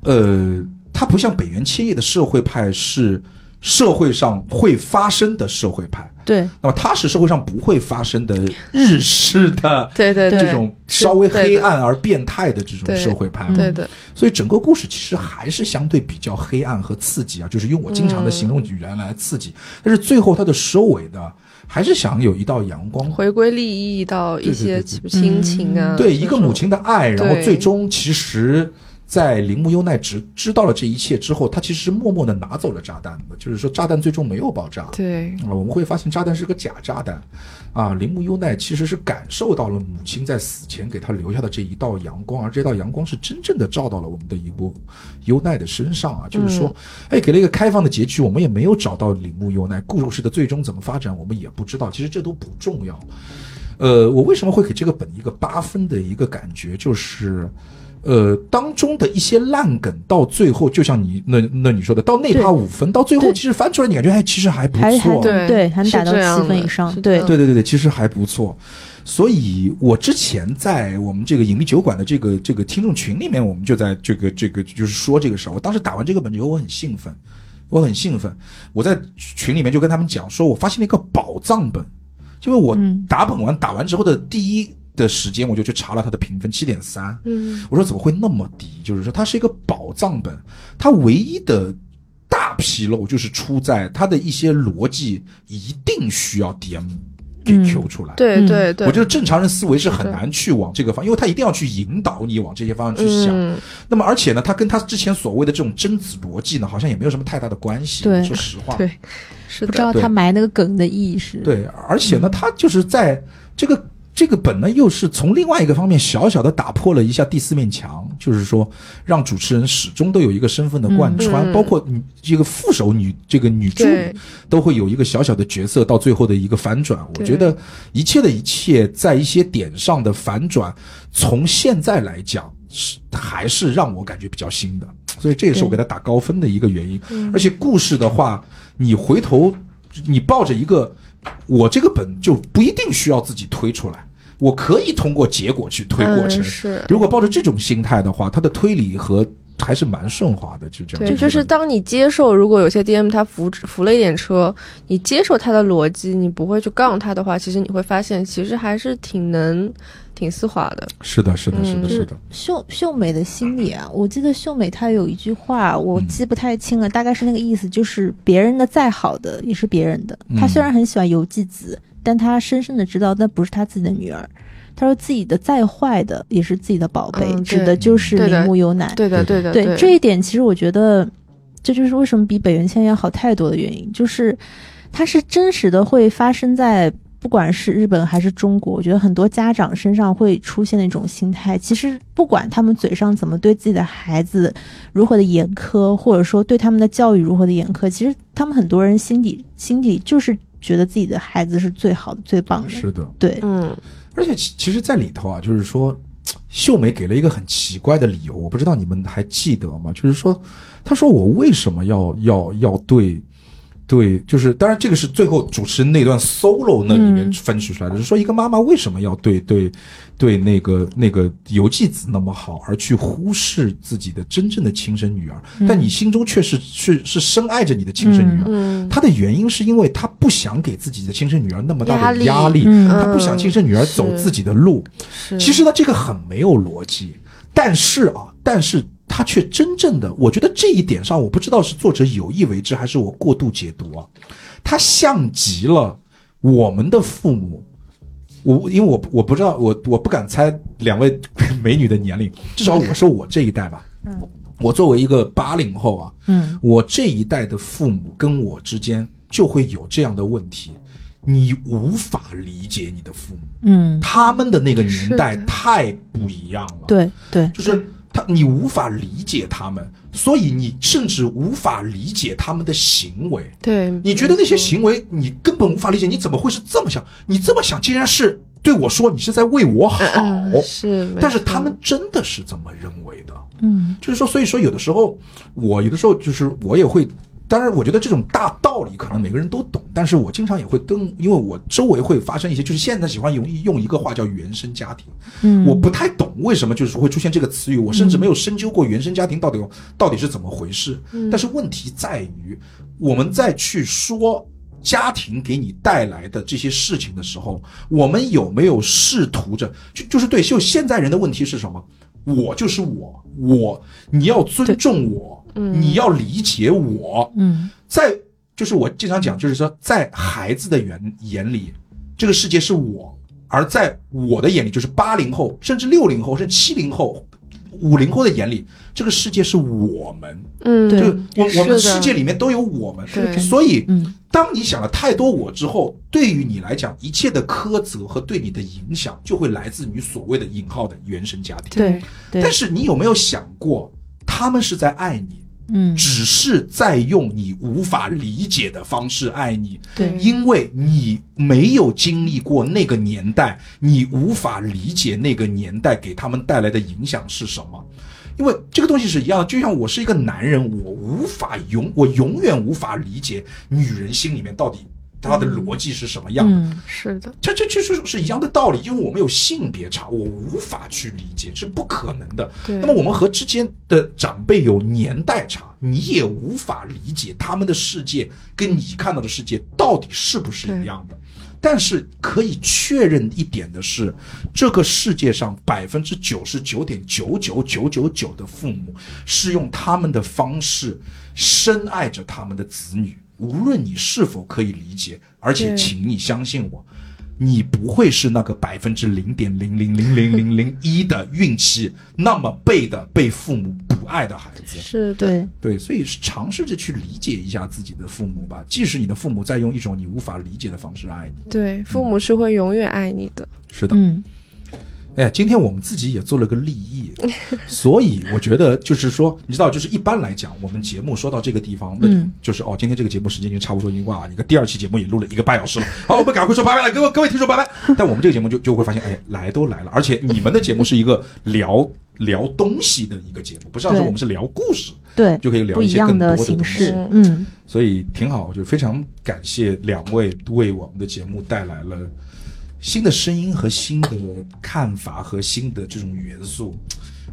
[SPEAKER 1] 呃，它不像北原千叶的社会派是社会上会发生的社会派，
[SPEAKER 3] 对
[SPEAKER 1] 那么它是社会上不会发生的日式的
[SPEAKER 2] 对对对
[SPEAKER 1] 这种稍微黑暗而变态的这种社会派嘛，
[SPEAKER 2] 对的，
[SPEAKER 1] 所以整个故事其实还是相对比较黑暗和刺激啊，就是用我经常的形容语言来刺激。但是最后它的收尾呢，还是想有一道阳光。
[SPEAKER 2] 回归利益到一些
[SPEAKER 1] 对对
[SPEAKER 2] 亲情啊，
[SPEAKER 1] 对一嗯个母亲的爱，然后
[SPEAKER 2] 对
[SPEAKER 1] 最终其实，在铃木优奈知知道了这一切之后，他其实默默的拿走了炸弹的，就是说炸弹最终没有爆炸。
[SPEAKER 2] 这种，对，
[SPEAKER 1] 啊，我们会发现炸弹是个假炸弹，啊，铃木优奈其实是感受到了母亲在死前给他留下的这一道阳光，而这道阳光是真正的照到了我们的一部优奈的身上啊，就是
[SPEAKER 3] 嗯
[SPEAKER 1] 说，哎，给了一个开放的结局，我们也没有找到铃木优奈，故事的最终怎么发展我们也不知道，其实这都不重要。呃，我为什么会给这个本一个八分的一个感觉，就是。呃，当中的一些烂梗到最后，就像你那那你说的，到那
[SPEAKER 3] 对
[SPEAKER 1] 趴五分，到最后
[SPEAKER 3] 对
[SPEAKER 1] 其实翻出来，你感觉哎，其实还不错，
[SPEAKER 3] 还还
[SPEAKER 2] 对
[SPEAKER 3] 对，还能
[SPEAKER 2] 是
[SPEAKER 3] 达到
[SPEAKER 2] 这样
[SPEAKER 3] 七分
[SPEAKER 2] 的
[SPEAKER 3] 以上
[SPEAKER 2] 是，
[SPEAKER 3] 对
[SPEAKER 2] 这样，
[SPEAKER 1] 对对对对，其实还不错。所以，我之前在我们这个引力酒馆的这个这个听众群里面，我们就在这个这个就是说这个事儿。我当时打完这个本之后，我很兴奋，我很兴奋。我在群里面就跟他们讲说，我发现了一个宝藏本，因为我打本完、打完之后的第一的时间，我就去查了它的评分七点三。
[SPEAKER 2] 嗯，
[SPEAKER 1] 我说怎么会那么低？就是说它是一个宝藏本，它唯一的大纰漏就是出在它的一些逻辑一定需要 DM 给 Q 出来。
[SPEAKER 2] 对
[SPEAKER 3] 嗯
[SPEAKER 2] 对对，
[SPEAKER 1] 我觉得正常人思维是很难去往这个方，因为他一定要去引导你往这些方向去想。
[SPEAKER 2] 嗯
[SPEAKER 1] 那么，而且呢，他跟他之前所谓的这种贞子逻辑呢，好像也没有什么太大的关系。
[SPEAKER 3] 对
[SPEAKER 1] 说实话，
[SPEAKER 2] 对，是
[SPEAKER 3] 不知
[SPEAKER 2] 的，
[SPEAKER 3] 道他埋那个梗的意义是，
[SPEAKER 1] 对，而且
[SPEAKER 2] 嗯
[SPEAKER 1] 呢，他就是在这个这个本呢，又是从另外一个方面小小的打破了一下第四面墙，就是说让主持人始终都有一个身份的贯穿，
[SPEAKER 2] 嗯
[SPEAKER 1] 包括女这个副手女这个女助理
[SPEAKER 2] 对
[SPEAKER 1] 都会有一个小小的角色，到最后的一个反转。我
[SPEAKER 2] 对
[SPEAKER 1] 觉得一切的一切在一些点上的反转，从现在来讲是还是让我感觉比较新的，所以这也是我给他打高分的一个原因。
[SPEAKER 2] 嗯
[SPEAKER 1] 而且故事的话，你回头你抱着一个我这个本就不一定需要自己推出来，我可以通过结果去推过程。
[SPEAKER 2] 嗯是
[SPEAKER 1] 如果抱着这种心态的话，他的推理和还是蛮顺滑的，就这样。
[SPEAKER 2] 对，就是当你接受，如果有些 DM 他扶扶了一点车，你接受他的逻辑，你不会去杠他的话，其实你会发现，其实还是挺能、挺丝滑的。
[SPEAKER 1] 是的，是的，是的，
[SPEAKER 2] 嗯
[SPEAKER 3] 就是是
[SPEAKER 1] 的。
[SPEAKER 3] 秀秀美的心理啊，我记得秀美她有一句话，我
[SPEAKER 1] 嗯
[SPEAKER 3] 记不太清了，大概是那个意思，就是别人的再好的也是别人的。
[SPEAKER 1] 嗯
[SPEAKER 3] 她虽然很喜欢游纪子，但她深深的知道那不是她自己的女儿。她说自己的再坏的也是自己的宝贝，
[SPEAKER 2] 嗯对
[SPEAKER 3] 指的就是
[SPEAKER 2] 对的
[SPEAKER 3] 铃木优乃。
[SPEAKER 2] 对的，
[SPEAKER 1] 对
[SPEAKER 2] 对的，
[SPEAKER 3] 对这一点，其实我觉得这就是为什么比北原千要好太多的原因，就是它是真实的会发生在不管是日本还是中国，我觉得很多家长身上会出现的一种心态。其实不管他们嘴上怎么对自己的孩子如何的严苛，或者说对他们的教育如何的严苛，其实他们很多人心底心底就是觉得自己的孩子是最好的、最棒的。
[SPEAKER 1] 是的，
[SPEAKER 3] 对，
[SPEAKER 2] 嗯，
[SPEAKER 1] 而且其其实，在里头啊，就是说，秀美给了一个很奇怪的理由，我不知道你们还记得吗？就是说，她说我为什么要要要对对，就是当然这个是最后主持人那段 solo 那里面
[SPEAKER 3] 嗯
[SPEAKER 1] 分析出来的，就是说一个妈妈为什么要对对对那个那个游纪子那么好，而去忽视自己的真正的亲生女儿，但你心中却是是是深爱着你的亲生女儿。
[SPEAKER 2] 嗯，
[SPEAKER 1] 她的原因是因为她不想给自己的亲生女儿那么大
[SPEAKER 2] 压
[SPEAKER 1] 的
[SPEAKER 2] 力
[SPEAKER 1] 压力，嗯
[SPEAKER 3] 嗯
[SPEAKER 1] 她不想亲生女儿
[SPEAKER 2] 嗯
[SPEAKER 1] 走
[SPEAKER 2] 是
[SPEAKER 1] 自己的路，
[SPEAKER 2] 是
[SPEAKER 1] 其实呢，这个很没有逻辑，但是啊，但是他却真正的，我觉得这一点上，我不知道是作者有意为之，还是我过度解读啊。他像极了我们的父母，我因为我我不知道，我我不敢猜两位美女的年龄，至少我说我这一代吧。嗯，我作为一个八零后啊，
[SPEAKER 3] 嗯，
[SPEAKER 1] 我这一代的父母跟我之间就会有这样的问题，你无法理解你的父母。
[SPEAKER 3] 嗯，
[SPEAKER 1] 他们的那个年代
[SPEAKER 2] 是的
[SPEAKER 1] 太不一样了，，
[SPEAKER 3] 对对，
[SPEAKER 1] 就是他你无法理解他们，所以你甚至无法理解他们的行为。
[SPEAKER 2] 对，
[SPEAKER 1] 你觉得那些行为你根本无法理解，你怎么会是这么想？你这么想竟然是对我说你是在为我好，
[SPEAKER 2] 嗯嗯是，
[SPEAKER 1] 但是
[SPEAKER 2] 没错
[SPEAKER 1] 他们真的是这么认为的。
[SPEAKER 3] 嗯
[SPEAKER 1] 就是说，所以说有的时候我有的时候就是我也会当然，我觉得这种大道理可能每个人都懂，但是我经常也会跟，因为我周围会发生一些，就是现在喜欢用用一个话叫原生家庭，
[SPEAKER 3] 嗯，
[SPEAKER 1] 我不太懂为什么就是会出现这个词语，我甚至没有深究过原生家庭到底有到底是怎么回事。但是问题在于，我们在去说家庭给你带来的这些事情的时候，我们有没有试图着就就是对，就现在人的问题是什么？我就是我，我你要尊重我，你要理解我，
[SPEAKER 3] 嗯
[SPEAKER 1] 在就是我经常讲，就是说，在孩子的眼眼里，这个世界是我；而在我的眼里，就是八零后，甚至六零后，甚至七零后、五零后的眼里，这个世界是我们。
[SPEAKER 2] 嗯，
[SPEAKER 3] 对
[SPEAKER 1] 就我我们
[SPEAKER 2] 是的
[SPEAKER 1] 世界里面都有我们，
[SPEAKER 2] 是的
[SPEAKER 1] 所以
[SPEAKER 3] 嗯
[SPEAKER 1] 当你想了太多我之后，对于你来讲，一切的苛责和对你的影响，就会来自于所谓的引号的原生家庭。
[SPEAKER 3] 对对
[SPEAKER 1] 但，是你有没有想过，他们是在爱你？
[SPEAKER 3] 嗯
[SPEAKER 1] 只是在用你无法理解的方式爱你，
[SPEAKER 3] 对
[SPEAKER 1] 因为你没有经历过那个年代，你无法理解那个年代给他们带来的影响是什么。因为这个东西是一样的，就像我是一个男人，我无法永，我永远无法理解女人心里面到底她的逻辑是什么样的。
[SPEAKER 3] 嗯
[SPEAKER 2] 是的，
[SPEAKER 1] 这这这是是一样的道理，因为我们有性别差，我无法去理解，是不可能的。
[SPEAKER 2] 对
[SPEAKER 1] 那么我们和之间的长辈有年代差，你也无法理解他们的世界跟你看到的世界到底是不是一样的。但是可以确认一点的是，这个世界上百分之九十九点九九九九九的父母是用他们的方式深爱着他们的子女，无论你是否可以理解，而且
[SPEAKER 2] 对
[SPEAKER 1] 请你相信我，你不会是那个百分之零点零零零零零零一的运气那么背的被父母不爱的孩子。
[SPEAKER 2] 是的，
[SPEAKER 3] 对，
[SPEAKER 1] 对，所以是尝试着去理解一下自己的父母吧，即使你的父母在用一种你无法理解的方式爱你。
[SPEAKER 2] 对，父母是会永远爱你的。
[SPEAKER 1] 是的，
[SPEAKER 3] 嗯
[SPEAKER 1] 哎呀，今天我们自己也做了个立意，所以我觉得就是说，你知道，就是一般来讲，我们节目说到这个地方，那
[SPEAKER 3] 嗯
[SPEAKER 1] 就是哦，今天这个节目时间已经差不多已经挂了，你看第二期节目也录了一个半小时了，好，我们赶快说拜拜了，各位各位听众拜拜。但我们这个节目就就会发现，哎，来都来了，而且你们的节目是一个聊聊东西的一个节目，不像是
[SPEAKER 3] 对
[SPEAKER 1] 我们是聊故事，
[SPEAKER 3] 对，
[SPEAKER 1] 就可以聊
[SPEAKER 3] 不
[SPEAKER 1] 一
[SPEAKER 3] 一
[SPEAKER 1] 些更
[SPEAKER 3] 样
[SPEAKER 1] 多的
[SPEAKER 3] 形
[SPEAKER 1] 东西
[SPEAKER 3] 式，嗯
[SPEAKER 1] 所以挺好，就非常感谢两位为我们的节目带来了新的声音和新的看法和新的这种元素。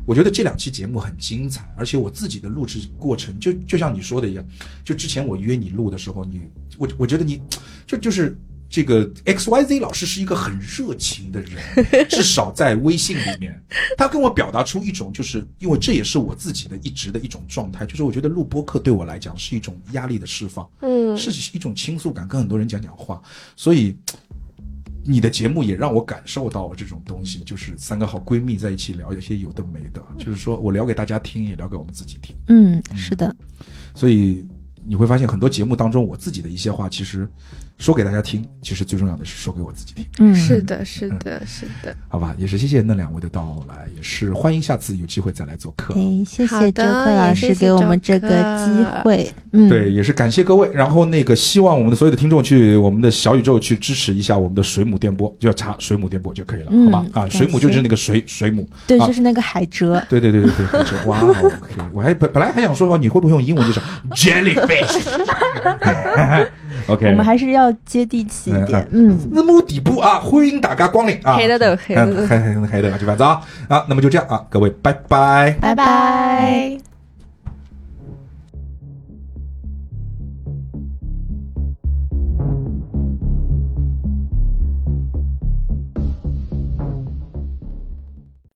[SPEAKER 1] 我觉得这两期节目很精彩，而且我自己的录制过程就就像你说的一样，就之前我约你录的时候，你我我觉得你就就是这个 X Y Z 老师是一个很热情的人， 至少在微信里面， 他跟我表达出一种就是因为这也是我自己的一直的一种状态，就是我觉得录播课对我来讲是一种压力的释放，
[SPEAKER 2] 嗯，
[SPEAKER 1] 是一种倾诉感，跟很多人讲讲话，所以。你的节目也让我感受到了这种东西，就是三个好闺蜜在一起聊一些有的没的，就是说我聊给大家听，也聊给我们自己听。
[SPEAKER 3] 嗯，是的，
[SPEAKER 1] 所以你会发现很多节目当中，我自己的一些话，其实说给大家听，其实最重要的是说给我自己听，
[SPEAKER 3] 嗯
[SPEAKER 2] 是的，是的，是的。
[SPEAKER 1] 好吧？也是谢谢那两位的到来，也是欢迎下次有机会再来做客。
[SPEAKER 3] 哎，谢
[SPEAKER 2] 好
[SPEAKER 3] 谢周
[SPEAKER 2] 的
[SPEAKER 3] 克老
[SPEAKER 2] 也
[SPEAKER 3] 师
[SPEAKER 2] 谢谢
[SPEAKER 3] 给我们
[SPEAKER 2] 周
[SPEAKER 3] 这个机
[SPEAKER 2] 克
[SPEAKER 3] 会，嗯，
[SPEAKER 1] 对，也是感谢各位。然后那个，希望我们的所有的听众去我们的小宇宙去支持一下我们的水母电波，就要查水母电波就可以了，
[SPEAKER 3] 嗯
[SPEAKER 1] 好吧？啊，
[SPEAKER 3] 感谢
[SPEAKER 1] 水母就是那个水水母，
[SPEAKER 3] 对，
[SPEAKER 1] 啊
[SPEAKER 3] 就是那个海蜇，
[SPEAKER 1] 对对对对对，感谢哇哦，OK，我还本本来还想说哦你会不会用英文就是 jellyfish，OK，、
[SPEAKER 3] 我们还是要接地气一
[SPEAKER 1] 哎
[SPEAKER 3] 点，嗯，
[SPEAKER 1] 字幕底部啊，欢迎大家光临啊！
[SPEAKER 2] 黑得的黑得的
[SPEAKER 1] 嗯黑黑黑的，就这样子啊啊！那么就这样啊，各位，拜拜。
[SPEAKER 3] 拜拜。